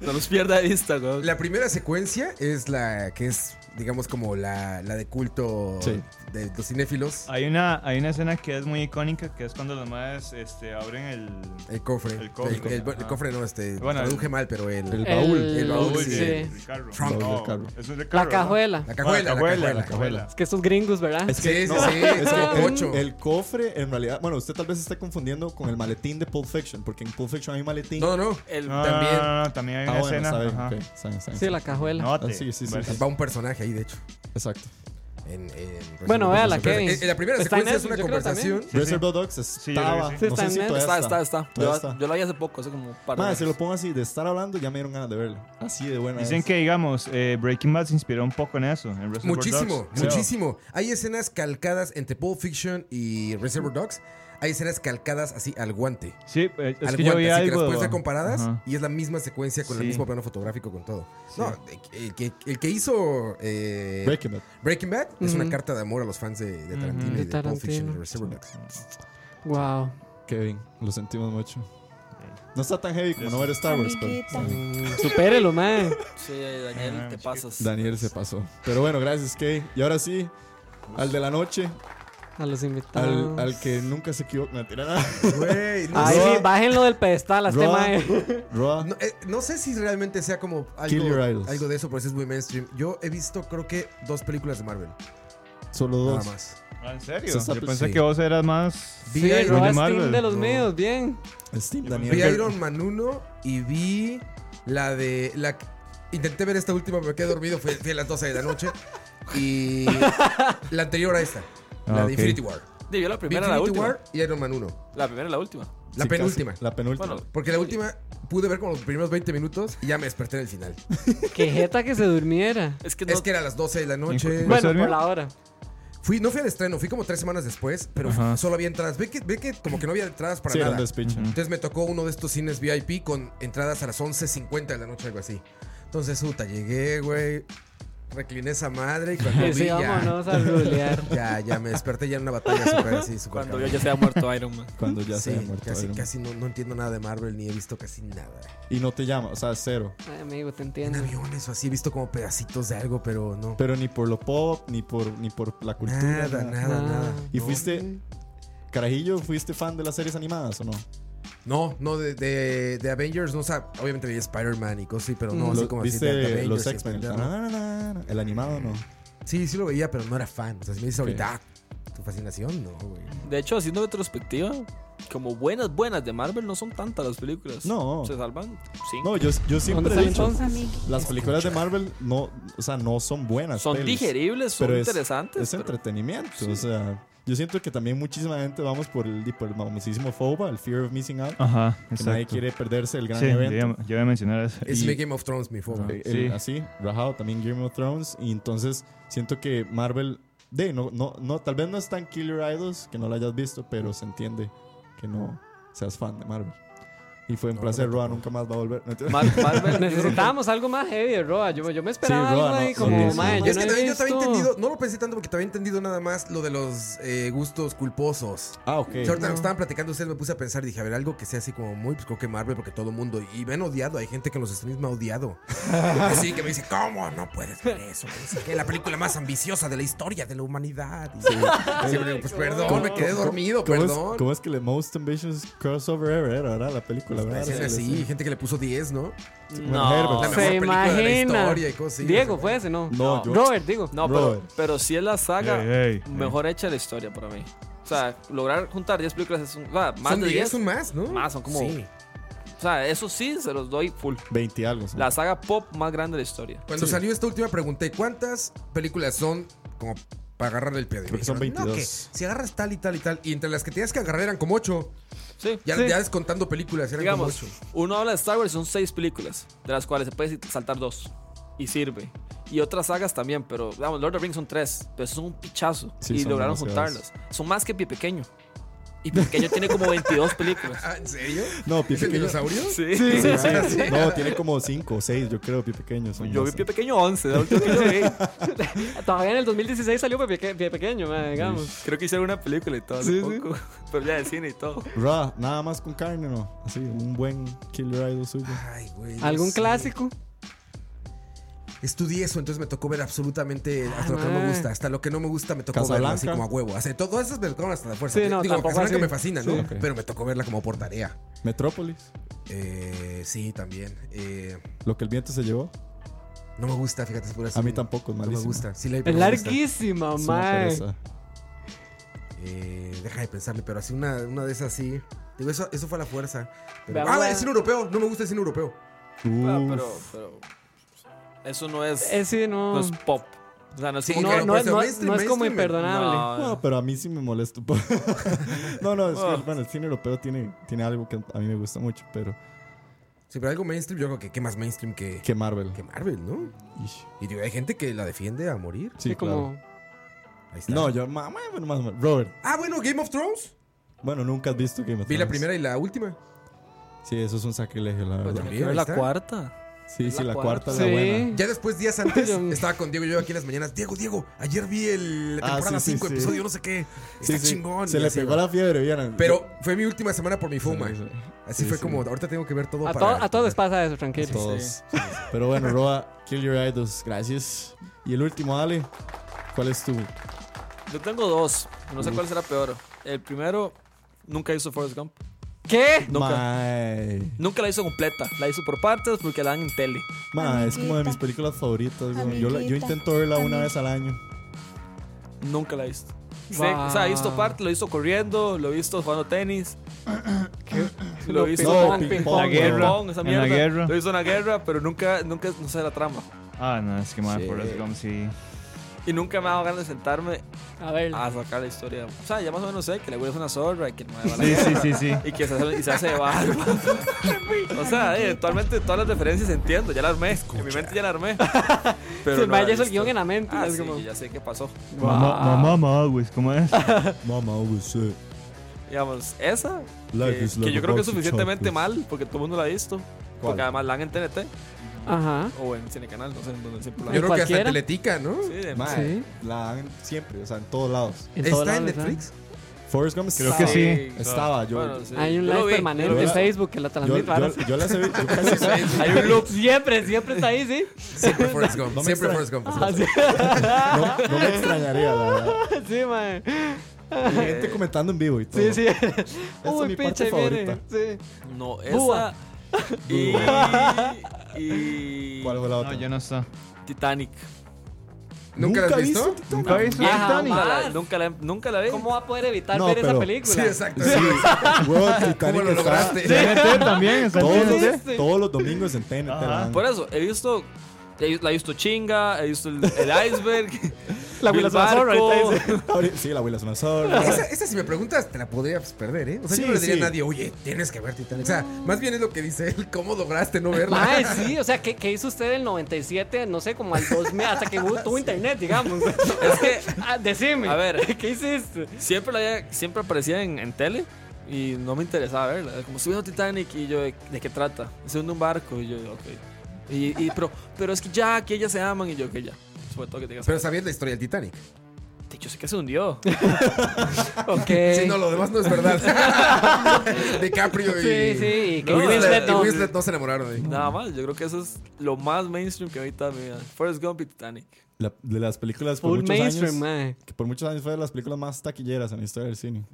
I: no los pierda de vista, güey.
A: La primera secuencia es la que es, digamos, como la, la de culto
E: Sí.
A: de los cinéfilos.
H: Hay una, hay una escena que es muy icónica, que es cuando los madres este, abren el...
A: El cofre.
H: El cofre.
A: El, el- el
H: Ajá.
A: cofre no, este.
H: Bueno,
A: traduje
H: el-
A: mal, pero el.
E: el
A: la
E: baúl.
A: El baúl,
H: Uy,
A: sí.
H: del carro.
E: Baúl
A: Trunk.
E: del
H: No,
E: carro.
H: es del
F: La
H: carro, ¿no?
F: cajuela.
A: cajuela, la cajuela.
H: la cajuela.
F: Es que estos gringos, ¿verdad?
E: Es que,
A: Sí,
E: no,
A: sí, sí.
E: es que el-
A: Ocho.
E: el, cofre, en realidad, bueno, usted tal vez se está confundiendo con el maletín de Pulp Fiction, porque en Pulp Fiction hay un maletín.
A: No, no, no.
I: El,
H: No,
A: También.
H: no, no, no, Ah, también hay
E: Ah,
H: una
E: bueno,
H: escena.
E: sabe,
H: ajá.
E: ok, sabe, sabe,
F: Sí,
E: sabe.
F: la cajuela.
H: Note.
E: Ah, sí, sí, sí,
H: Bueno.
E: sí.
A: Va un personaje ahí, de hecho.
E: Exacto.
A: En, en-
F: Bueno, véala,
A: Pero
F: Kevin.
A: en- en eh, la primera
F: Está en
A: secuencia es
F: Netflix,
A: una
F: yo creo
A: conversación.
H: sí.
E: Reservoir Dogs
H: yo creo que sí.
E: estaba.
F: Sí,
E: no
F: está
E: sé
F: en
E: si
F: Netflix.
E: todavía
I: Está, está, está.
E: Todavía
I: Yo,
E: está.
I: yo la vi hace poco, hace como un par de
E: Madre,
I: meses.
E: si lo pongo así, de estar hablando, ya me dieron ganas de verlo. Así de buena.
H: Dicen
E: es.
H: que, digamos, eh, Breaking Bad se inspiró un poco en eso. en Reservoir
A: Muchísimo,
H: Dogs.
A: muchísimo. Hay escenas calcadas entre Pulp Fiction y Reservoir Dogs. Hay escenas calcadas así al guante.
H: Sí, eh, es
A: al
H: que
A: guante,
H: yo vi
A: así
H: algo...
A: que las puedes ver comparadas
H: Ajá.
A: y es la misma secuencia con el
H: Sí.
A: mismo plano fotográfico con todo.
H: Sí.
A: No, el, que, el que hizo eh,
E: Breaking Bad.
A: Breaking Bad es
F: Ujú.
A: una carta de amor a los fans de, de Tarantino
F: De
A: y de Pulp Fiction y
F: Tarantino.
A: de Reservoir Dogs.
F: Wow.
E: Kevin, lo sentimos mucho. No está tan heavy como no ver Star Wars, pero
M: Amiguita.
F: Mm, Supérelo, man.
I: Sí,
H: Ah,
I: Daniel, te pasas.
E: Daniel se pasó. Pero bueno, gracias, Kevin. Y ahora sí, al de la noche,
F: A los
E: al,
F: invitados.
E: al que nunca se equivoca. No, tira nada.
A: Güey, no,
F: Ay,
E: Roa.
F: sí, bájenlo del pedestal a este
E: Roa,
F: mae.
E: Roa,
A: no, eh, no sé si realmente sea como
E: Kill your
A: algo,
E: idols.
A: algo de eso, pero eso es muy mainstream. Yo he visto, creo que, dos películas de Marvel.
E: solo
A: Nada
E: dos.
A: más.
H: Ah, ¿En serio?
E: Se está-
H: Yo pensé
A: sí.
H: que vos eras más...
A: Vi,
F: Sí,
A: Iron,
F: Roa
H: de
F: es team
H: Marvel,
F: pues de los
H: no.
F: míos, bien.
E: Steam,
A: vi
E: Daniel.
A: Iron Man 1 y vi la de. La, intenté ver esta última, pero me quedé dormido. Fui, fui a las 12 de la noche. Y la anterior a esta, la
H: Ah,
A: de
H: ok.
A: Infinity War.
I: Digo, la primera, la
A: Infinity
I: última.
A: War y Iron Man 1.
I: La primera y la última.
A: La penúltima.
E: La penúltima.
I: Bueno,
A: Porque la última pude ver como los primeros 20 minutos y ya me desperté en el final.
F: Que jeta que se durmiera.
I: es que no.
A: Es que era las 12 de la noche.
H: ¿Vas a
F: Bueno,
H: dormir?
F: por la hora.
A: Fui, no fui al estreno, fui como tres semanas después, pero
H: Ajá.
A: solo había entradas. Ve que, ve que como que no había entradas para
E: Sí,
A: nada.
E: un despiche.
A: Entonces me tocó uno de estos cines VIP con entradas a las 11.50 de la noche, algo así. Entonces, puta, llegué, güey. Recliné esa madre y cuando vi
F: Sí,
A: ya,
F: vámonos a rulear.
A: ya, ya me desperté ya en una batalla super así, super
I: Cuando
A: cabrón.
I: yo ya se había muerto Iron Man.
E: Cuando ya
A: Sí,
E: se ha muerto.
A: casi,
E: Iron Man.
A: casi no, no entiendo nada de Marvel ni he visto casi nada.
E: Y no te llama, o sea, cero.
F: Ay, amigo, te
A: En
F: entiendo.
A: aviones o así he visto como pedacitos de algo, pero no.
E: Pero ni por lo pop, ni por, ni por la cultura.
A: nada, nada,
F: Ah.
A: nada.
E: ¿Y
A: No.
E: fuiste, carajillo, fuiste fan de las series animadas o no?
A: No, no, de, de, de Avengers, no, o sea, obviamente veía Spider-Man y cosas así, pero no,
E: Mm, Lo-
A: así como así
E: ¿Viste
A: de- de Avengers
E: los
A: y
E: X-Men?
A: Spider-Man.
E: Na, na, na, na. El animado no.
A: Sí, sí lo veía, pero no era fan. O sea, si me dices ahorita, ah, tu fascinación, no, güey.
I: De hecho, haciendo retrospectiva, como buenas, buenas de Marvel no son tantas las películas.
E: No.
I: Se salvan cinco.
E: No, yo, yo
F: ¿Dónde
E: siempre
F: está
E: he dicho,
F: entonces?
E: las películas de Marvel no, o sea, no son buenas.
I: son
E: pelis.
I: digeribles, son
E: Pero es-
I: interesantes.
E: Es
I: pero-
E: entretenimiento, o sea, yo siento que también muchísima gente vamos por el, por el famosísimo FOBA, el Fear of Missing Out.
H: Ajá,
E: Que nadie
H: exacto.
E: quiere perderse el gran
H: Sí, yo,
E: evento.
H: iba- yo iba a mencionar eso.
A: Es
E: Y-
A: mi Game of Thrones, mi fobia.
E: El- el-
H: Sí.
E: Así, rajado también Game of Thrones. Y entonces siento que Marvel, de, no, no, no, tal vez no es tan Killer Idols que no lo hayas visto, pero se entiende que no seas fan de Marvel. Y fue un placer, Roa, nunca más va a volver. No, entiendo.
I: Mar- Marvel,
F: Necesitábamos algo más heavy de Roa. Yo, yo me esperaba
E: Sí, Roa,
F: algo ahí
E: no,
F: como,
E: sí, sí.
F: mae, Ah, yo
A: es
F: no
A: que
F: he
A: también yo
F: visto.
A: también he entendido, no lo pensé tanto porque también he entendido nada más lo de los eh, gustos culposos.
E: ah, ok.
A: O sea, ahorita
F: No.
A: lo que estaban platicando ustedes, me puse a pensar, dije, a ver, algo que sea así como muy, pues creo que Marvel, porque todo el mundo, y me han odiado, hay gente que en los streams me ha odiado. Así que me dice, ¿cómo? No puedes ver eso. que no sé qué, la película más ambiciosa de la historia de la humanidad. Y siempre digo, pues perdón, me quedé dormido,
E: ¿Cómo es,
A: perdón.
E: cómo es que le Most Ambitious Crossover Ever era, ¿verdad? La película, ¿verdad?
A: Decían
E: La-
A: Pues, así, gente que le puso 10, ¿no?
E: Herbert.
I: no,
A: La mejor
F: Se
A: película de la
F: imagina.
A: historia y cosas así.
F: Diego, fue ese, ¿no?
E: No, yo-
F: Robert, digo.
I: no pero,
E: Robert.
I: pero sí es la saga
H: Ey, ey, ey.
I: mejor hecha de la historia para mí. O sea, lograr juntar 10 películas es un. o sea, más
A: Son
I: de
A: 10,
I: 10.
A: son más, ¿no?
I: Más, son como-
A: Sí.
I: O sea, eso sí se los doy full.
E: 20 algo. son.
I: La saga pop más grande de la historia.
A: Cuando
E: Sí.
A: salió esta última pregunté, ¿cuántas películas son como para agarrar el pie?
E: Creo que son 22.
A: si agarras tal y tal y tal, y entre las que tenías que agarrar eran como 8.
I: Sí.
A: Ya,
I: Sí.
A: ya descontando películas, eran
I: Digamos,
A: como 8.
I: uno habla de Star Wars y son seis películas, de las cuales se puede saltar dos y sirve. Y otras sagas también, pero digamos, Lord of the Rings son tres, pero eso son un pichazo
E: Sí,
I: y
E: son
I: lograron
E: demasiadas.
I: juntarlas. Son más que Pie Pequeño. Y Pie Pequeño tiene como 22 películas.
A: Ah, ¿En serio?
E: No, Pie
A: ¿Es el
E: Pequeño.
A: dinosaurio?
I: Sí.
E: No, tiene como 5 o 6, yo creo, pie pequeño. son
I: Yo vi
E: más.
I: Pie Pequeño 11, la última que yo vi.
F: Todavía en el 2016 salió Pepe, Pepe Pequeño, mae, digamos.
I: Creo que hicieron una película y todo, hace poco. Pero ya de cine y todo.
E: Ra, nada más con carne, ¿no? Así, un buen Killer Idol suyo.
A: Ay, güey. no
F: ¿Algún
A: sé.
F: clásico?
A: Estudié eso, entonces me tocó ver absolutamente hasta lo que no
F: man.
A: me gusta, hasta lo que no me gusta me tocó verlo
E: Casablanca.
A: así como a huevo. Así, todas esas me tocaron hasta la fuerza.
F: Sí, no,
A: Digo,
F: tampoco
A: Casablanca
F: así.
A: me fascina, ¿no?
E: Sí, ok.
A: Pero me tocó verla como por tarea.
E: Metrópolis,
A: Eh, sí, también. Eh,
E: lo que el viento se llevó.
A: no me gusta, fíjate, es pura
E: A mí tampoco, es
A: No me
E: malísimo.
A: gusta. Sí, la hay,
F: Es
A: pero no me gusta.
F: larguísima,
E: Es una
F: mae.
E: pereza.
A: Eh, deja de pensarle, pero así una, una de esas sí. Digo, eso, eso fue a la fuerza. Pero-
F: Veamos
A: ah,
F: la-
A: el cine europeo. No me gusta el cine europeo.
I: Ah,
E: Uf.
I: pero, pero eso no es,
F: Eh, sí, no.
I: no es pop. O sea, no es
A: Sí,
I: como
F: no,
I: que-
A: pero
F: no,
A: pues,
F: no-
A: mainstream,
F: no es como
A: mainstream,
F: imperdonable.
E: No, pero a mí sí me molesta. un poco. no, no, es que, bueno, el cine europeo tiene, tiene algo que a mí me gusta mucho, pero
A: Sí, pero algo mainstream, yo creo que qué más mainstream que,
E: que Marvel.
A: que Marvel, ¿no?
E: Ish.
A: Y digo, hay gente que la defiende a morir.
E: Sí,
F: Sí, como.
E: claro.
A: Ahí está.
E: No, yo, mamá, bueno, más o menos. Robert,
A: Ah, bueno, Game of Thrones.
E: bueno, nunca has visto Game of
A: Vi la
E: Thrones.
A: primera y la última. Pues
E: Sí, eso es un sacrilegio, la verdad.
A: también.
I: Pero
A: ahí
I: la
A: está.
I: cuarta.
E: Sí,
I: Es
E: sí, la
I: la cuarta.
E: cuarta,
F: Sí.
E: la buena.
A: Ya después, días antes,
F: Yo-
A: estaba con Diego y yo aquí en las mañanas. Diego, Diego, ayer vi el la
E: Ah,
A: temporada
E: sí, sí,
A: 5,
E: sí.
A: episodio no sé qué.
E: Sí,
A: Está
E: sí.
A: chingón.
E: Se
A: Y
E: le
A: así,
E: pegó
A: ¿no?
E: la fiebre, vieron.
A: Pero fue mi última semana por mi fuma.
E: Sí, sí.
A: Así
E: Sí,
A: fue
E: sí.
A: como, ahorita tengo que ver todo
F: A,
A: para...
F: to- a todos les pasa eso, tranquilos.
E: todos. Pero bueno, Roa, Kill Your Idols, gracias. Y el último, Ale, ¿cuál es tu?
I: Yo tengo dos. No sé cuál será peor. El primero, nunca hizo Forrest Gump.
F: ¿Qué?
I: Nunca.
E: Mae.
I: Nunca la hizo completa. La hizo por partes porque la dan en tele.
E: Mae, es como de mis
M: Amiguita.
E: películas favoritas. güey. Yo, la- yo
M: Amiguita.
E: intento verla una
M: Ami-
E: vez al año.
I: Nunca la he visto.
F: Wow.
I: Sé- o sea, he visto parte, lo he visto corriendo, lo he visto jugando tenis, lo he visto
E: No,
I: jugando
E: ping-pong,
I: ping-pong,
E: la
H: guerra,
I: ping-pong, esa
H: en
I: mierda.
H: la guerra.
I: Lo he visto en la guerra, pero nunca, nunca, no sé la trama.
H: Ah, no, es que madre,
E: Sí.
H: Forrest Gump sí.
I: Y nunca me ha dado ganas de sentarme
F: A ver.
I: a sacar la historia. O sea, ya más o menos sé que la güey es una zorra y que no me va a la
H: Sí, sí,
I: guerra,
H: sí, sí.
I: Y que se hace, y se hace de barba. o sea, eh, actualmente todas las referencias entiendo, ya las armé. En mi mente ya la armé. Pero
F: se
I: no la
F: me haya eso el
I: he
F: guión
I: visto.
F: en la mente.
I: Ah,
F: es
I: sí,
F: como,
I: ya sé qué pasó.
H: Mamá, mamá, mamá, güey, ¿cómo es?
E: Mama always said,
I: Digamos, esa,
E: Life
I: que,
E: is like
I: que yo
E: a
I: creo que es
E: box of
I: suficientemente
E: chocolates.
I: mal, porque todo el mundo la ha visto. Porque además la dan en TNT
F: Ajá.
I: o en Cinecanal, no sé en dónde siempre la
A: Yo
I: dan.
A: creo que hasta en
F: cualquiera?
A: Teletica, ¿no?
I: Sí, de-
E: Mae,
F: Sí.
E: la hagan siempre, o sea, en todos lados.
F: En todo
A: ¿Está
F: lado,
A: en
F: ¿verdad?
A: Netflix?
E: Forrest Gump
H: Creo
E: estaba.
H: que sí.
E: Estaba, yo-
I: sí.
F: Hay un
I: Yo lo
F: live
I: vi, yo
F: permanente
I: lo
F: en
E: vi.
F: Facebook que la
E: Yo,
F: transmite. varas.
E: yo, yo las he vi- yo casi-
I: Hay un loop.
F: Siempre, siempre está ahí, sí.
A: Siempre Forrest Gump.
E: No me
A: siempre
E: extraña.
A: Forrest Gump.
F: Así,
E: no, no me extrañaría, la verdad.
F: sí, mae.
E: Y gente comentando en vivo y todo.
F: Sí, sí.
E: es
F: Uy,
E: mi
F: pinche,
E: parte
F: ahí viene.
E: favorita.
F: Sí.
I: vi. No, esa.
F: Búa.
I: Y. y
E: ¿Cuál fue la
H: No,
E: otra?
H: yo no está.
I: Titanic.
A: ¿Nunca la has visto?
H: ¿Nunca he visto Titanic?
I: Nunca la, nunca la, nunca la vi.
F: ¿Cómo va a poder evitar
E: No,
F: ver esa
E: pero-
F: película?
A: Sí, exacto.
E: Huevón,
A: ¿Cómo
E: Titanic
A: lo
E: estaba
A: lograste?
H: TNT también, está en
E: todos, los-
H: TNT.
E: todos los domingos en TNT.
F: Ah.
H: Ajá.
E: la dan.
I: Por eso, he visto. he- La he visto chinga, he visto el, el iceberg.
F: La
I: vi el
F: Willa Sazor,
I: barco.
F: ahorita
E: Ahorita- Sí, la abuela es una zorra.
A: Esa, esa, si me preguntas, te la podrías perder, ¿eh? O sea,
E: Sí,
A: yo no le diría
E: sí.
A: a nadie, oye, tienes que ver Titanic. O sea, más bien es lo que dice él, ¿cómo lograste no verla?
F: Mae, Ah, sí, o sea, ¿qué, qué hizo usted del 97, no sé, como al 2000, hasta que hubo- tuvo internet, digamos?
I: Es que,
F: Ah, decime,
I: a ver,
F: ¿qué hiciste?
I: siempre, la, había- siempre aparecía en, en tele y no me interesaba verla. Como estoy viendo Titanic y yo, ¿de, de qué trata? Se hunde un barco y yo, ok. Y, y, pero, pero es que ya, que ellas se aman y yo, que ya. Sobre todo que te digas,
A: Pero sabías la historia del Titanic.
I: yo sé que se hundió.
F: Ok.
A: Sí, no, lo demás no es verdad. DiCaprio y...
F: Sí, sí, y que
A: y
I: No,
A: Winslet,
F: Winslet
A: y
F: no.
A: Winslet no se enamoraron de ahí.
I: Nada más, yo creo que eso es lo más mainstream que ahorita me Forrest Gump y Titanic.
E: La- de las películas por
F: Full
E: muchos
F: mainstream,
E: años.
F: mae.
E: Que por muchos años fue de las películas más taquilleras en la historia del cine.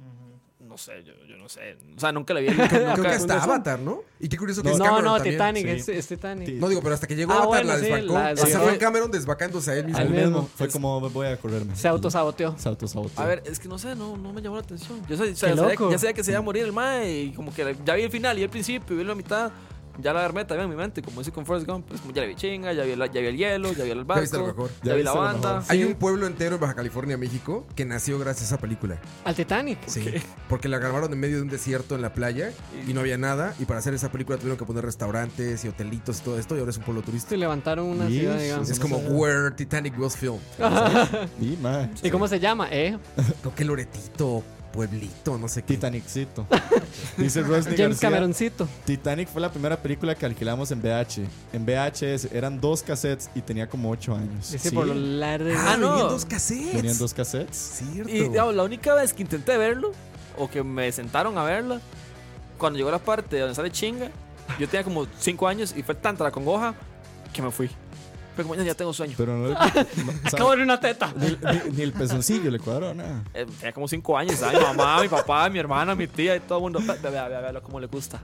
I: No sé, yo, yo no sé. O sea, nunca la vi.
A: Creo
I: nunca-
A: que hasta Avatar, ¿no? Y qué curioso que es
F: No,
A: Cameron
F: no,
A: también.
F: Titanic,
E: sí.
F: es, es Titanic.
E: Sí.
A: No, digo, pero hasta que llegó
F: Ah,
A: Avatar
F: bueno,
A: la
F: sí,
A: desbancó.
F: la
A: o sea,
F: desbancó.
A: fue Cameron desbancándose a él mismo.
F: Al
E: El
F: mismo.
E: mismo. Fue como voy a correrme.
F: Se autosaboteó.
E: Se autosaboteó.
I: A ver, es que no sé, no, no me llamó la atención. Yo sé, o sea,
F: Qué
I: ya sabía-
F: loco.
I: ya sabía que se iba a morir el mae y como que la- ya vi el final y el principio y vi la mitad. Ya la armé también en mi mente, como hice con Forrest Gump. Pues ya la vi chinga, ya vi, la- ya vi el hielo, ya vi el barco,
A: viste lo mejor.
I: ya,
E: Ya
I: vi
E: viste
I: la
E: lo
I: banda.
E: mejor.
A: Hay un pueblo entero en Baja California, México, que nació gracias a esa película.
F: Al Titanic.
A: Sí. Porque la grabaron en medio de un desierto en la playa y no había nada. Y para hacer esa película tuvieron que poner restaurantes y hotelitos y todo esto. Y ahora es un pueblo turístico.
F: Se levantaron una
E: Yes.
F: ciudad, digamos.
A: Es como Where Titanic Was Filmed.
E: Y, mae,
F: ¿Y cómo se llama? ¿Eh?
A: Creo que Loretito, Pueblito, no sé qué.
E: Titanicito. Dice Rosny
F: James
E: García,
F: Cameroncito.
E: Titanic fue la primera película que alquilamos en VH. En VHS eran dos cassettes y tenía como ocho años.
F: Dice por lo largo.
A: Ah,
I: Ah, no.
A: venían dos cassettes.
E: Tenían dos cassettes.
A: Cierto.
I: Y digamos, la única vez que intenté verlo, o que me sentaron a verla, cuando llegó la parte donde sale chinga, yo tenía como 5 años y fue tanta la congoja que me fui. Fue como, "Ya, ya tengo sueño.
E: Pero no, no- o sea, eh,
F: Acabo de ver una teta.
E: ni, ni el pezoncillo le cuadró nada.
I: Eh, tenía como 5 años, ¿sabes? Mi mamá, mi papá, mi hermana, mi tía y todo el mundo. Vea, vea, vea, vea cómo le gusta.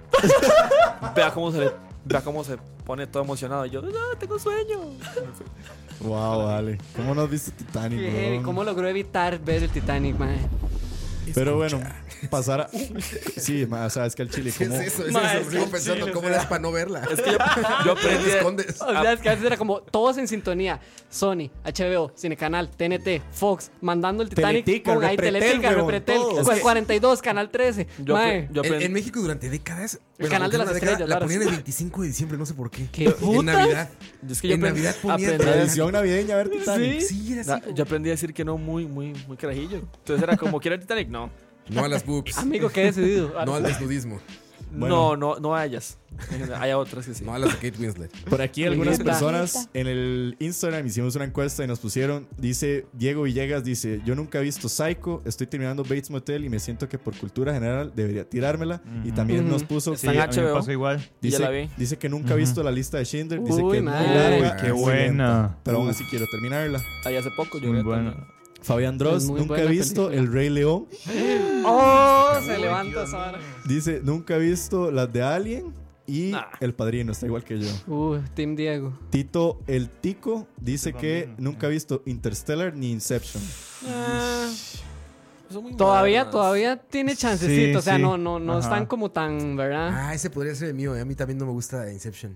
I: Vea cómo se le- Vea cómo se pone todo emocionado. Y yo, no, tengo sueño.
E: Wow, vale. ¿Cómo no has visto Titanic,
F: Qué
E: weón?
F: heavy, ¿Cómo logró evitar ver el Titanic, mae?
E: Pero bueno, pasar a. Sí, ma, o sea, es que el chile.
A: ¿Qué
E: como-
A: es eso? Eso
F: Maestro
A: es sigo pensando
F: Chile,
A: cómo
F: o
A: eres para no verla.
I: Es que yo, yo
A: Te
I: aprendí.
A: escondes.
F: O sea, es que antes era como todos en sintonía. Sony, HBO, Cinecanal, TNT, Fox, mandando el Titanic.
E: Teletica,
F: con ahí
E: Repretel,
F: Teletica,
E: weón,
F: Repretel,
E: todos.
F: Canal 42, Canal 13.
I: Yo,
F: Mae,
I: yo
A: En,
I: aprendí.
A: en México durante décadas.
F: canal de
A: durante
F: las
A: una década,
F: estrellas,
A: La
F: varas.
A: ponían el 25 de diciembre, no sé por qué.
F: ¿Qué
A: En
F: putas?
A: Navidad.
I: es que yo
A: en
I: aprendí-
A: Navidad ponía
I: aprendí-
E: Tradición navideña, a ver Titanic.
A: Sí, era
I: na-
A: así.
I: yo aprendí a decir que no muy, muy, muy carajillo. Entonces era como, ¿quiere el Titanic? No.
A: No a las boobs.
F: amigo, que he decidido.
A: No al desnudismo.
E: Bueno.
I: No, no, no a ellas. Hay a otras que sí.
A: No a las de Kate Winslet.
E: Por aquí algunas
F: Julieta.
E: personas en el Instagram hicimos una encuesta y nos pusieron, dice Diego Villegas, dice, yo nunca he visto Psycho, estoy terminando Bates Motel y me siento que por cultura general debería tirármela. Y también nos puso,
I: Está en
E: que-
H: A mí me
I: HBO.
H: pasó igual.
E: dice,
I: ya la vi.
E: dice que nunca ha visto la lista de Schindler, dice
F: Uy,
E: que es muy
F: madre.
E: larga,
A: Uy,
E: que
A: qué
E: es muy lenta,
H: buena.
E: pero aún así quiero terminarla.
I: Ahí hace poco yo
H: Muy
I: creo
H: bueno.
I: también.
E: Fabián
F: Es
E: Dross,
F: muy
E: nunca he
F: buena
E: visto El Rey León,
F: Oh, se levanta esa vara.
E: dice, nunca he visto las de Alien y
I: Nah.
E: El Padrino, está igual que yo.
F: Uh, Team Diego.
E: Tito el Tico dice que nunca ha visto Interstellar ni Inception.
I: Son muy
F: Todavía,
I: modernas.
F: todavía tiene chancecito.
H: Sí,
F: o sea,
H: sí.
F: no, no, no
H: Ajá.
F: están como tan, ¿verdad?
A: Ah, ese podría ser el mío. eh. A mí también no me gusta Inception.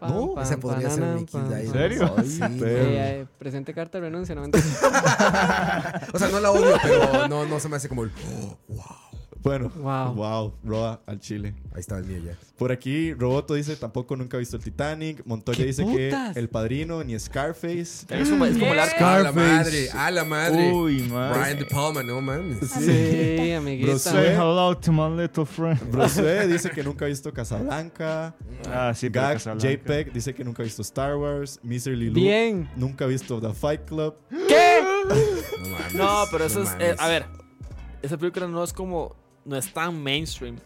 F: pam,
N: No,
F: pam,
N: esa podría ser
F: panana,
N: Nikki
F: pam,
N: Diamond.
F: pam.
H: serio?
N: Sí,
F: Eh, eh, presente carta de renuncia, no mentira.
A: O sea, no la odio, Ah, pero no, no se me hace como el. "Oh, wow".
E: Bueno,
F: Wow.
E: wow, Roa al Chile.
A: Ahí estaba el mío ya.
E: Por aquí, Roboto dice tampoco nunca ha visto el Titanic. Montoya dice
F: putas?
E: que El Padrino ni Scarface.
I: Es como, es como la-
A: A la madre, a la madre.
H: Uy, man.
A: Brian De Palma, no mames.
F: Sí, amiguita.
E: Bro,
H: Say hello to my little friend.
E: Brosue dice que nunca ha visto Casablanca.
H: Ah, sí, pero
E: Gag
H: Casablanca.
E: JPEG dice que nunca ha visto Star Wars. Miserly Lou
F: Bien.
E: nunca ha visto The Fight Club.
A: No mames.
I: No, pero eso es. eh,
A: mames.
I: a ver, esa película no es como. No es tan mainstream.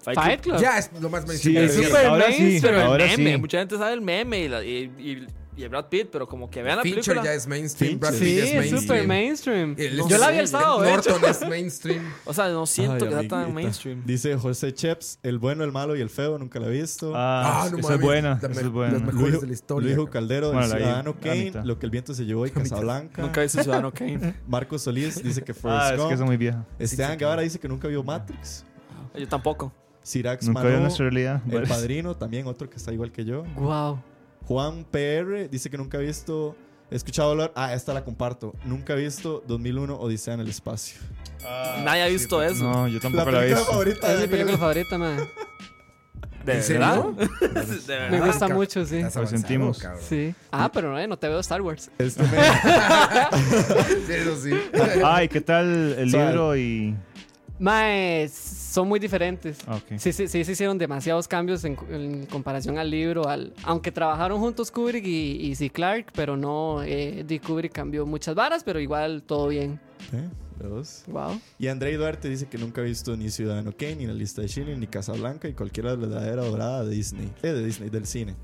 I: Fight
F: Fight Club.
A: Ya es lo más
H: Sí,
A: mainstream.
H: es
A: Sí,
I: Club,
H: súper
I: ahora
H: ahora
I: mainstream,
H: sí,
I: pero
H: ahora
I: el meme.
H: sí.
I: Mucha gente sabe el meme y, la- y- y- y el Brad Pitt, pero como que vean la
A: Fincher
I: película.
A: ya es mainstream. Brad
F: Sí,
A: Pitt es
F: es
A: mainstream.
F: súper mainstream.
A: El-
I: Yo la vi el
A: el
I: sábado, de hecho.
A: Norton es mainstream.
I: O sea, no siento
E: Ay,
I: que sea tan
E: amiguita.
I: mainstream.
E: Dice José Cheps, El bueno, el malo y el feo, nunca la he visto.
H: Ah,
A: Ah, no
H: esa
A: mames,
H: es buena.
A: la
H: Esa
A: me-
H: es
A: las
H: buena.
A: mejores-
E: Luis,
A: de la historia.
E: Luis Caldero,
H: Bueno,
E: El
H: la vi,
E: Ciudadano
H: la
E: Kane,
H: mitad.
E: Lo que el viento se llevó y Casablanca.
I: Nunca hizo Ciudadano Kane.
E: Marcos Solís dice que Forrest
H: Ah, es que
E: Gump.
H: es muy vieja.
E: Esteban Guevara dice que nunca vio Matrix.
I: Yo tampoco.
E: Sirax
H: Nunca
E: Manu,
H: veo nuestra realidad.
E: El Padrino, también otro que está igual que yo.
F: Wow.
E: Juan PR dice que nunca ha visto... He escuchado hablar... Ah, esta la comparto. Nunca ha visto 2001 Odisea en el espacio.
I: Nadie ha visto eso.
H: No, yo
E: La
H: tampoco la he
E: película
H: visto.
E: favorita
F: Es
E: de
F: mi
E: Daniel.
F: película favorita, man.
I: ¿De
A: ¿En serio?
I: verdad? De
F: Me
I: verdad.
F: gusta mucho, sí.
A: Estás
H: Lo
A: avanzado,
H: sentimos.
A: cabrón.
F: Sí. Ah, pero eh, no te veo Star Wars.
E: Este mes-
A: Eso sí.
H: Ay, ¿qué tal el
E: Suave.
H: libro y...?
F: Mae, son muy diferentes.
H: Ah, ok.
F: Sí, sí, sí, se hicieron demasiados cambios en, en comparación al libro. Al, aunque trabajaron juntos Kubrick y, y C. Clark, pero no, eh, D. Kubrick cambió muchas varas, pero igual todo bien.
E: ¿Eh? Dos.
F: Wow.
E: Y André Duarte dice que nunca ha visto ni Ciudadano Kane, ni La Lista de Chile, ni Casablanca y cualquiera de la era dorada de Disney. Eh, de Disney, del cine.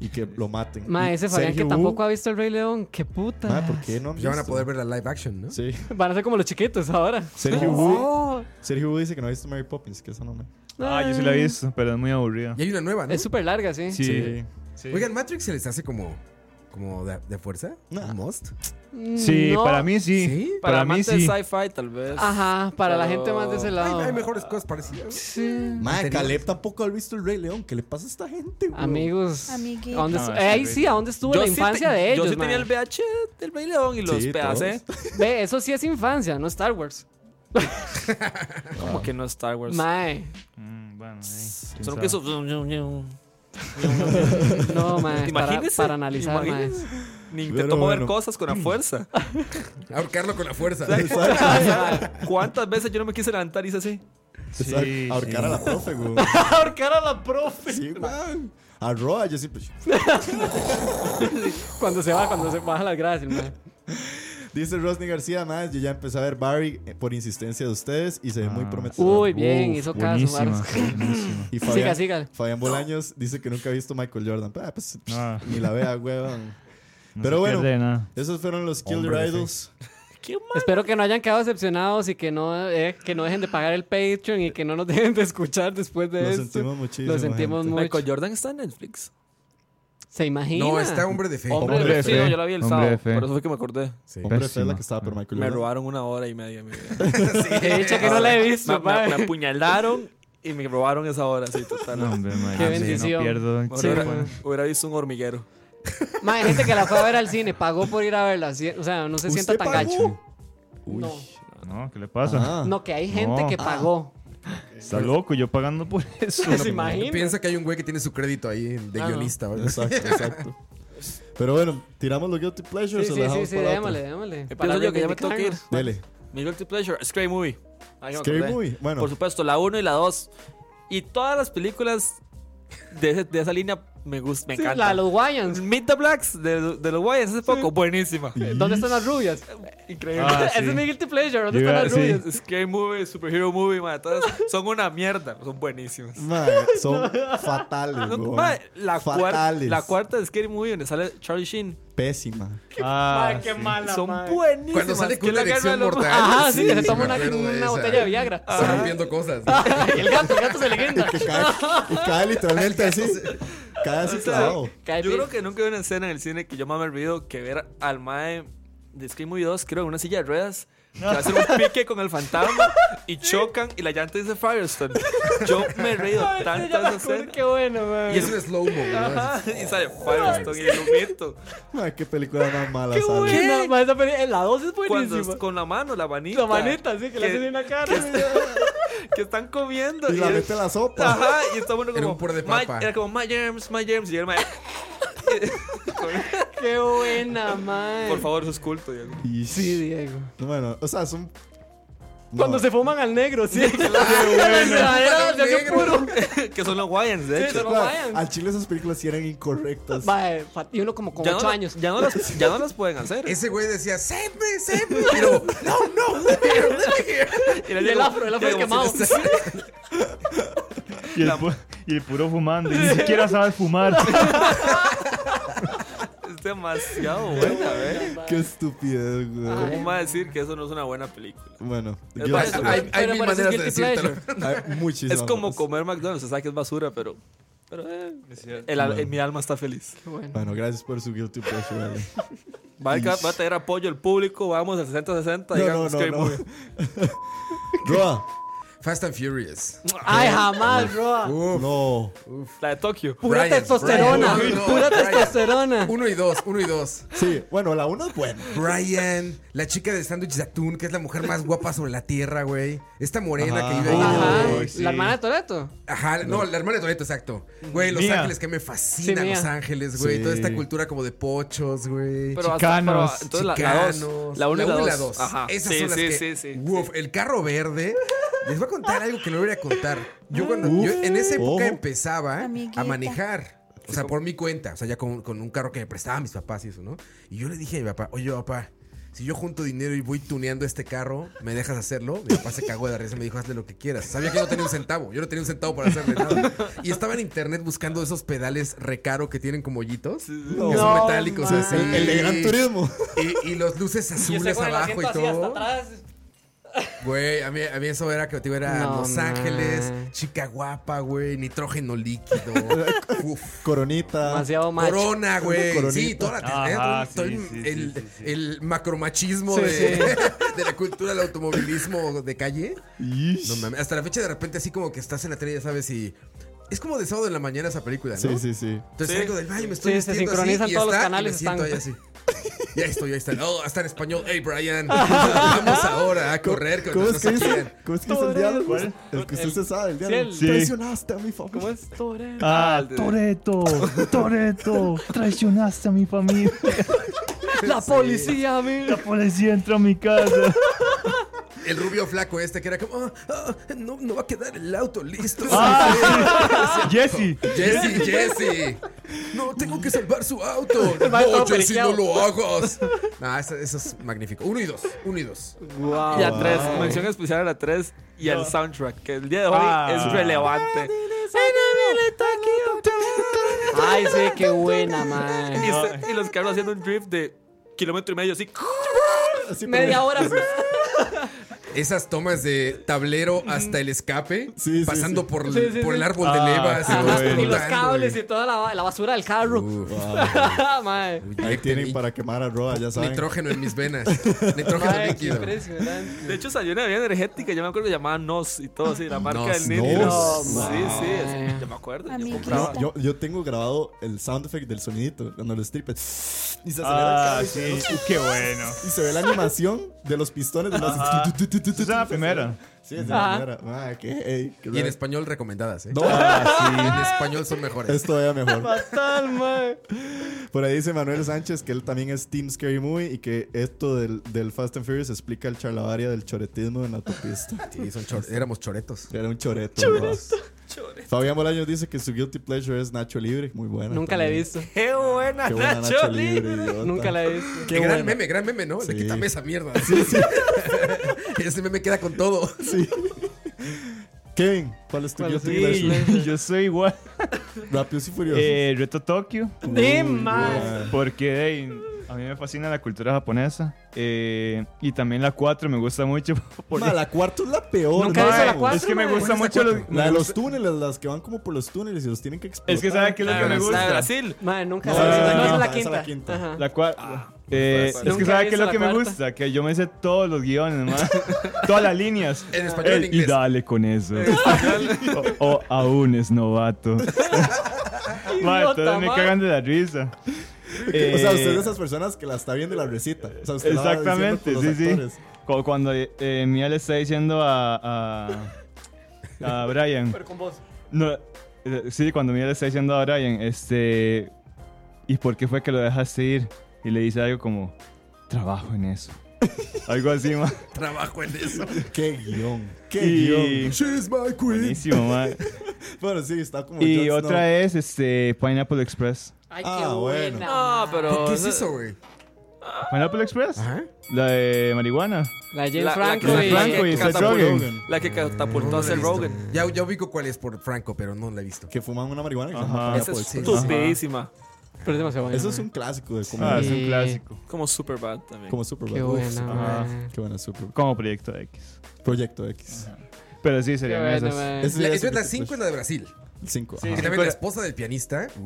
E: Y que lo maten.
F: Mae,
E: Y
F: ese Fabián que
E: Sergio
F: tampoco
E: Wu-
F: ha visto El Rey León, qué puta.
E: Mae, ¿por qué no han
A: Ya van a
E: visto?
A: poder ver la live action, ¿no?
E: Sí.
F: Van a ser como los chiquitos ahora.
E: Sergio Wu,
F: Oh.
E: Sergio Wu dice que no ha visto Mary Poppins, que esa no me...
H: Ah, yo sí la he visto, pero es muy aburrida.
A: Y hay una nueva, ¿no?
F: Es súper larga, sí.
H: Sí. Sí,
A: Oigan, Matrix se les hace como, como de, de fuerza.
E: No.
A: Un must.
F: Mm, no.
H: para mí sí.
A: ¿Sí?
I: Para,
H: Para, mí
I: amantes
H: sí.
I: de sci-fi, tal vez.
F: Ajá, para la
I: Pero-
F: gente más de ese
A: Hay,
F: lado.
A: hay mejores cosas parecidas.
F: Sí.
E: Mae,
A: Material.
E: Caleb tampoco ha visto El Rey León. ¿Qué le pasa a esta gente, güey?
F: Amigos.
M: Amiguitos.
F: Pues, ¿a dónde
H: No,
F: estu- Eh,
H: es
F: ahí
H: horrible.
F: sí, ¿a dónde estuvo la
I: sí
F: infancia
I: te-
F: de ellos?
I: Yo sí
F: mae?
I: tenía el VH del Rey León y los
E: Sí,
I: pedacé.
F: Ve, eso sí es infancia, no Star Wars.
I: Como que no es Star Wars.
F: Mae.
H: Mm, bueno, sí. quién
I: Solo
H: sabe.
I: que eso. Imagínense.
F: No, mae. Para, para analizar, mae.
I: imagínense. Ni
E: Pero
I: intentó mover
E: bueno.
I: cosas con la fuerza.
A: Ahorcarlo con la fuerza.
I: ¿Cuántas veces yo no me quise levantar y hice así?
E: O sea,
H: Sí,
E: ahorcar a la profe, güey.
F: Ahorcar a la profe.
E: Sí, güey. A Roa, yo siempre...
F: Cuando se va, cuando se baja las gracias, el mae.
E: Dice Rosny García, más yo ya empecé a ver Barry eh, por insistencia de ustedes y se ve muy
H: Ah.
E: prometedor.
F: Uy, bien, hizo caso,
H: Buenísima,
F: varas.
H: buenísima.
E: Y
F: Siga,
E: Fabián,
F: siga.
E: Fabián Bolaños dice que nunca ha visto Michael Jordan. Ah, pues,
H: Ah.
E: Ni la vea, huevón.
H: No
E: Pero
H: se
E: bueno.
H: pierde nada.
E: Esos fueron los Kill Your
A: Hombre de fe.
E: Idols.
I: ¿Qué mal?
F: Espero que no hayan quedado decepcionados y que no, eh, que no dejen de pagar el Patreon y que no nos dejen de escuchar después de
E: Lo
F: esto.
E: sentimos muchísimo.
F: Lo sentimos
E: gente.
F: mucho.
I: Michael Jordan está en Netflix.
F: ¿Se imagina?
A: No, está hombre de fe.
I: Hombre,
E: Hombre
I: de
E: de
I: fe.
H: fe,
I: yo la vi el
H: hombre de
I: sábado.
H: fe.
I: Por eso fue que me acordé.
A: Sí.
E: Hombre, esta es la
H: Pésima.
E: que estaba por Michael
I: Me
E: Jordan.
I: robaron una hora y media. mi vida.
F: Qué dicha que no la he visto,
I: me, me-
F: mae.
I: me apuñalaron y me robaron esa hora. Sí, total.
H: No, hombre, mae,
F: Qué
H: sí,
F: bendición.
H: No pierdo.
I: Ahora
H: Sí,
I: hubiera,
H: bueno.
I: hubiera visto un hormiguero.
F: Mae, gente que la fue a ver al cine, pagó por ir a verla. si- O sea, no se sienta tan gacho.
E: Uy.
H: No, ¿qué le pasa?
E: Ah.
F: No, que hay gente
H: No.
F: que pagó.
H: Está loco, yo pagando por eso.
F: ¿Se imagina?
A: Piensa que hay un güey que tiene su crédito ahí de
I: Ah, no.
A: guionista. o algo así.
E: Exacto, exacto. Pero bueno, tiramos los Guilty
F: Sí,
E: Pleasures.
F: sí,
E: o lo
F: sí,
E: dejamos
F: sí,
E: para otro?
F: démosle, démosle.
I: Empiezo Eh, yo, que ya me tengo que ir.
F: reivindicarnos.
E: Dele.
I: Mi guilty pleasure, Scary Movie. Ay, me
E: Scary
I: acordé.
E: Movie, bueno.
I: Por supuesto, la 1 y la 2. Y todas las películas de, ese- de esa línea me gustan, me
F: Sí,
I: encantan.
F: la de los Wyans.
I: Meet the Blacks de, de los Guayas hace poco, buenísima.
F: ¿Dónde están las rubias?
I: Increíble.
H: Ah,
F: Ese
H: sí.
F: es mi guilty pleasure. ¿Dónde
H: Yo
F: están
H: iba-
F: las
H: sí.
F: rubias?
I: Scary Movie, Superhero Movie, man, todas son una mierda, son buenísimas.
E: Mae, son fatales,
I: Ah, No,
E: weón.
I: man, la, cuar-
E: fatales.
I: la cuarta de Scary Movie donde sale Charlie Sheen
E: Pésima.
H: Ah,
F: Mae, qué
H: sí.
F: mala.
I: son
F: mae.
I: buenísimas.
A: Cuando sale con
I: Que
A: una
I: la
A: erección
I: agarra a los- Ah,
A: mortal.
F: Ajá, Ah, sí, que se
A: sí,
F: toma
A: me
F: una,
A: acuerdo de
F: una
A: esa.
F: botella de Viagra.
A: Está rompiendo cosas. ¿no?
F: Y el gato, el gato se le guinda.
E: Que cae, y cae literalmente así. Cae así clavado.
F: Cae
I: Yo
F: bien.
I: creo que nunca vi una escena en el cine que yo más me olvido que ver al mae de Scream Movie 2, creo, en una silla de ruedas que va a hacer un pique con el fantasma y chocan y la llanta dice Firestone. Yo me he reído tanto de esa escena.
F: Qué bueno, man.
A: Y es un slow-mo, ¿no?
I: Ajá, y sale Firestone y Lumito.
E: Ay, qué película más mala,
F: Qué
E: sale.
F: buena, man, esa peli- eh, La 2 es
I: Cuando
F: buenísima.
I: es con la mano, la manita.
F: La manita, sí, que
I: que-
F: le hacen en la cara.
I: Que están comiendo.
E: Y la
I: es-
E: mete en la sopa.
I: Ajá, y está bueno como.
A: Era un puré de
I: "My-"
A: papa.
I: Era como My Germs, My Germs. Y yo era
F: Qué buena, man.
I: Por favor, eso es culto, Diego.
E: Y
F: Sí, Diego.
E: Bueno, o sea, son. No.
F: Cuando se fuman al negro, sí. Qué bueno.
A: Al negro.
F: puro.
I: que son los Wyans, de
F: Sí,
I: hecho.
F: son los
E: Claro,
F: Mayans.
E: al chile esas películas sí eran incorrectas.
F: Mae, eh, fa- y uno como con
I: Ya
F: 8
I: no,
F: años.
I: Ya no, las, ya no las pueden hacer.
A: Ese güey decía, save me, save me. Pero, no, no, let me here, let me here.
I: Y era
F: Y el
I: Diego-
F: afro, el afro
I: Diego,
F: quemado.
I: sí,
H: Y el, pu- y el puro fumando. Y ni siquiera sabe fumar.
I: Es demasiado buena, ¿eh?
E: Qué estupidez, güey.
I: ¿Cómo va a decir que eso no es una buena película?
E: Bueno,
I: Es
E: yo-
I: para eso,
A: Hay, hay
F: Pero
A: mil
F: parece
A: maneras de
F: guilty
A: decírtelo.
F: pleasure.
E: hay muchísimas
I: Es como
E: otras.
I: comer McDonald's, o sea que es basura, pero. Pero eh, el al- eh, mi alma está feliz.
F: Qué bueno.
E: Bueno, gracias por su guilty pleasure. Ale.
I: Va a, va a traer apoyo el público, vamos al 60-60,
E: No, no,
I: digamos que
E: no.
I: hay
E: no.
I: movie.
E: Roa,
A: Fast and Furious.
F: Ay, jamás, Roa.
A: Uf.
E: no.
I: La de Tokio.
F: Pura
A: Brian,
F: testosterona.
A: Brian, no, no,
F: pura
A: Brian.
F: testosterona.
A: Uno y dos, uno y dos.
E: Sí, bueno, la una es buena.
A: Brian, la chica del sándwich de atún, que es la mujer más guapa sobre la tierra, güey. Esta morena que vive ahí.
F: Ajá.
A: en-
H: Uy, sí.
F: La hermana de Toreto.
A: Ajá, no, la hermana de Toreto, exacto. Güey, Los
H: Mía.
A: Ángeles, que me fascina
F: Sí, mía.
A: Los Ángeles, güey.
E: Sí.
A: Toda esta cultura como de pochos, güey.
I: Pero hasta,
H: Chicanos.
I: pero entonces la- la 2.
A: La
I: La 1 y
A: uno
I: la
A: dos.
I: 2. Ajá.
A: Esas
I: sí,
A: son las
I: sí,
A: que.
I: sí, sí.
A: Uf, el carro verde. Les voy a contar algo que no voy a contar. Yo cuando yo en esa época
E: Ojo.
A: empezaba
M: Amiguita.
A: a manejar. O sea, por mi cuenta. O sea, ya con, con un carro que me prestaban mis papás y eso, ¿no? Y yo le dije a mi papá, oye, papá, si yo junto dinero y voy tuneando este carro, ¿me dejas hacerlo? Mi papá se cagó de la risa y me dijo, hazle lo que quieras. Sabía que no tenía un centavo. Yo no tenía un centavo para hacerle nada. Y estaba en internet buscando esos pedales recaro que tienen como hoyitos. Que son
F: No,
A: metálicos
F: man.
A: así.
E: El, el de Gran Turismo.
A: Y, y los luces azules abajo y todo. Güey, a mí, a mí eso era que te era
F: No,
A: Los Ángeles,
F: man.
A: chica guapa, güey, nitrógeno líquido. Uf.
E: Coronita.
F: Demasiado macho.
A: Corona, güey.
E: Coronita.
A: Sí, toda la
H: Ajá,
A: todo- todo
H: sí,
A: el-
H: sí, sí,
A: el,
H: sí, sí.
A: el macromachismo de, de la cultura del automovilismo de calle.
E: Ish.
A: No mames, Hasta la fecha, de repente, así como que estás en la tele, ya sabes, y. Es como de sábado en la mañana esa película, ¿no?
E: Sí, sí, sí.
A: Entonces
I: Sí.
A: salgo del baño, me estoy
F: Sí, se
A: vistiendo
F: sincronizan
A: así, y
F: todos los
A: está,
F: canales,
A: y me siento
F: están.
A: ahí así. Ya estoy, ya está. Oh, hasta en español. Hey, Brian. Vamos ahora a correr con
E: ¿Cómo es que
A: nuestros
E: dice?
A: Brian.
E: ¿Cómo es que dice el diálogo?
H: ¿Cuál?
E: El que usted se sabe, el
F: el-
E: diálogo.
H: Sí.
E: Traicionaste a mi familia.
F: ¿Cómo es Toreto?
H: Ah,
I: de-
H: Toreto, Toreto, traicionaste a mi familia.
F: La policía, mira.
H: La policía entró a mi casa.
A: El rubio flaco este que era como, "Ah, ah, no, no va a quedar el auto listo.
F: Ah.
H: Jesse.
A: Jesse, Jesse. No, tengo que salvar su auto.
F: va todo
A: No, Jesse,
F: periqueado.
A: no lo hagas. No, eso, eso es magnífico. Uno y dos, uno y dos.
I: Ah, Y a 3. Mención especial a la 3 y al soundtrack, que el día de hoy
H: Ah.
I: es relevante.
F: Ay, sí, qué buena, man.
I: Y, se- y los carros haciendo un drift de kilómetro y medio así.
E: Así, pero-
F: Media hora.
A: Esas tomas de tablero hasta el escape,
E: Sí, sí,
A: pasando
E: sí.
A: por, el-
F: Sí, sí,
A: por el
F: sí.
A: árbol de
H: Ah,
A: levas.
H: qué
A: todo
H: bueno.
F: Y los
A: explotando,
F: cables
A: güey.
F: y toda la, la basura del carro.
A: Uf.
F: Mae.
E: Ahí tienen para quemar a Roa, ya saben.
A: Nitrógeno en mis venas. Nitrógeno
F: Mae, qué
A: líquido.
F: impresionante.
I: De hecho, salió una bebida energética. Yo me acuerdo que llamaba Nos y todo así, la marca del
A: Nos,
I: niño.
E: Nos.
I: Sí, sí, es- yo me acuerdo. Yo
M: Amiguita.
I: compraba.
E: Yo, yo tengo grabado el sound effect del sonidito cuando lo stripen. Y se acelera
H: Ah,
E: el carro
H: sí, qué bueno.
E: y se ve la animación de los pistones de los.
H: Esa es la primera.
E: Sí, es la primera. Ah, qué, ey, qué
A: Y en
E: raro.
A: español recomendadas, ¿eh?
E: No, ah,
A: En español son mejores.
E: es todavía mejor.
F: Fatal, mae.
E: Por ahí dice Manuel Sánchez que él también es Team Scary Movie y que esto del, del Fast and Furious explica el charlavaria del choretismo en la autopista.
A: Sí, son chor- éramos choretos.
E: Era un choreto. ¿no? Fabián Bolaños dice que su guilty pleasure es Nacho Libre. Muy buena.
F: Nunca la he
E: también.
F: visto.
I: ¡Qué buena,
E: Qué buena
I: Nacho!
E: Nacho, Libre. idiota.
F: Nunca la he visto.
A: Qué gran meme, gran meme, ¿no? Le
E: Sí.
A: quítame esa mierda. Ese meme queda con todo.
E: Kevin, ¿cuál es tu
F: ¿Cuál es
E: guilty
F: tu guilty
E: pleasure?
H: Yo soy igual.
E: Rápidos y Furiosos.
H: Eh, Reto Tokio.
F: De más.
H: Porque, hey, A mí me fascina la cultura japonesa. eh, y también la 4 me gusta mucho. porque-
E: Ma, la cuarta es la peor.
F: Nunca
E: ma.
F: hizo la
H: es que
F: cuatro,
H: me
F: mae.
H: gusta
A: ¿Cuál es
H: mucho
A: la
H: los,
A: cuatro?
E: La de los túneles, las que van como por los túneles y los tienen que explotar.
H: Es que sabe que es
F: Ah,
H: lo que
I: La
H: me
I: de-
H: gusta.
I: La de Brasil.
F: Mae, nunca
E: No,
F: se
H: no, no, no,
F: hizo
E: no,
F: la
E: esa es la
F: quinta.
E: quinta.
F: Ajá.
H: La cua- Eh,
E: pues,
H: es que
F: Nunca
H: sabe
F: he
H: que es
F: visto
H: lo que
F: la
H: me
F: cuarta.
H: gusta, que yo me sé todos los guiones, man. todas las líneas.
A: En español
E: e
H: El-
A: en
H: y
A: inglés.
H: dale con eso. o, o aún es novato. Man,
F: Idiota,
H: entonces me
F: man.
H: cagan de la risa.
E: O sea, usted es
H: Eh,
E: de esas personas que la está viendo y la recita. O sea, usted la va
H: Exactamente,
E: diciendo con
H: sí,
E: los
H: sí.
E: actores.
H: cu- Cuando eh, eh, Mia le está diciendo a, a, a Brian.
F: Pero con vos.
H: No, eh, sí, cuando Mia le está diciendo a Brian, este. ¿Y por qué fue que lo dejaste ir? Y le dice algo como: Trabajo en eso. Algo así, man.
A: Trabajo en eso.
E: Qué guión. Qué
H: Y-
E: guión. She's my queen.
H: Buenísimo, man.
E: Bueno, sí, está como. Jon
H: Y
E: Snow.
H: otra es este Pineapple Express.
F: Ay,
E: Ah,
F: qué
E: bueno.
F: buena.
I: No,
F: mae.
I: pero.
A: ¿Qué, qué es eso, güey?
H: ¿Pineapple Express?
A: Ajá.
H: La de marihuana.
F: La James
I: La- la
F: Franco
I: que-
F: y-
I: la
H: Franco y
I: que
H: Seth
I: catapultó-
H: Rogen.
I: La que catapultó
A: No
I: a
A: la he
I: Seth
A: visto.
I: Rogen.
A: Ya, ya ubico cuál es por Franco, pero no la he visto.
E: Que fuman una marihuana. Que se
H: Ajá.
E: llama
I: Esa
E: Pineapple
I: es
E: Express.
I: estupidísima.
F: Pero es demasiado buena.
E: Eso es
F: mae.
E: un clásico de como,
H: Ah, es un
F: Sí.
H: clásico.
I: Como Superbad también.
E: como Superbad.
F: Qué
E: Uf,
F: buena,
E: Superbad.
F: mae.
E: Qué buena Superbad.
H: Como Proyecto X.
E: Proyecto X.
H: Pero sí,
F: Qué
H: serían
F: buena,
H: esas.
F: mae.
E: Ese
A: La,
E: ya
A: es la
E: Superbad.
A: 5 es la de Brasil.
E: Cinco,
H: Sí,
E: ajá.
A: Y también la esposa del pianista.
I: Ajá.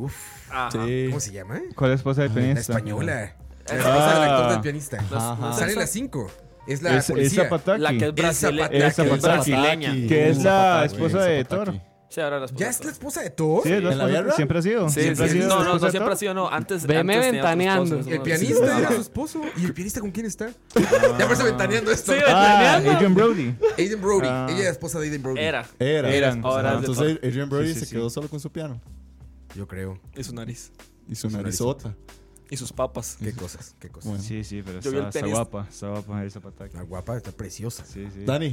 E: Sí. Ah,
A: ¿Cómo se llama? Ah,
H: ¿Cuál es esposa del
A: La
H: pianista?
A: española. La
I: Ah.
A: esposa del actor del pianista.
E: Ajá.
A: Sale la 5. Es la
H: Es, es
A: policía.
H: Zapataki.
I: La que es brasileña.
H: Zapataki.
I: La que es
H: Zapataki.
I: brasileña.
H: Que es la
E: Zapataki,
H: esposa
E: güey,
H: de
E: Zapataki.
H: Thor.
I: Sí, ahora las
A: ¿Ya
I: pongo.
A: es la esposa de Thor?
H: Sí, es la
E: ¿En la
H: esposa-
E: vida real?
H: siempre ha sido.
I: Sí,
H: siempre
I: sí,
H: ha sido.
I: No,
H: la
I: no,
H: esposa
I: no,
H: de
I: siempre
H: Thor.
I: ha sido, no. Antes.
F: Veme
I: antes tenía otros
F: ventaneando.
I: esposos,
A: El
I: ¿no?
A: pianista era su esposo. ¿Y el pianista con quién está? Ya parece ventaneando esto.
H: Ah, Adrian Brody.
A: Aiden Brody.
H: Ah.
A: Ella es la esposa de Aiden Brody.
I: Era.
E: Era.
H: Eran.
E: O sea,
I: Ahora es de
E: entonces Adrian Brody
H: Sí, sí,
E: se
H: sí.
E: quedó solo con su piano.
A: Yo creo.
I: Y su nariz.
E: Y su
A: narizota.
E: narizota.
I: Y sus papas.
A: Qué cosas, qué cosas.
E: Bueno.
H: Sí, sí, pero
I: Yo vi el
H: está, está
I: pianista.
H: guapa. Está guapa esa Zapataki.
A: La guapa está preciosa.
H: Sí, sí.
E: Dani,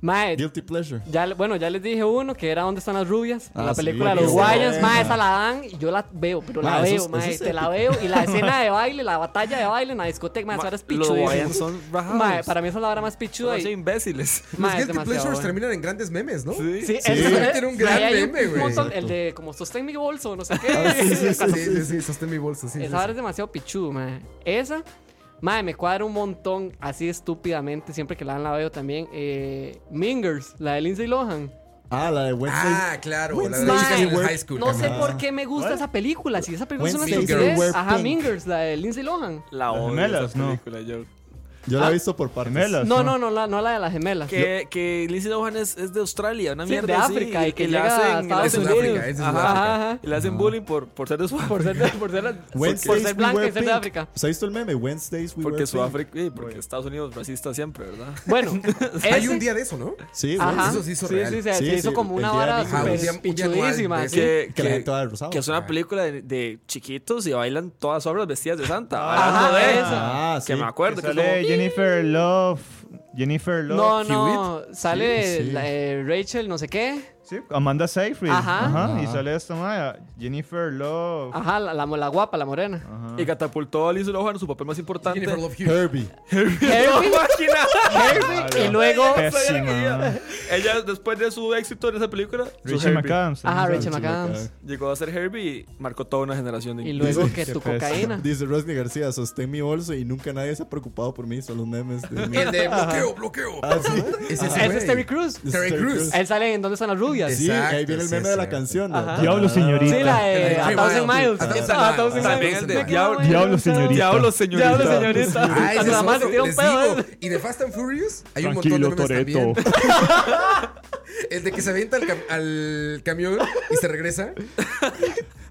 F: Mae,
E: Guilty Pleasure.
F: Ya, le- bueno, ya les dije uno que era ¿Dónde están las rubias?
E: Ah,
F: la
E: sí,
F: película de
E: qué
F: los guayas,
E: buena.
F: mae, esa la dan y yo la veo, pero la
E: Ma, eso es-
F: veo, mae,
E: eso es
F: te la veo y la escena de baile, la batalla de baile en la discoteca, mae, esa hora es
I: Los
F: pichudísima.
I: guayanos son
F: Mae,
I: rajados.
F: para mí esa es la hora más pichuda
I: Son
F: y
I: imbéciles.
F: mae,
A: Los
F: es
A: Guilty
F: demasiado
A: Pleasures
F: buena.
A: terminan en grandes memes, ¿no?
I: Ah. Sí.
F: Sí,
E: Sí.
F: eso
A: Era un gran
F: ahí hay un
A: meme, güey. Ah,
F: montón,
E: Exacto.
F: El de como sostén mi bolso, no sé
A: Sí,
E: Ah,
F: qué.
A: sí, sí, sí, sí, sostén mi bolsa, sí. sí,
F: Esa hora es demasiado pichudo, mae. Esa, mae, me cuadra un montón así estúpidamente, siempre que la dan la veo también. Eh, Mingers, la de Lindsay Lohan.
E: Ah, la de Wednesday.
A: Ah, claro, la de
E: Wednesday
A: las chicas en el
E: Work-
A: high school.
F: No sé
E: Ah.
A: también.
F: por qué me gusta esa película. Si esa película es una
E: Wednesday
F: estupidez.
E: Girl Wear
F: Ajá,
E: Pink.
F: Mingers, la de Lindsay Lohan.
I: La
H: Las
I: odio
H: gemelas,
I: esa
H: no.
I: película, yo.
E: Yo
A: Ah.
E: la he visto por partes.
H: Gemelas.
F: No, no, no, la, no la de las gemelas.
I: Que, que Lindsay Lohan es, es de Australia, una
F: Sí,
I: mierda
F: de
I: así,
F: África, y que
I: le
F: llega a
I: hacen, le
F: Estados
I: hacen
A: Unidos.
I: bullying.
A: África, es de
I: Ajá,
A: Sudáfrica.
F: Ajá, ajá.
I: Y le hacen bullying por, por ser de Sudáfrica.
F: Por ser, de- por ser, por
E: Wednesdays
F: ser
E: we
F: blanca
E: wear
F: y ser de
E: pink.
F: África.
E: ¿Usted ha visto el meme? Wednesdays we wear
I: Porque
E: pink.
I: Sudáfrica, sí, porque Estados Unidos racista siempre, ¿verdad?
F: Bueno,
A: Hay
F: ese-
A: un día de eso, ¿no?
E: Sí, güey.
F: Ajá.
A: Eso sí hizo
F: sí,
A: real.
F: sí, se,
E: Sí,
F: se hizo
E: sí,
F: como
E: el
F: una
E: día de
F: vara
E: Mingers.
A: Ah, un día-
F: super
A: un día anual
F: pichudísima.
A: de
F: sí.
A: ese.
I: Que,
E: Que la gente va
I: que,
E: de rosado.
I: que es una película de, de chiquitos y bailan todas sobras vestidas de santa.
F: Ajá,
I: Hablando de
F: esa.
E: Ah, sí.
I: Que me acuerdo. Que es
H: Sale Jennifer Love. Jennifer Love.
F: No, no, sale
E: Sí, sí.
F: la- eh, Rachel, no sé qué.
H: Sí, Amanda Seyfried.
F: Ajá.
H: Ajá. Y sale esta maya. Jennifer Love.
F: Ajá, la, la, la guapa, la morena.
I: como- y catapultó a Lindsay Lohan en su papel más importante.
A: Jennifer Love Hewitt.
E: Herbie.
F: Herbie, Herbie, y luego.
H: Pésima.
I: Ella, después de su éxito en esa película, su
H: Richie
I: Herbie.
H: McAdams.
F: Ajá,
H: Richie
F: Rachel McAdams.
I: llegó a ser Herbie y marcó toda una generación. De
F: Y luego
E: Dice-
F: que tu
H: Qué pésimo.
F: cocaína.
E: Dice Rosny García, sostén mi bolso y nunca nadie se ha preocupado por mí, son los memes de mí. Ah,
A: El de bloqueo, bloqueo. Es ese
F: Ah, Ese es
A: güey.
F: Terry Cruz.
A: Terry Crews.
F: Él sale en ¿Dónde están las rubias?
E: Sí,
A: Exacto,
E: ahí viene el
A: sí,
E: meme
A: es
E: de la
A: cierto.
E: canción. Ah.
F: Ajá.
H: Diablo, señorita.
F: Sí, la de
A: Ah,
F: A Thousand
A: sí.
F: Miles.
A: A Thousand
F: Ah,
A: Miles.
F: Thousand
I: También
F: Miles.
I: el
F: Me
I: de
F: quedó
I: Diablo-
F: bueno.
H: Diablo, señorita.
I: Diablo, señorita.
F: Diablo, señorita.
A: Ah, ese es
F: Nada más
A: otro,
F: se tiró un
A: les
F: pedo.
A: digo. Y de Fast and Furious hay un
H: Tranquilo,
A: montón de memes
H: Toretto.
A: también. El de que se avienta al, cam- al camión y se regresa.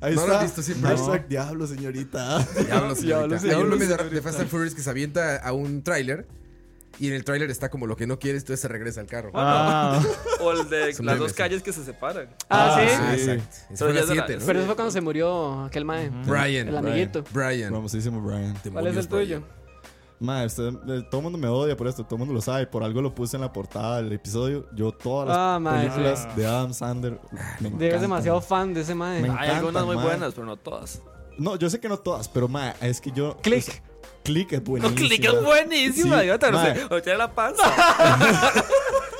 E: Ahí
A: No lo
E: está.
A: has visto, sí, pero-
E: Hashtag diablo, señorita.
A: Diablo, señorita. Hay un
I: señorita.
A: meme de, de Fast and Furious que se avienta a un tráiler y en el tráiler está como lo que no quieres, entonces se regresa al carro.
H: Ah,
I: O el de
A: Son
I: las
A: memes,
I: dos
A: sí.
I: calles que se separan.
F: Ah, sí.
A: Ah, exacto. Esa
I: Pero
A: fue
I: ya
A: la
I: es de la-
A: 7, ¿no?
F: Pero eso fue cuando se murió aquel mae.
A: Brian.
F: El amiguito.
A: Brian.
E: Famosísimo Brian.
A: Te
F: ¿Cuál es
A: murió
F: el tuyo?
E: Madre, todo el mundo me odia por esto, todo el mundo lo sabe. Por algo lo puse en la portada del episodio. Yo todas las
F: Ah, mae,
E: películas de Adam Sandler me
F: Eres
E: encantan.
F: demasiado fan de ese
E: Me
F: mae.
I: Hay
E: encantan,
I: algunas muy
E: mae.
I: buenas, pero no todas.
E: No, yo sé que no todas, pero madre, es que yo...
F: Click.
E: es- click es buenísimo.
I: Click es buenísima,
E: Sí,
I: yo te no
E: mae.
I: sé. O tiene la panza.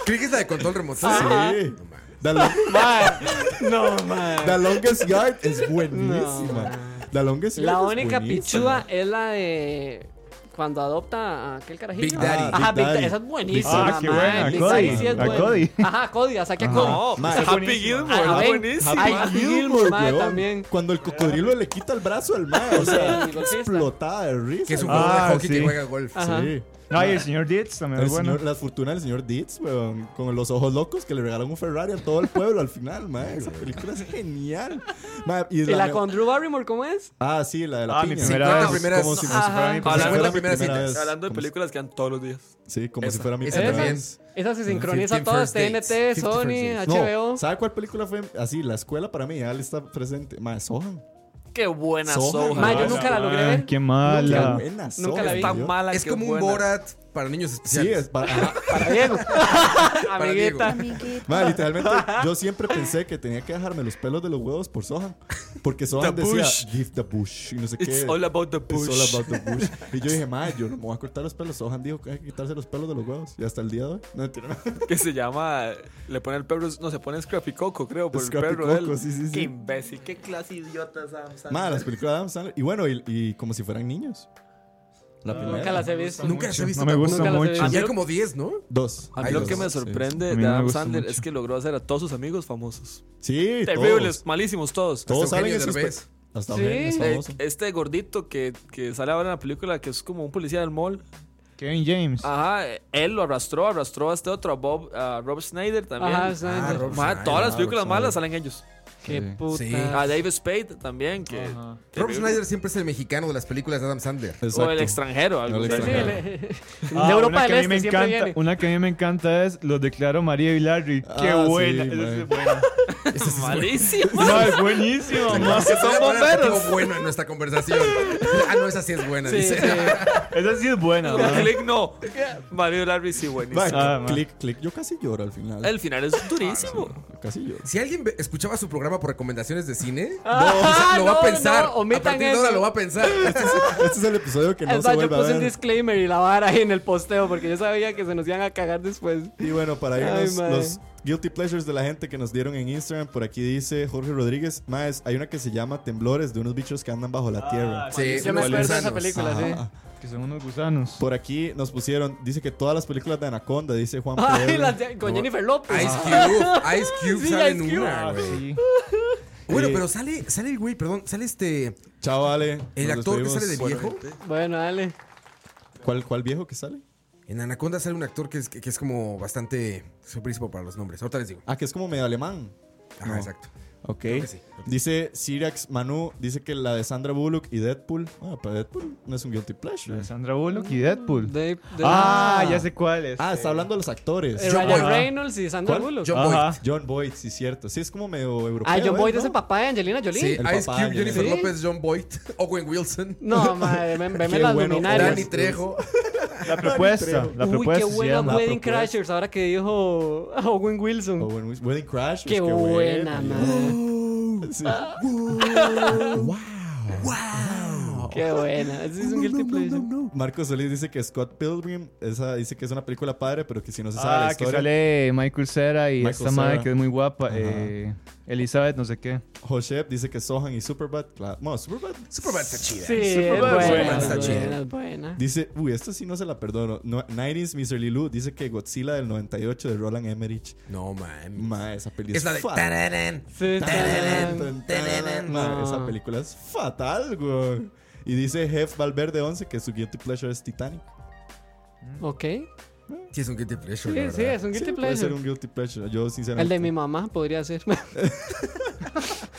A: Creo que es la de control remoto.
E: Sí. The, Lo-
F: Mae. No, mae.
E: The Longest Yard es buenísima. La longest
F: La
E: yard es
F: única
E: buenísima.
F: pichuda es la de cuando adopta a aquel carajillo.
A: Big Daddy.
F: Ajá,
E: Big
F: Big
E: Daddy.
F: Daddy. Esa es buenísima.
E: Ah,
H: qué
F: mae.
H: buena,
F: Big
H: Cody.
F: Daddy sí es
H: A
F: buena.
H: Cody.
F: Ajá, Cody, a saque a
E: Ajá.
F: Cody.
I: No,
E: Ma,
I: Happy
E: está
F: buenísimo.
I: Gilmore,
F: Ah,
I: era
F: ven.
I: buenísimo.
F: Ay,
E: Happy
F: Gilmore, mae,
E: weón.
F: también.
E: Cuando el cocodrilo le quita el brazo al mae, o sea,
F: Sí, el golfista.
E: explotada de risa.
A: Que es un
E: mae.
A: jugador
H: Ah,
A: de hockey que
H: sí.
A: juega golf.
F: Ajá.
E: Sí.
H: No, y el señor Dietz también
E: El
H: es bueno.
E: señor- la fortuna del señor Dietz, weón, con los ojos locos que le regalaron un Ferrari a todo el pueblo al final, mae. Esa película es genial. Mae, y
F: ¿Y la con Drew Barrymore cómo es?
E: Ah, sí, la de la
H: Ah, mi
E: piña.
H: primera
E: Como
A: vez.
E: si-
A: Primeras-
E: Como si,
F: Ajá.
H: Para mí,
E: como si
A: Hablando de
E: fuera
A: la
E: mi
A: primera cita.
E: vez.
I: Hablando de
E: Como si-
I: películas que dan todos los días.
E: Sí, como
A: Esa,
E: si fuera mi
A: esa
E: primera
A: también.
E: vez.
F: Esa se sincroniza
A: 15
F: todas,
A: First Dates.
F: TNT,
A: 15
F: Sony,
A: First
F: HBO.
E: No, ¿sabe cuál película fue? Así, la escuela para mí, ya le está presente. Mae, Sohan.
I: Qué buena
E: Sohan,
I: Sohan.
E: Ma,
F: yo
I: weón.
F: nunca la logré
H: Ah,
F: ver.
H: Qué
E: Qué
H: mala.
E: buena
F: Nunca
E: Sohan,
F: la vi.
I: Está
E: Dios.
I: mala
A: Es
I: qué
A: como un
I: buena.
A: Borat para niños
E: Sí,
A: especiales.
E: es para...
F: Para Diego.
A: Diego.
F: Amiguita.
M: Amiguita.
E: Madre, literalmente, yo siempre pensé que tenía que dejarme los pelos de los huevos por Sohan. Porque Sohan
I: The
E: decía,
I: bush.
E: give the bush. Y no sé qué.
I: It's all about the push.
E: It's all about the bush. Y yo dije, madre, yo no me voy a cortar los pelos. Sohan dijo que hay que quitarse los pelos de los huevos. Y hasta el día de hoy. No entiendo.
I: Que se llama. Le pone el perro. No, se pone Scrappy Coco, creo, por
E: Scrappy
I: el perro de él.
E: Coco, sí, sí, sí.
I: Qué imbécil, qué clase idiota Sam Sandler.
E: Madre, las películas de Adam Sandler. Y bueno, y, y como si fueran niños. La primera.
F: Nunca las he visto.
A: Nunca se ha visto.
H: No me gusta
F: Nunca las he
H: mucho.
F: visto.
A: Ya hay como 10, ¿no?
E: Dos.
I: A mí
E: Hay
I: lo
E: dos,
I: que me
E: sí.
I: sorprende
H: A mí
I: de
H: no me
I: Adam
H: gusta
I: Sandler
H: mucho.
I: es que logró hacer a todos sus amigos famosos.
E: Sí,
I: Terribles,
E: todos.
I: malísimos todos.
E: Todos
A: Hasta
E: salen
A: Eugenio
E: en sus...
A: Derbez.
E: pe- Hasta
F: Sí.
E: Eugenio es
I: Eh,
E: famoso.
I: este gordito que, que sale ahora en la película, que es como un policía del mall.
H: Kevin James.
I: Ajá, él lo arrastró, arrastró a este otro, a Bob, a Rob Schneider también.
F: Ajá, Sandler.
A: Rob
I: Ma,
A: Schneider.
I: todas las
E: ah,
I: películas
E: Rob
I: malas salen ellos.
F: Qué
H: Sí.
F: puta.
A: Sí.
I: A Dave Spade también, que.
H: Ajá.
A: Rob
I: terrible.
A: Schneider siempre es el mexicano de las películas de Adam Sandler.
I: O el extranjero, algo
E: El
I: así.
F: Sí, sí,
E: extranjero.
F: el-
H: Ah,
F: de Europa
H: una que
F: del
H: a mí
F: Este
H: me
F: siempre
H: encanta,
F: viene.
H: Una que a mí me encanta es Los declaro María y Larry. Qué
E: Ah, sí,
H: buena.
E: man.
H: Esa es buena.
I: Malísimo.
H: No, es buenísima. ma.
A: que son
I: bomberos.
A: bueno en nuestra conversación. Ah, no, esa sí es buena.
F: Sí,
A: dice.
F: sí.
H: Esa sí es buena. ma.
I: Click no. Mario Larry sí, buenísimo.
E: Madre,
H: Ah, madre.
E: clic, clic. Yo casi lloro al final.
I: El final es durísimo.
E: Casi lloro.
A: Si alguien ve- escuchaba su programa por recomendaciones de cine,
F: Ah,
A: lo va a
F: no,
A: pensar.
F: no,
A: a
F: omitan
A: partir de ahora
F: eso.
A: lo va a pensar.
E: Este es el episodio que no
F: Es más,
E: se
F: yo
E: vuelve a
F: puse un
E: ver.
F: disclaimer y la vara ahí en el posteo porque yo sabía que se nos iban a cagar después.
E: Y bueno, para
F: Ay,
E: irnos,
F: mae.
E: los guilty pleasures de la gente que nos dieron en Instagram, por aquí dice Jorge Rodríguez, más hay una que se llama Temblores de unos bichos que andan bajo
A: Ah,
E: la tierra.
A: Sí,
F: Yo me
A: unos
F: acuerdo de esa
A: gusanos.
F: película, sí.
E: Ajá.
H: Que son unos gusanos.
E: Por aquí nos pusieron, dice que todas las películas de Anaconda, dice Juan
F: Ay,
E: Puebla.
F: las de- con
E: No,
F: Jennifer López.
A: Ice Cube. Ice Cube
F: Sí,
A: sale
F: Ice
A: en
F: Cube.
A: una,
H: Ah,
A: güey.
H: sí.
A: Bueno, pero sale, sale el güey, perdón, sale este.
E: Chao, Ale.
A: El
E: Ah, Nos
A: actor que
E: despedimos.
A: sale de viejo.
F: Bueno, dale.
E: ¿Cuál, ¿Cuál viejo que sale?
A: En Anaconda sale un actor que es, que, que es como bastante. Soy príncipe para los nombres. Ahorita les digo.
E: Ah, que es como medio alemán.
A: Ajá,
E: No.
A: exacto.
E: Ok.
A: que sí.
E: Dice Sirax Manu, dice que la de Sandra Bullock y Deadpool. Ah, pero Deadpool no es un guilty pleasure.
H: De Sandra Bullock y Deadpool.
F: Dave- Dave-
H: Ah, ya sé cuál es.
E: Ah, está hablando de los actores.
F: Eh,
A: John
F: Ryan
A: Boyd.
F: Reynolds y Sandra
E: ¿Cuál?
F: Bullock.
A: John Boyd.
H: Ajá.
E: John Boyd, sí, cierto. Sí, es como medio europeo.
F: ah, John
E: ¿eh?
F: Boyd es
E: ¿no?
F: el papá de Angelina Jolie.
A: Sí,
E: El
A: Ice
E: papá,
A: Cube, Jennifer
F: ¿sí?
A: López, John Boyd, Owen Wilson,
F: No, madre, ven- venme
E: Qué
F: las
E: bueno.
A: Danny
F: luminarias.
A: Trejo.
H: La propuesta. La
F: Uy,
H: propuesta.
F: qué
H: se
F: buena
H: llama.
F: Wedding
E: propuesta.
F: Crashers ahora que dijo Owen Wilson.
E: Owen Wilson. Wedding
H: Pues
E: Crash. pues
F: qué, buena, madre.
E: Sí.
F: Qué buena. Ese es un guilty pleasure.
E: Marco Solís dice que Scott Pilgrim, esa dice que es una película padre, pero que si no se sabe la
H: Ah, que
E: historia.
H: sale Michael Cera y
E: Michael
H: esta madre
E: Cera.
H: que es muy guapa.
E: Ajá.
H: eh, Elizabeth, no sé qué.
E: Josep dice que Sohan y Superbad. Claro. No, Superbad.
A: Superman está chida.
F: Sí, es
H: buena,
F: buena, es buena,
A: está
F: es
A: chida.
F: buena, es buena.
E: Dice, uy, esto sí no se la perdono. No, 90s Mr. Lilu dice que Godzilla del 98 de Roland Emmerich.
A: No, man.
E: Ma, esa película
A: Es la de.
E: fatal.
A: Tararán.
F: Sí,
E: Tan,
F: tan-
E: tan, tan. Ma,
F: No.
E: Esa película es fatal, güey. Y dice Jeff Valverde 11 que su guilty pleasure es Titanic.
F: Ok.
A: Sí, es un guilty pleasure.
F: Sí,
A: la
F: sí,
A: verdad.
F: es un guilty
E: Sí, Puede ser
F: pleasure.
E: un guilty pleasure. Yo, sinceramente.
F: El de mi mamá podría ser.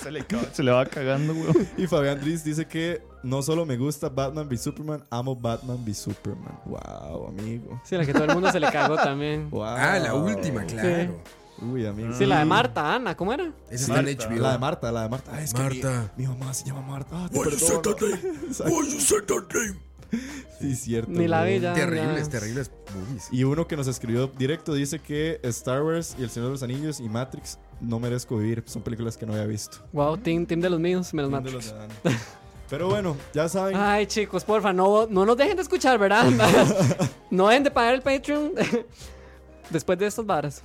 H: Se le, se le va cagando, güey.
E: Y Fabián Dries dice que no solo me gusta Batman v Superman, amo Batman v Superman. Wow, amigo.
F: Sí, la que todo el mundo se le cagó también.
E: Wow.
A: Ah, la última, claro.
E: Uy, amigo.
F: Sí, la de Marta, Ana, ¿cómo era?
A: Esa está en HBO.
E: La de Marta, la de Marta. Ay, es que
A: Marta.
E: mi, mi mamá se llama Marta. Ah, te
A: Why you said
E: perdono.
A: that name?
E: Exacto.
A: Why you said that name?
E: Sí, cierto.
F: Ni la
E: güey.
F: vi ya.
A: Terribles,
F: ya.
A: terribles movies.
E: Y uno que nos escribió directo dice que Star Wars y El Señor de los Anillos y Matrix no merezco vivir. Son películas que no había visto.
F: Wow, team, team de los míos, menos
E: Son
F: mal.
E: de los de Adán. Pero bueno, ya saben.
F: Ay, chicos, porfa, no, no nos dejen de escuchar, ¿verdad? no dejen de pagar el Patreon. después de estas varas.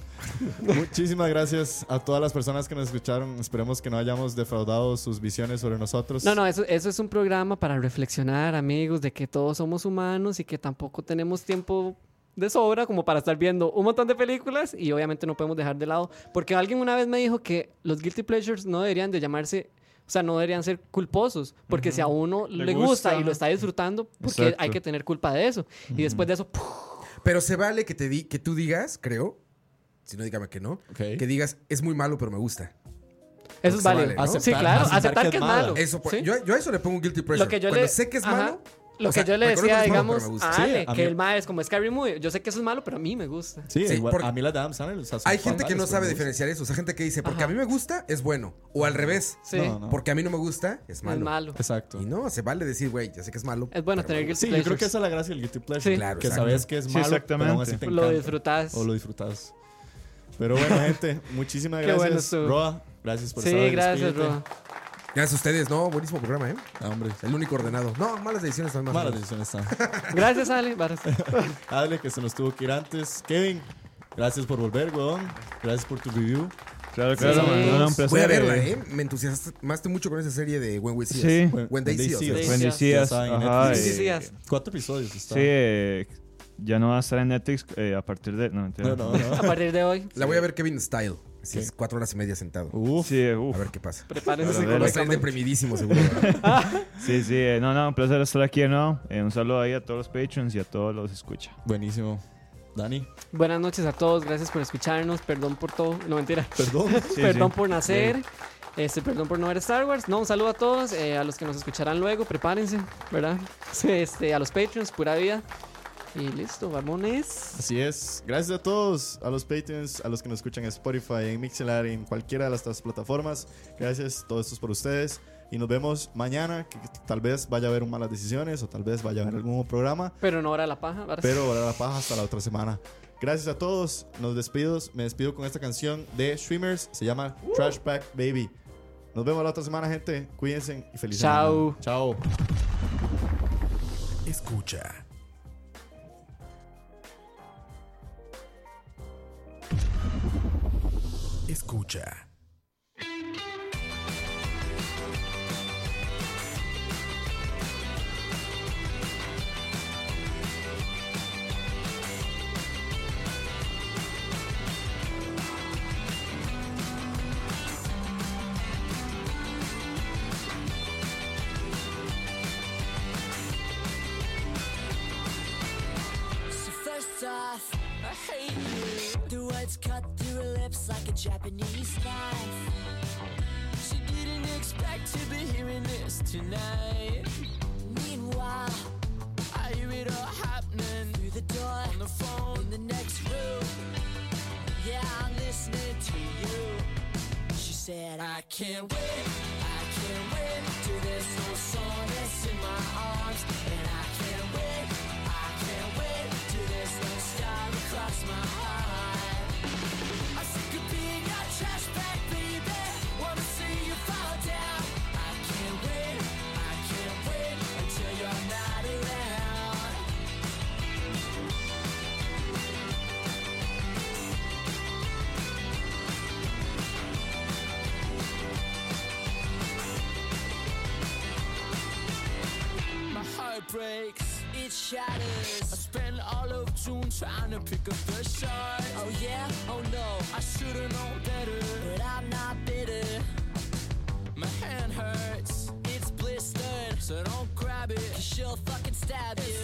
E: Muchísimas gracias a todas las personas que nos escucharon. Esperemos que no hayamos defraudado sus visiones sobre nosotros.
F: No, no, eso, eso es un programa para reflexionar, amigos, de que todos somos humanos y que tampoco tenemos tiempo de sobra como para estar viendo un montón de películas y obviamente no podemos dejar de lado. Porque alguien una vez me dijo que los guilty pleasures no deberían de llamarse... O sea, no deberían ser culposos, porque si a uno le,
H: Le
F: gusta,
H: gusta.
F: y lo está disfrutando, porque
E: Exacto.
F: hay que tener culpa de eso. Y después de eso, ¡puf!
L: Pero se vale que, te di que tú digas, creo, si no dígame que no,
E: Ok.
L: que digas, es muy malo, pero me gusta.
F: eso
L: Porque
F: es
L: se vale,
F: válido.
L: ¿no?
F: sí,
E: Aceptar-
F: claro,
E: aceptar
F: aceptar que es malo.
L: Eso, pues,
F: Sí.
L: yo, yo a eso le pongo un guilty pleasure.
F: Lo que yo
L: Cuando
F: le,
L: sé que es
F: ajá.
L: malo,
F: Lo
L: o
F: que
L: sea,
F: yo le
L: reconozco que
F: decía,
L: es malo, pero
F: digamos,
L: me gusta.
F: a
E: Sí,
F: Ale,
E: a
F: que
E: mí-
F: el mae es como Scary Movie. Yo sé que eso es malo, pero a mí me gusta.
E: Sí,
L: Sí,
E: igual-
L: porque-
E: a mí la Adam Sandler. o sea, son
L: hay gente que
E: fatales,
L: no
E: pero
L: sabe
E: me
L: diferenciar eso. O sea, gente que dice, porque
F: Ajá.
L: a mí me gusta, es bueno. O al revés,
F: Sí,
E: No, no.
L: porque a mí no me gusta, es malo.
F: es malo.
E: gusta. Exacto.
L: Y no, se vale decir, güey, ya sé que es malo.
F: Es bueno
L: pero
F: tener
L: me
F: guilty
E: Sí, yo creo que esa es la gracia del YouTube Pleasure.
F: Sí.
L: Claro,
E: que
L: exacto.
E: sabes que es
H: Sí,
E: malo, pero aún así
H: exactamente.
E: te
F: Lo
E: encanta.
F: disfrutas.
E: O lo disfrutas. Pero bueno, gente, muchísimas
F: Qué bueno
E: gracias.
F: estuvo.
E: Roa, gracias por estar
F: Sí,
E: aquí.
F: gracias,
E: Despídete.
F: bro.
L: gusta. Gracias a ustedes, no, buenísimo programa, ¿eh?
E: Ah, hombre,
L: El único ordenado. No, malas decisiones son más.
E: malas
L: malas.
E: decisiones están.
F: Gracias, Ale. Varas.
E: Adle, que se nos tuvo que ir antes. Kevin, gracias por volver, weón. Gracias por tu review.
H: Claro, claro,
F: Sí.
H: man. No, no, un placer.
L: Voy a verla, ¿eh? Me entusiasmaste mucho con esa serie de When We See Us.
H: Sí.
E: Buen-
L: When They See Us.
E: Us.
F: When They
H: See
E: Ya
H: Us.
E: saben,
H: Ajá,
E: Netflix.
H: eh,
F: Sí, sí, as-
E: Cuatro episodios está.
H: Sí, eh, ya no va a estar en Netflix eh, a partir de. No, mentira.
E: No, no, no.
F: A partir de hoy,
L: La voy a ver Kevin Style. Así
E: Ok.
L: es, cuatro horas y media sentado.
E: Uf.
H: Sí, eh, uf.
L: A ver qué pasa.
F: prepárense.
L: Va a salir deprimidísimo, seguro.
H: Sí, sí. eh, no, no, un placer estar aquí, ¿no? Eh, un saludo ahí a todos los patrons y a todos los escucha.
E: Buenísimo. Dani,
F: Buenas noches a todos. Gracias por escucharnos. Perdón por todo. No, mentira.
E: perdón.
H: Sí,
F: perdón
H: sí.
F: por nacer. Este, perdón por no ver Star Wars. No, un saludo a todos, eh, a los que nos escucharán luego, prepárense, ¿verdad? Sí, Este, a los Patreons, pura vida. Y listo, vamones.
E: Así es. Gracias a todos, a los Patreons, a los que nos escuchan en Spotify, en Mixelar, en cualquiera de las otras plataformas. Gracias, todo esto es por ustedes. Y nos vemos mañana, que tal vez vaya a haber un malas decisiones o tal vez vaya a haber algún programa.
F: Pero no hora la paja, ¿verdad?
E: Pero volar la paja hasta la otra semana. Gracias a todos. Nos despido. Me despido con esta canción de Streamers. Se llama Trash Pack Baby. Nos vemos la otra semana, gente. Cuídense y feliz
F: Chao.
E: Navidad. Chao.
L: Escucha. Escucha.
D: So first off, I hate you. The words cut through her lips like a Japanese knife. She didn't expect to be hearing this tonight. Meanwhile, I hear it all happening through the door, on the phone, in the next room. Yeah, I'm listening to you. She said, I can't wait, I can't wait to this whole song that's in my arms, and I can't wait. I can't wait till there's no sky across my heart. I'm sick of being a trash bag, baby. Wanna see you fall down. I can't wait, I can't wait until you're not around. My heart breaks, it shatters. I spent all of June trying to pick up the shard. Oh yeah, oh no, I should've known better, but I'm not bitter. My hand hurts, it's blistered, so don't grab it, cause she'll fucking stab you.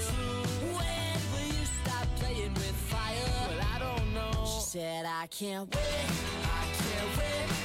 D: When will you stop playing with fire? Well, I don't know. She said, I can't wait, I can't wait